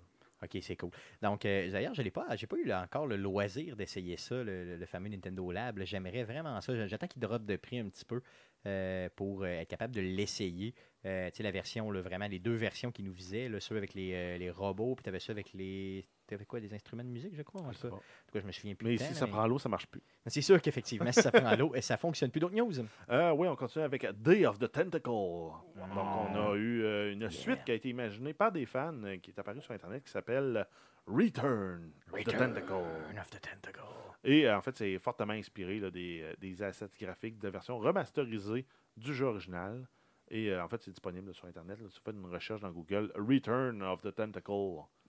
Speaker 1: Ok, c'est cool. Donc, euh, d'ailleurs, je n'ai pas, j'ai pas eu là, encore le loisir d'essayer ça, le, le- le fameux Nintendo Lab. là. J'aimerais vraiment ça. J'attends qu'il drop de prix un petit peu euh, pour euh, être capable de l'essayer. Euh, tu sais, la version, là, vraiment, les deux versions qui nous visaient, là, ceux avec les, euh, les robots, puis tu avais ceux avec les. T'avais quoi, des instruments de musique, je crois? En
Speaker 3: Je sais
Speaker 1: tout cas,
Speaker 3: pas.
Speaker 1: en tout cas, je me souviens plus.
Speaker 3: Mais
Speaker 1: tant,
Speaker 3: si ça
Speaker 1: mais-
Speaker 3: prend l'eau, ça marche plus.
Speaker 1: C'est sûr qu'effectivement, si ça prend l'eau, et ça fonctionne plus. D'autres news?
Speaker 3: Euh, oui, on continue avec Day of the Tentacle. Donc, on a eu euh, une suite qui a été imaginée par des fans euh, qui est apparue sur Internet qui s'appelle Return, of the Tentacle.
Speaker 1: Turn off the tentacle.
Speaker 3: Et euh, en fait, c'est fortement inspiré là, des, euh, des assets graphiques de version remasterisée du jeu original. Et euh, en fait, c'est disponible sur Internet. Là. Tu fais une recherche dans Google Return of the Tentacle.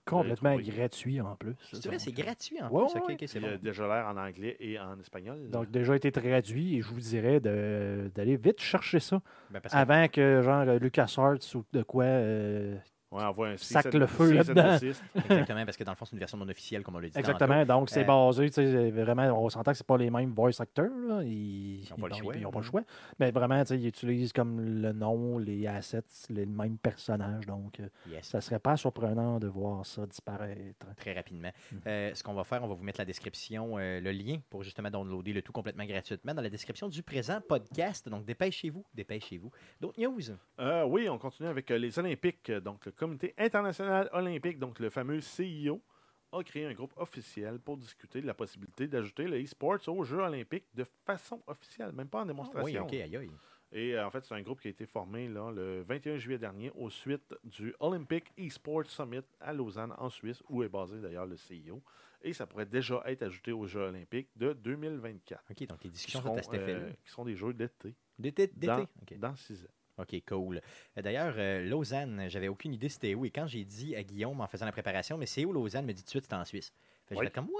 Speaker 2: Complètement
Speaker 3: Vous allez trouver.
Speaker 2: gratuit en plus.
Speaker 1: C'est vrai, c'est gratuit en
Speaker 2: Ouais,
Speaker 1: plus. Ok,
Speaker 2: ouais.
Speaker 1: ok, c'est
Speaker 3: Il a
Speaker 1: bon.
Speaker 3: déjà l'air en anglais et en espagnol.
Speaker 2: Donc, déjà été traduit et je vous dirais de- d'aller vite chercher ça
Speaker 1: Ben, parce que-
Speaker 2: avant que, genre, euh, LucasArts ou de quoi. euh,
Speaker 3: Ouais, on voit un
Speaker 2: Sac
Speaker 3: six-
Speaker 2: le feu
Speaker 3: six-
Speaker 2: là-dedans.
Speaker 3: sept- six.
Speaker 1: exactement, parce que dans le fond, c'est une version non officielle, comme on le dit. tantôt.
Speaker 2: Exactement. Donc, c'est
Speaker 1: Euh,
Speaker 2: basé, tu sais, vraiment, on s'entend que c'est pas les mêmes voice actors. là. Ils
Speaker 1: Ils ont pas le
Speaker 2: bon,
Speaker 1: choix,
Speaker 2: ils ont pas le
Speaker 1: hein.
Speaker 2: choix. Mais vraiment, tu sais, ils utilisent comme le nom, les assets, les mêmes personnages. Donc, euh,
Speaker 1: Yes.
Speaker 2: ça serait pas surprenant de voir ça disparaître.
Speaker 1: très rapidement.
Speaker 3: Mhm.
Speaker 1: Euh, ce qu'on va faire, on va vous mettre la description, euh, le lien pour justement downloader le tout complètement gratuitement dans la description du présent podcast. Donc dépêchez-vous, dépêchez-vous. D'autres news?
Speaker 3: Euh, oui, on continue avec euh, les Olympiques. Euh, Donc, le Comité international olympique, donc le fameux CIO, a créé un groupe officiel pour discuter de la possibilité d'ajouter le e-sports aux Jeux olympiques de façon officielle, même
Speaker 2: Ah
Speaker 3: pas en
Speaker 1: Ah oui,
Speaker 3: démonstration.
Speaker 1: ok, aïe aïe.
Speaker 3: Et euh, en fait, c'est un groupe qui a été formé là, le 21 juillet dernier aux suites du Olympic Esports Summit à Lausanne, en Suisse, où est basé d'ailleurs le CIO. Et ça pourrait déjà être ajouté aux Jeux olympiques de 2024,
Speaker 1: Ok, donc les
Speaker 3: qui
Speaker 1: discussions
Speaker 3: seront,
Speaker 1: sont à cet effet-là.
Speaker 3: euh, qui seront des Jeux d'été,
Speaker 1: D'été? d'été?
Speaker 3: dans-
Speaker 1: Ok.
Speaker 3: dans 6 ans.
Speaker 1: OK, cool. Euh, D'ailleurs, euh, Lausanne, j'avais aucune idée c'était où. Et quand j'ai dit à Guillaume en faisant la préparation, mais c'est où Lausanne, il me dit tout de suite, c'est en Suisse. Fait que
Speaker 3: Oui.
Speaker 1: j'étais comme, what?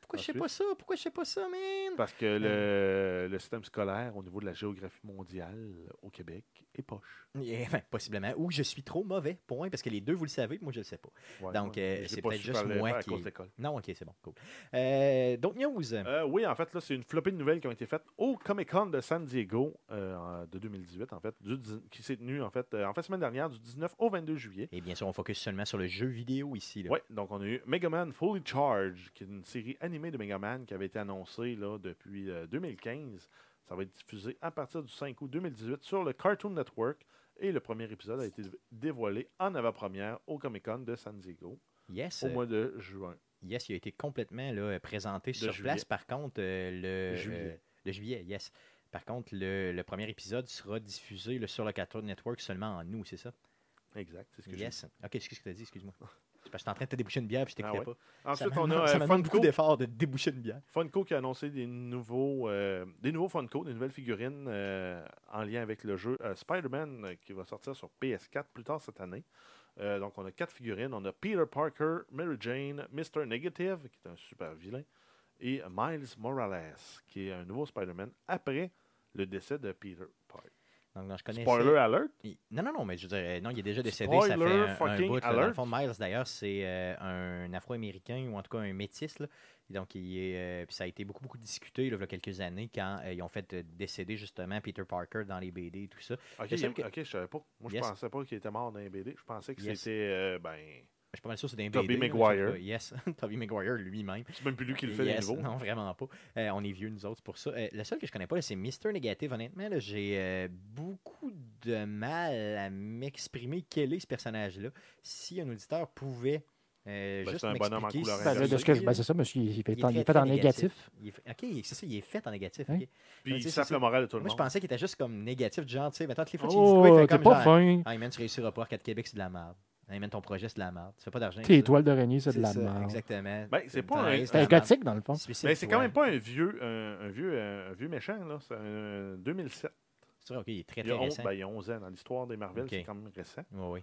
Speaker 1: Pourquoi
Speaker 3: En
Speaker 1: je sais
Speaker 3: Suisse.
Speaker 1: pas ça? Pourquoi je sais pas ça, man?
Speaker 3: Parce que
Speaker 1: Euh.
Speaker 3: le, le système scolaire au niveau de la géographie mondiale au Québec est poche.
Speaker 1: Et, ben, possiblement. Ou je suis trop mauvais, point, parce que les deux, vous le savez, moi, je le sais pas.
Speaker 3: Ouais,
Speaker 1: Donc,
Speaker 3: ouais.
Speaker 1: euh,
Speaker 3: Je l'ai
Speaker 1: c'est
Speaker 3: pas
Speaker 1: peut-être
Speaker 3: su
Speaker 1: juste
Speaker 3: par le-
Speaker 1: moi
Speaker 3: par- à
Speaker 1: qui-
Speaker 3: cause de l'école.
Speaker 1: Non, OK, c'est bon, cool. Euh, D'autres news?
Speaker 3: Euh, oui, en fait, là, c'est une flopée de nouvelles qui ont été faites au Comic Con de San Diego euh, en- de 2018, en fait, du dix- qui s'est tenu en fait, euh, en fait, semaine dernière, du 19 au 22 juillet.
Speaker 1: Et Eh bien sûr, on focus seulement sur le jeu vidéo ici. Là.
Speaker 3: Ouais, donc on a eu Mega Man Fully Charged, qui est une série animée de Mega Man qui avait été annoncée là, depuis euh, 2015. Ça va être diffusé à partir du 5 août 2018 sur le Cartoon Network. Et le premier épisode a été dévoilé en avant-première au Comic Con de San Diego
Speaker 1: Yes. euh,
Speaker 3: au mois de juin.
Speaker 1: Yes, il a été complètement là, présenté sur
Speaker 3: juillet.
Speaker 1: place. Par contre, euh, le,
Speaker 3: Le juillet.
Speaker 1: euh, le juillet, yes. Par contre, le, le premier épisode sera diffusé là, sur le Cartoon Network seulement en nous, c'est ça?
Speaker 3: Exact, c'est ce que j'ai
Speaker 1: Yes. Ok, excuse ce que tu as dit, excuse-moi. C'est parce que j'étais en train de te déboucher une bière puis je
Speaker 3: Ah
Speaker 1: t'écoutais
Speaker 3: ouais.
Speaker 1: pas.
Speaker 3: dit. Ensuite,
Speaker 1: ça me
Speaker 3: on
Speaker 1: demande-
Speaker 3: a
Speaker 1: ça me
Speaker 3: euh,
Speaker 1: demande beaucoup
Speaker 3: Funko,
Speaker 1: d'efforts de déboucher une bière.
Speaker 3: Funko qui a annoncé des nouveaux, euh, des nouveaux Funko, des nouvelles figurines euh, en lien avec le jeu euh, Spider-Man euh, qui va sortir sur PS4 plus tard cette année. Euh, donc, on a quatre figurines. On a Peter Parker, Mary Jane, Mr. Negative, qui est un super vilain, et Miles Morales, qui est un nouveau Spider-Man après le décès de Peter Parker.
Speaker 1: Donc, non, je connaissais-
Speaker 3: Spoiler alert!
Speaker 1: Il- Non, non, non, mais je veux dire, euh, non, il est déjà décédé, ça fait
Speaker 3: Spoiler
Speaker 1: un, un
Speaker 3: fucking
Speaker 1: bout. là. Dans le
Speaker 3: alert.
Speaker 1: fond, Miles, d'ailleurs, c'est euh, un Afro-Américain ou en tout cas un métis. là. Et Donc, il est, euh, puis ça a été beaucoup, beaucoup discuté là, il y a quelques années quand euh, ils ont fait euh, décéder justement Peter Parker dans les BD et tout ça.
Speaker 3: Ok,
Speaker 1: Le seul
Speaker 3: il-
Speaker 1: que-
Speaker 3: ok, je savais pas. Moi, je
Speaker 1: Yes.
Speaker 3: pensais pas qu'il était mort dans les BD. Je pensais que
Speaker 1: Yes.
Speaker 3: c'était. euh, ben,
Speaker 1: Je suis pas mal sûr que c'est d'un
Speaker 3: Tobey
Speaker 1: BD. là,
Speaker 3: Maguire.
Speaker 1: en tout cas. Yes, Toby Maguire lui-même.
Speaker 3: c'est même plus lui qui le fait,
Speaker 1: Yes,
Speaker 3: les nouveaux.
Speaker 1: Non, vraiment pas. Euh, on est vieux, nous autres, c'est pour ça. Euh, le seul que je connais pas, là, c'est Mister Négatif. Honnêtement, là, j'ai euh, beaucoup de mal à m'exprimer quel est ce personnage-là. Si un auditeur pouvait euh,
Speaker 3: Ben,
Speaker 1: juste
Speaker 3: c'est un bonhomme en
Speaker 1: m'expliquer
Speaker 3: couleur
Speaker 1: si-
Speaker 2: Ben, là, de ce que je- ben, c'est ça, monsieur. Il est,
Speaker 1: Il est
Speaker 2: en,
Speaker 1: très,
Speaker 2: il est fait en
Speaker 1: très
Speaker 2: négatif.
Speaker 1: Il est fait- OK, c'est ça, il est fait en négatif.
Speaker 2: Hein?
Speaker 1: ok.
Speaker 3: Puis
Speaker 1: Ben, Tu sais,
Speaker 3: il
Speaker 1: c'est
Speaker 3: sape
Speaker 1: ça.
Speaker 3: le moral de tout le
Speaker 1: Moi, je
Speaker 3: monde.
Speaker 1: pensais qu'il était juste comme négatif, genre, tu sais, maintenant, toutes les fois que tu dis quoi, il
Speaker 2: Oh,
Speaker 1: fait
Speaker 2: t'es
Speaker 1: comme
Speaker 2: pas
Speaker 1: genre, Ah,
Speaker 2: fin.
Speaker 1: Hey man, tu réussiras pas, Arcade Québec, c'est de la merde. Hey man, ton projet, c'est de la merde. Tu fais pas d'argent. avec
Speaker 2: Tes
Speaker 1: ça.
Speaker 2: étoiles d'araignée, c'est de la
Speaker 1: ça,
Speaker 2: merde.
Speaker 1: Exactement.
Speaker 3: Ben, c'est pas un-
Speaker 2: C'est un gothique, dans le fond.
Speaker 3: Mais Ben, c'est quand même pas un vieux, euh, un, un vieux, un vieux méchant, là. C'est un euh, 2007.
Speaker 1: C'est vrai, ok, il est très,
Speaker 3: Il y
Speaker 1: très
Speaker 3: a 11,
Speaker 1: récent.
Speaker 3: ben, il y a 11 ans. Dans l'histoire des Marvel,
Speaker 1: Ok.
Speaker 3: c'est quand même récent.
Speaker 1: Oui,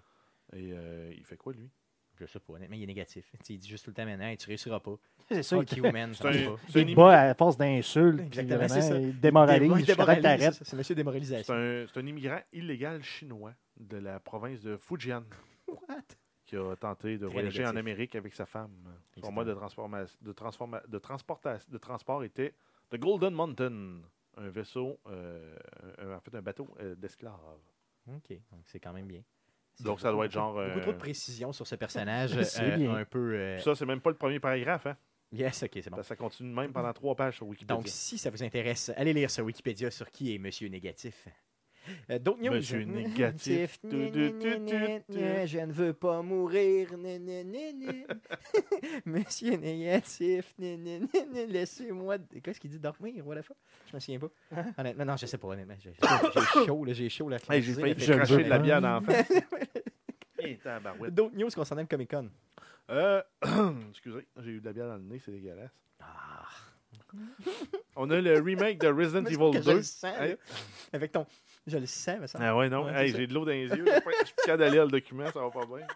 Speaker 1: oui.
Speaker 3: Et euh, il fait quoi, lui?
Speaker 1: Je sais pas, honnêtement, il est négatif. Tu sais, il dit juste tout le temps, maintenant, Hey, tu réussiras pas.
Speaker 2: C'est ça.
Speaker 1: Fuck
Speaker 2: Il
Speaker 1: you, man.
Speaker 3: C'est
Speaker 1: ça marche
Speaker 3: un,
Speaker 1: pas.
Speaker 3: c'est un
Speaker 2: il te
Speaker 3: imi-
Speaker 2: bat à force d'insultes. puis
Speaker 1: Exactement, c'est
Speaker 2: vraiment,
Speaker 1: ça.
Speaker 2: Il
Speaker 1: Il
Speaker 2: démoralise.
Speaker 1: démoralise,
Speaker 2: jusqu'à temps que
Speaker 1: c'est
Speaker 2: t'arrêtes.
Speaker 1: ça, C'est monsieur
Speaker 3: c'est
Speaker 1: démoralisation.
Speaker 3: un- c'est un immigrant illégal chinois de la province de Fujian
Speaker 1: What?
Speaker 3: qui a tenté de
Speaker 1: Très
Speaker 3: voyager en
Speaker 1: négatif.
Speaker 3: Amérique avec sa femme. Son
Speaker 1: Exactement.
Speaker 3: mode de, transforma- de, transforma- de, transporta- de transport était The Golden Mountain, un vaisseau, euh, un- en fait, un bateau euh, d'esclaves.
Speaker 1: OK, donc c'est quand même bien. C'est
Speaker 3: Donc, ça
Speaker 1: beaucoup,
Speaker 3: doit être genre,
Speaker 1: Beaucoup
Speaker 3: euh,
Speaker 1: trop de précision sur ce personnage
Speaker 2: C'est
Speaker 1: euh,
Speaker 2: bien.
Speaker 1: un peu... euh,
Speaker 3: Puis Ça, c'est même pas le premier paragraphe, hein?
Speaker 1: Yes, OK, c'est bon.
Speaker 3: Ça- Ça continue de même pendant trois pages sur Wikipédia.
Speaker 1: Donc, si ça vous intéresse, allez lire sur Wikipédia sur qui est Monsieur Négatif. Euh, D'autres news.
Speaker 3: Monsieur Négatif.
Speaker 1: Gna, gna, gna, gna, gna, Je ne veux pas mourir. Gna, gna, gna, gna. Monsieur Négatif. gna, gna, gna, gna, Laissez-moi. Qu'est-ce qu'il dit dormir? What the fuck? Je me souviens pas. Honnêtement, non, je sais pas. Honnêtement, j'ai j'ai chaud. là, J'ai chaud. la
Speaker 3: Hein? Hey, j'ai
Speaker 1: climatisée,
Speaker 3: failli
Speaker 1: la
Speaker 2: Je
Speaker 1: température,
Speaker 3: te cracher de la
Speaker 1: mais-
Speaker 3: bière dans la face. Eh, tabarouette.
Speaker 1: D'autres news concernant le Comic Con.
Speaker 3: Euh, excusez, j'ai eu de la bière dans le nez, c'est dégueulasse.
Speaker 1: Ah,
Speaker 3: On a le remake de Resident
Speaker 1: mais c'est que
Speaker 3: Evil
Speaker 1: Je
Speaker 3: 2.
Speaker 1: le sens, là.
Speaker 3: Hey.
Speaker 1: Avec ton. Je le sens, mais ça.
Speaker 3: Ah ouais, non,
Speaker 1: Ouais,
Speaker 3: hey,
Speaker 1: c'est ça.
Speaker 3: j'ai de l'eau dans les yeux. j'ai pas- Je suis plus capable d'aller à le document, ça va pas bien.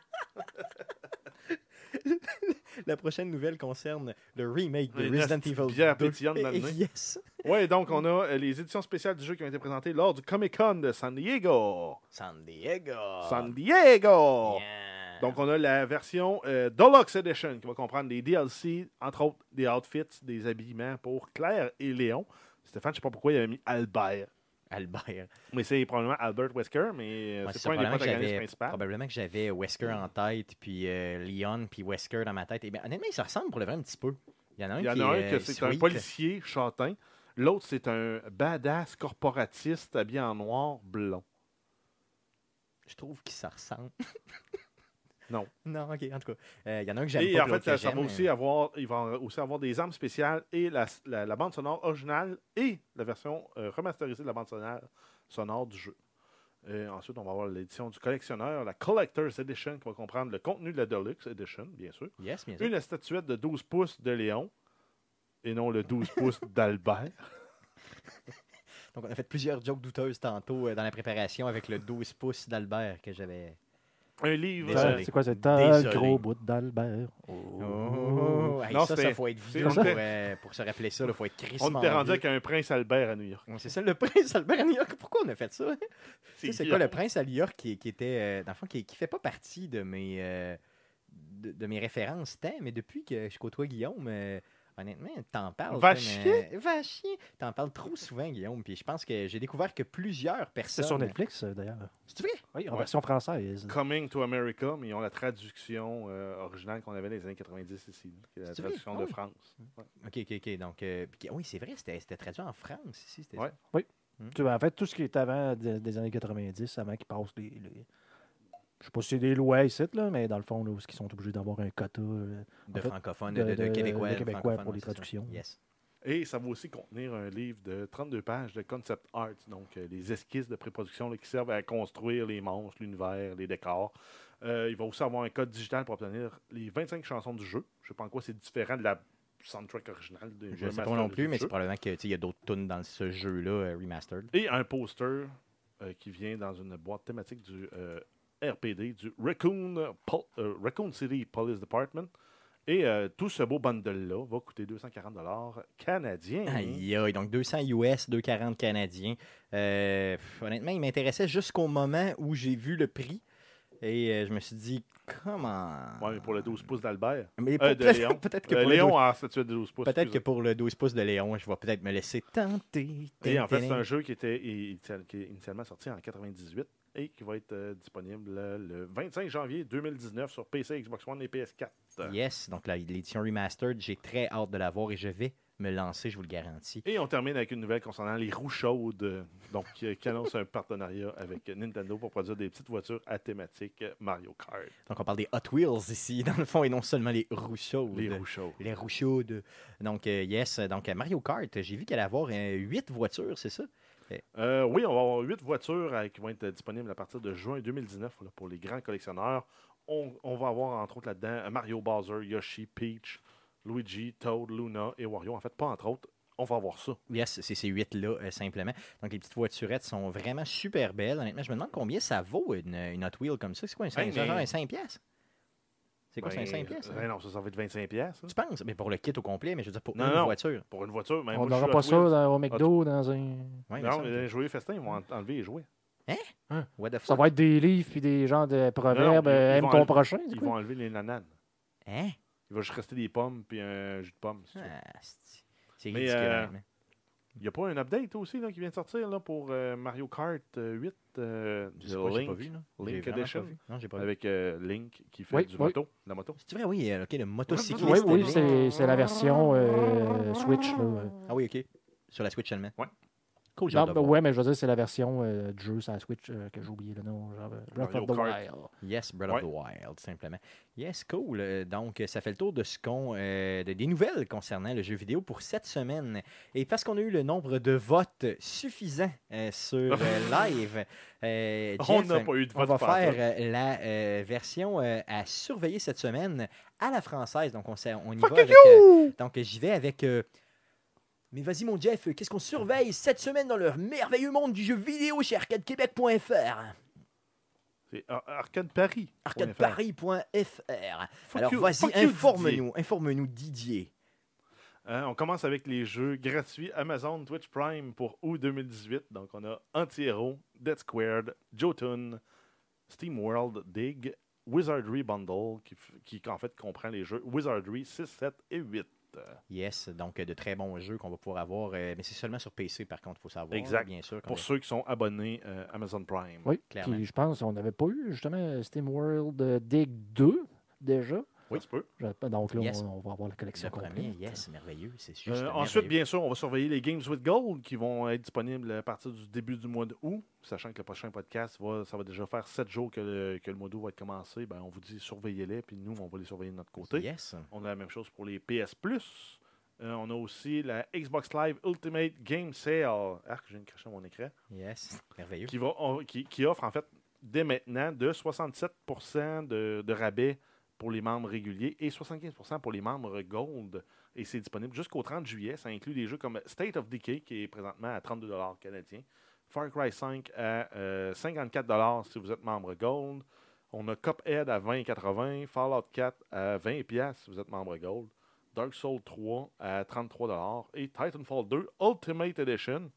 Speaker 1: La prochaine nouvelle concerne le remake de
Speaker 3: Les
Speaker 1: Resident
Speaker 3: nasty
Speaker 1: Evil
Speaker 3: bières
Speaker 1: 2.
Speaker 3: pétillantes dans le nez.
Speaker 1: Yes.
Speaker 3: Ouais, donc on a euh, les éditions spéciales du jeu qui ont été présentées lors du Comic Con de San Diego.
Speaker 1: San Diego.
Speaker 3: San Diego!
Speaker 1: Yeah.
Speaker 3: Donc, on a la version euh, Deluxe Edition qui va comprendre des DLC, entre autres des outfits, des habillements pour Claire et Léon. Stéphane, je sais pas pourquoi il avait mis Albert.
Speaker 1: Albert.
Speaker 3: Mais c'est probablement Albert Wesker, mais euh,
Speaker 1: Ouais,
Speaker 3: c'est
Speaker 1: ça,
Speaker 3: pas un des
Speaker 1: probablement que
Speaker 3: protagonistes
Speaker 1: j'avais-
Speaker 3: principaux.
Speaker 1: Probablement que j'avais Wesker en tête, puis euh, Leon, puis Wesker dans ma tête. Et bien, honnêtement, ils se ressemblent pour le vrai un petit peu. Il y en a un
Speaker 3: Il y en
Speaker 1: qui
Speaker 3: a un
Speaker 1: est,
Speaker 3: que
Speaker 1: euh,
Speaker 3: c'est un
Speaker 1: sweet.
Speaker 3: policier châtain. L'autre, c'est un badass corporatiste habillé en noir blond.
Speaker 1: Je trouve qu'ils se ressemblent.
Speaker 3: Non.
Speaker 1: Non, ok, en tout cas. Euh, Il y en a un que j'aime
Speaker 3: Et
Speaker 1: pas. euh.
Speaker 3: en
Speaker 1: puis l'autre
Speaker 3: fait,
Speaker 1: que
Speaker 3: ça, ça va
Speaker 1: j'aime,
Speaker 3: aussi avoir, il va aussi avoir des armes spéciales et la, la- la bande sonore originale et la version euh, remasterisée de la bande sonore, sonore du jeu. Et ensuite, on va avoir l'édition du collectionneur, la Collector's Edition, qui va comprendre le contenu de la Deluxe Edition, bien sûr.
Speaker 1: euh, Yes, bien sûr.
Speaker 3: Une statuette de 12 pouces de Léon, et non le 12 pouces d'Albert.
Speaker 1: Donc, on a fait plusieurs jokes douteuses tantôt euh, dans la préparation avec le 12 pouces d'Albert que j'avais.
Speaker 3: Un livre...
Speaker 1: Désolé.
Speaker 3: euh,
Speaker 2: C'est quoi cette un
Speaker 1: Désolé.
Speaker 2: gros bout d'Albert?
Speaker 1: Oh, hey,
Speaker 3: Non,
Speaker 1: ça, ça,
Speaker 3: c'était-
Speaker 1: faut être
Speaker 3: c'est-
Speaker 1: vieux
Speaker 3: on
Speaker 1: pour,
Speaker 3: était-
Speaker 1: euh, pour se rappeler ça. Là, faut être crissement
Speaker 3: On était rendu
Speaker 1: vieux.
Speaker 3: avec un prince Albert à New York.
Speaker 1: Ouais, C'est ça, le prince Albert à New York. Pourquoi on a fait ça? Tu sais, C'est quoi le
Speaker 3: prince?
Speaker 1: prince à New York qui, qui était, euh, dans le fond, qui, qui fait pas partie de mes, euh, de, de mes références tant, mais depuis que je côtoie Guillaume, euh, honnêtement, t'en parles.
Speaker 3: Va
Speaker 1: comme,
Speaker 3: chier.
Speaker 1: euh, va chier! T'en parles trop souvent, Guillaume, puis je pense que j'ai découvert que plusieurs
Speaker 2: C'est
Speaker 1: personnes...
Speaker 2: sur Netflix, euh, d'ailleurs.
Speaker 1: C'est vrai?
Speaker 2: Oui, en
Speaker 3: Ouais.
Speaker 2: version française.
Speaker 3: Coming to America, mais ils ont la traduction euh, originale qu'on avait dans les années 90 ici, qui est la
Speaker 1: C'est vrai?
Speaker 3: traduction
Speaker 1: Ah
Speaker 3: de
Speaker 1: oui.
Speaker 3: France. Ouais.
Speaker 1: OK, OK, OK. Donc, euh, puis que- oui, c'est vrai, c'était c'était traduit en France ici. c'était
Speaker 3: Ouais.
Speaker 1: ça.
Speaker 2: Tu vois, en fait, tout ce qui est avant de- des années 90, avant qu'ils passent les, les- Je sais pas si c'est des lois ici, là, mais dans le fond, là, où ils sont obligés d'avoir un quota. euh,
Speaker 1: De
Speaker 2: en fait,
Speaker 1: francophones,
Speaker 2: de-
Speaker 1: de, de
Speaker 2: de-
Speaker 1: québécois.
Speaker 2: de québécois
Speaker 1: francophones,
Speaker 2: pour les
Speaker 1: c'est ça.
Speaker 2: traductions.
Speaker 1: Yes.
Speaker 3: Et ça va aussi contenir un livre de 32 pages de concept art, donc euh, les esquisses de préproduction là, qui servent à construire les manches, l'univers, les décors. Euh, il va aussi avoir un code digital pour obtenir les 25 chansons du jeu. Je ne sais pas en quoi c'est différent de la soundtrack originale. des
Speaker 1: Je ne
Speaker 3: jeux
Speaker 1: sais pas
Speaker 3: masterisés
Speaker 1: non plus,
Speaker 3: du
Speaker 1: mais
Speaker 3: jeu.
Speaker 1: c'est probablement qu'il y a d'autres tunes dans ce jeu-là euh, remastered.
Speaker 3: Et un poster euh, qui vient dans une boîte thématique du euh, RPD, du Raccoon, Pol- euh, Raccoon City Police Department. Et euh, tout ce beau bundle-là va coûter 240 canadiens.
Speaker 1: Aïe,
Speaker 3: Mmh.
Speaker 1: aïe, donc 200 US, 240 Canadiens. Euh, pff, honnêtement, il m'intéressait jusqu'au moment où j'ai vu le prix. Et euh, je me suis dit, comment.
Speaker 3: Ouais, mais pour le 12 pouces d'Albert.
Speaker 1: Mais
Speaker 3: Euh, de
Speaker 1: peut-être-
Speaker 3: Léon.
Speaker 1: Peut-être que,
Speaker 3: Euh,
Speaker 1: pour le
Speaker 3: Léon a statué de 12 pouces.
Speaker 1: 12 peut-être que
Speaker 3: excusez.
Speaker 1: pour le 12 pouces de Léon, je vais peut-être me laisser tenter.
Speaker 3: Et en fait, c'est
Speaker 1: Tintin.
Speaker 3: un jeu qui était i- qui est initialement sorti en 98 et qui va être euh, disponible euh, le 25 janvier 2019 sur PC, Xbox One et PS4.
Speaker 1: Yes, donc la- l'édition remastered, j'ai très hâte de la voir et je vais me lancer, je vous le garantis.
Speaker 3: Et on termine avec une nouvelle concernant les roues chaudes, euh, donc euh, qui annonce un partenariat avec Nintendo pour produire des petites voitures à thématique Mario Kart.
Speaker 1: Donc on parle des Hot Wheels ici, dans le fond, et non seulement les roues chaudes.
Speaker 3: Les roues chaudes.
Speaker 1: Les roues chaudes. Donc, euh, yes, donc euh, Mario Kart, j'ai vu qu'elle allait avoir euh, huit voitures, c'est ça?
Speaker 3: Euh, oui, on va avoir huit voitures euh, qui vont être euh, disponibles à partir de juin 2019 là, pour les grands collectionneurs. On, on va avoir entre autres là-dedans euh, Mario Bowser, Yoshi, Peach, Luigi, Toad, Luna et Wario. En fait, pas entre autres, on va avoir ça.
Speaker 1: Yes, c'est ces huit-là, euh, simplement. Donc, les petites voiturettes sont vraiment super belles. Honnêtement, je me demande combien ça vaut une, une Hot Wheel comme ça. C'est quoi, un 5,
Speaker 3: Ben, mais-
Speaker 1: genre un 5 piastres? C'est quoi, c'est un
Speaker 3: Ben,
Speaker 1: 5 piastres?
Speaker 3: ben
Speaker 1: hein?
Speaker 3: non, ça, ça va être 25 pièces.
Speaker 1: Tu penses? Mais pour le kit au complet, mais je veux dire, pour
Speaker 3: Non,
Speaker 1: une
Speaker 3: non.
Speaker 1: voiture.
Speaker 3: Pour une voiture, même
Speaker 2: on
Speaker 3: moi, je
Speaker 2: n'aura
Speaker 3: suis
Speaker 2: pas
Speaker 3: Hot
Speaker 2: ça
Speaker 3: Wheels.
Speaker 2: dans- au McDo dans un.
Speaker 1: Ouais, il me
Speaker 3: Non,
Speaker 1: semble
Speaker 3: les joyeux festins, ils vont en- enlever les jouets.
Speaker 1: que- What the
Speaker 2: Ça
Speaker 1: fuck?
Speaker 2: va être des livres puis des gens de proverbes
Speaker 3: Non, non, ils-
Speaker 2: euh,
Speaker 3: ils
Speaker 2: aime
Speaker 3: vont
Speaker 2: ton
Speaker 3: enlever-
Speaker 2: prochain. c'est
Speaker 3: Ils
Speaker 2: quoi?
Speaker 3: vont enlever les nananes.
Speaker 1: Hein?
Speaker 3: Il va juste rester des pommes puis un jus de pomme. si tu veux.
Speaker 1: Ah, c'est- c'est
Speaker 3: Mais,
Speaker 1: ridicule,
Speaker 3: euh,
Speaker 1: honnêtement.
Speaker 3: Il n'y a pas un update aussi là, qui vient de sortir là, pour euh, Mario Kart euh, 8 euh,
Speaker 1: Je
Speaker 3: de
Speaker 1: sais pas, j'ai
Speaker 3: Link,
Speaker 1: pas vu, là. J'ai
Speaker 3: Link
Speaker 1: vraiment
Speaker 3: Edition.
Speaker 1: pas vu. Non, j'ai pas vu.
Speaker 3: avec euh, Link qui fait
Speaker 2: Oui,
Speaker 3: du
Speaker 2: oui.
Speaker 3: moto, la moto.
Speaker 1: C'est vrai, oui, euh, ok, le motocycliste.
Speaker 2: Oui, oui,
Speaker 1: Link.
Speaker 2: c'est c'est la version euh, Switch. Là. euh.
Speaker 1: Ah oui, ok. Sur la Switch seulement.
Speaker 3: Ouais.
Speaker 1: Cool, j'ai
Speaker 2: Non,
Speaker 1: hâte de
Speaker 2: mais
Speaker 1: voir.
Speaker 2: ouais, mais je veux dire, c'est la version euh, du jeu sur la Switch euh, que j'ai oublié le nom. Genre, euh, Breath
Speaker 3: Mario
Speaker 2: of the
Speaker 3: Kart.
Speaker 2: Wild.
Speaker 1: Yes, Breath
Speaker 3: Ouais.
Speaker 1: of the Wild, simplement. Yes, cool. Euh, Donc, euh, ça fait le tour de ce qu'on, euh, de- des nouvelles concernant le jeu vidéo pour cette semaine. Et parce qu'on a eu le nombre de votes suffisant euh, sur euh, live, euh,
Speaker 3: on
Speaker 1: Jeff,
Speaker 3: n'a pas eu de
Speaker 1: on va
Speaker 3: vote
Speaker 1: faire euh, la euh, version euh, à surveiller cette semaine à la française. Donc, on, s'est- on y va avec. euh, donc, j'y vais avec. euh, mais vas-y, mon Jeff, euh, qu'est-ce qu'on surveille cette semaine dans le merveilleux monde du jeu vidéo chez arcadequebec.fr
Speaker 3: C'est Ar- Arcade Paris.
Speaker 1: arcadeparis.fr.
Speaker 3: Fuck
Speaker 1: Alors
Speaker 3: you-
Speaker 1: vas-y,
Speaker 3: fuck you,
Speaker 1: informe-nous, informe-nous Didier.
Speaker 3: Hein, on commence avec les jeux gratuits Amazon Twitch Prime pour août 2018. Donc, on a Anti-Hero, Dead Squared, Jotun, Steam World Dig, Wizardry Bundle, qui, f- qui, en fait comprend les jeux Wizardry 6, 7 et 8.
Speaker 1: Yes, donc euh, de très bons jeux qu'on va pouvoir avoir, euh, mais c'est seulement sur PC par contre, il faut savoir.
Speaker 3: Exact.
Speaker 1: Bien sûr. qu'on
Speaker 3: Pour
Speaker 1: va-
Speaker 3: ceux qui sont abonnés euh, Amazon Prime.
Speaker 2: Oui,
Speaker 1: Clairement.
Speaker 2: puis je pense qu'on n'avait pas eu justement SteamWorld euh, Dig 2 déjà.
Speaker 3: Ça se peut.
Speaker 2: Je- Donc là,
Speaker 1: Yes.
Speaker 2: on, on va avoir la collection
Speaker 1: le premier,
Speaker 2: complète.
Speaker 1: yes, merveilleux, c'est juste.
Speaker 3: Euh,
Speaker 1: merveilleux.
Speaker 3: ensuite, bien sûr, on va surveiller les Games with Gold qui vont être disponibles à partir du début du mois d'août. Sachant que le prochain podcast, va, ça va déjà faire sept jours que le, que le mois d'août va être commencé. Ben, on vous dit surveillez-les, puis nous, on va les surveiller de notre côté.
Speaker 1: Yes.
Speaker 3: On a la même chose pour les PS Plus. Euh, on a aussi la Xbox Live Ultimate Game Sale. Arc, j'ai une crache à mon écran.
Speaker 1: Yes, merveilleux.
Speaker 3: Qui, va, on- qui, qui offre, en fait, dès maintenant, de 67 de, de rabais pour les membres réguliers et 75 pour les membres Gold. Et c'est disponible jusqu'au 30 juillet. Ça inclut des jeux comme State of Decay, qui est présentement à 32 canadiens. Far Cry 5 à euh, 54 si vous êtes membre Gold. On a Cuphead à 20,80. Fallout 4 à 20 piastres si vous êtes membre Gold. Dark Souls 3 à 33 et Titanfall 2 Ultimate Edition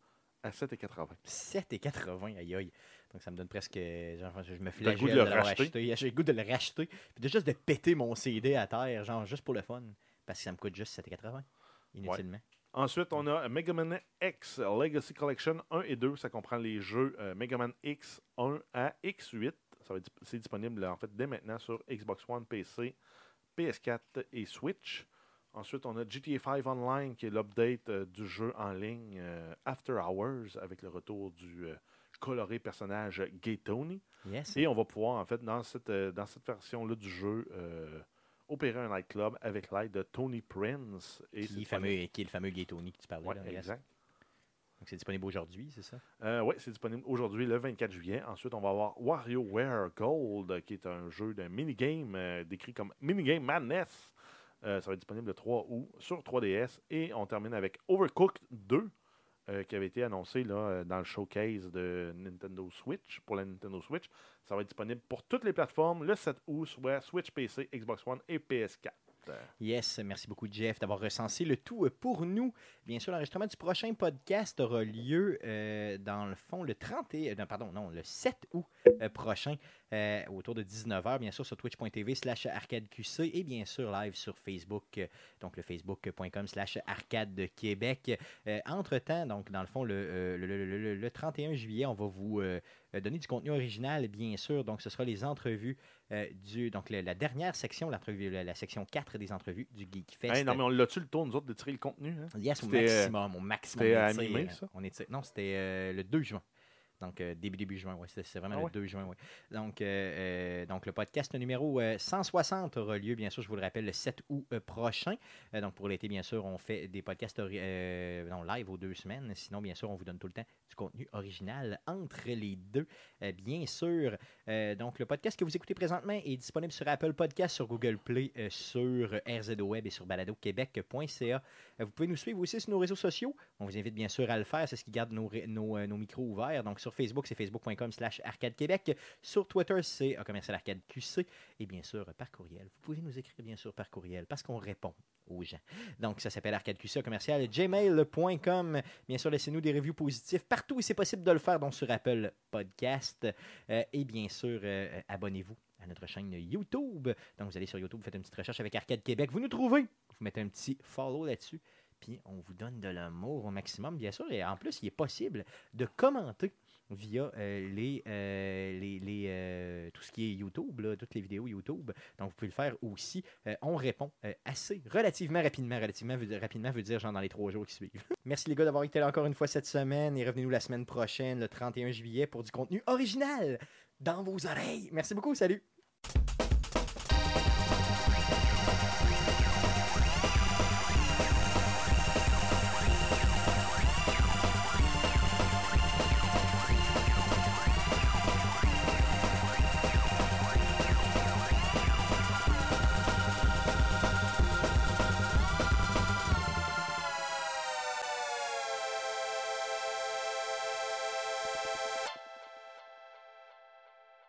Speaker 3: à 7,80.
Speaker 1: 7 et 80, aïe aïe. Donc ça me donne presque. Genre, je me
Speaker 3: T'as
Speaker 1: flagelle
Speaker 3: le goût de
Speaker 1: de
Speaker 3: le
Speaker 1: l'avoir
Speaker 3: racheter.
Speaker 1: acheté. J'ai le goût de le racheter. Puis de juste de péter mon CD à terre, genre juste pour le fun. Parce que ça me coûte juste 7 et 80. Inutilement.
Speaker 3: Ensuite, on a Mega Man X Legacy Collection 1 et 2. Ça comprend les jeux euh, Mega Man X 1 à X8. Ça va être- c'est disponible en fait dès maintenant sur Xbox One, PC, PS4 et Switch. Ensuite, on a GTA 5 Online qui est l'update euh, du jeu en ligne euh, After Hours avec le retour du euh, coloré personnage Gay Tony.
Speaker 1: Yes.
Speaker 3: Et on va pouvoir, en fait, dans cette, euh, dans cette version-là du jeu, euh, opérer un nightclub avec l'aide de Tony Prince. Et
Speaker 1: Qui, est
Speaker 3: cette
Speaker 1: fameux, qui est le fameux Gay Tony que tu parlais.
Speaker 3: fois-là-
Speaker 1: là,
Speaker 3: Ouais,
Speaker 1: yes.
Speaker 3: exact.
Speaker 1: Donc, c'est disponible aujourd'hui, c'est ça?
Speaker 3: oui, Euh, c'est disponible aujourd'hui, le 24 juillet. Ensuite, on va avoir WarioWare Gold, qui est un jeu de minigame euh, décrit comme Minigame Madness. Euh, ça va être disponible le 3 août sur 3DS. Et on termine avec Overcooked 2, euh, qui avait été annoncé là, euh, dans le showcase de Nintendo Switch, pour la Nintendo Switch. Ça va être disponible pour toutes les plateformes le 7 août, soit Switch PC, Xbox One et PS4.
Speaker 1: Yes, merci beaucoup Jeff d'avoir recensé le tout euh, pour nous. Bien sûr, l'enregistrement du prochain podcast aura lieu euh, dans le fond le 30 et, euh, non, pardon, non, le 7 août euh, prochain euh, autour de 19h, bien sûr sur twitch.tv slash arcadeqc et bien sûr live sur Facebook, euh, donc le facebook.com slash arcade Québec. Euh, Entre-temps, donc dans le fond, le, euh, le, le- le- le- le 31 juillet, on va vous euh, euh, donner du contenu original, bien sûr, donc ce sera les entrevues euh, du, donc le- la dernière section, l'entrevue, la, la section 4 des entrevues du Geek Fest.
Speaker 3: Hey, non, mais on l'a-tu le tour, nous autres, de tirer le contenu? hein?
Speaker 1: Yes, au
Speaker 3: C'était, euh,
Speaker 1: maximum, au maximum.
Speaker 3: c'était
Speaker 1: on
Speaker 3: à
Speaker 1: étire,
Speaker 3: mi-mai,
Speaker 1: euh,
Speaker 3: ça?
Speaker 1: On étire. Non, c'était euh, le 2 juin. Donc, euh, début, début juin, oui. C'est vraiment
Speaker 3: Ah
Speaker 1: le
Speaker 3: ouais?
Speaker 1: 2 juin, oui. Donc, euh, euh, donc, le podcast numéro euh, 160 aura lieu, bien sûr, je vous le rappelle, le 7 août euh, prochain. Euh, donc, pour l'été, bien sûr, on fait des podcasts ori- euh, non, live aux deux semaines. Sinon, bien sûr, on vous donne tout le temps du contenu original entre les deux, euh, bien sûr. Euh, donc, le podcast que vous écoutez présentement est disponible sur Apple Podcast, sur Google Play, euh, sur RZO Web et sur baladoquebec.ca. Euh, vous pouvez nous suivre aussi sur nos réseaux sociaux. On vous invite bien sûr à le faire. C'est ce qui garde nos, ré- nos, euh, nos micros ouverts. Donc, sur Facebook, c'est facebook.com slash arcade québec. Sur Twitter, c'est euh, commercial arcade QC. Et bien sûr, euh, par courriel. Vous pouvez nous écrire, bien sûr, par courriel parce qu'on répond aux gens. Donc, ça s'appelle arcadeqc commercial gmail.com. Bien sûr, laissez-nous des reviews positifs partout où c'est possible de le faire, donc sur Apple Podcast. Euh, et bien sûr, euh, euh, abonnez-vous à notre chaîne YouTube. Donc, vous allez sur YouTube, vous faites une petite recherche avec Arcade Québec. Vous nous trouvez. Vous mettez un petit follow là-dessus. Puis, on vous donne de l'amour au maximum, bien sûr. Et en plus, il est possible de commenter via euh, les, euh, les, les, euh, tout ce qui est YouTube, là, toutes les vidéos YouTube. Donc, vous pouvez le faire aussi. Euh, on répond euh, assez, relativement rapidement. Relativement veut dire, rapidement veut dire genre dans les trois jours qui suivent. Merci les gars d'avoir été là encore une fois cette semaine et revenez-nous la semaine prochaine, le 31 juillet, pour du contenu original dans vos oreilles. Merci beaucoup, salut!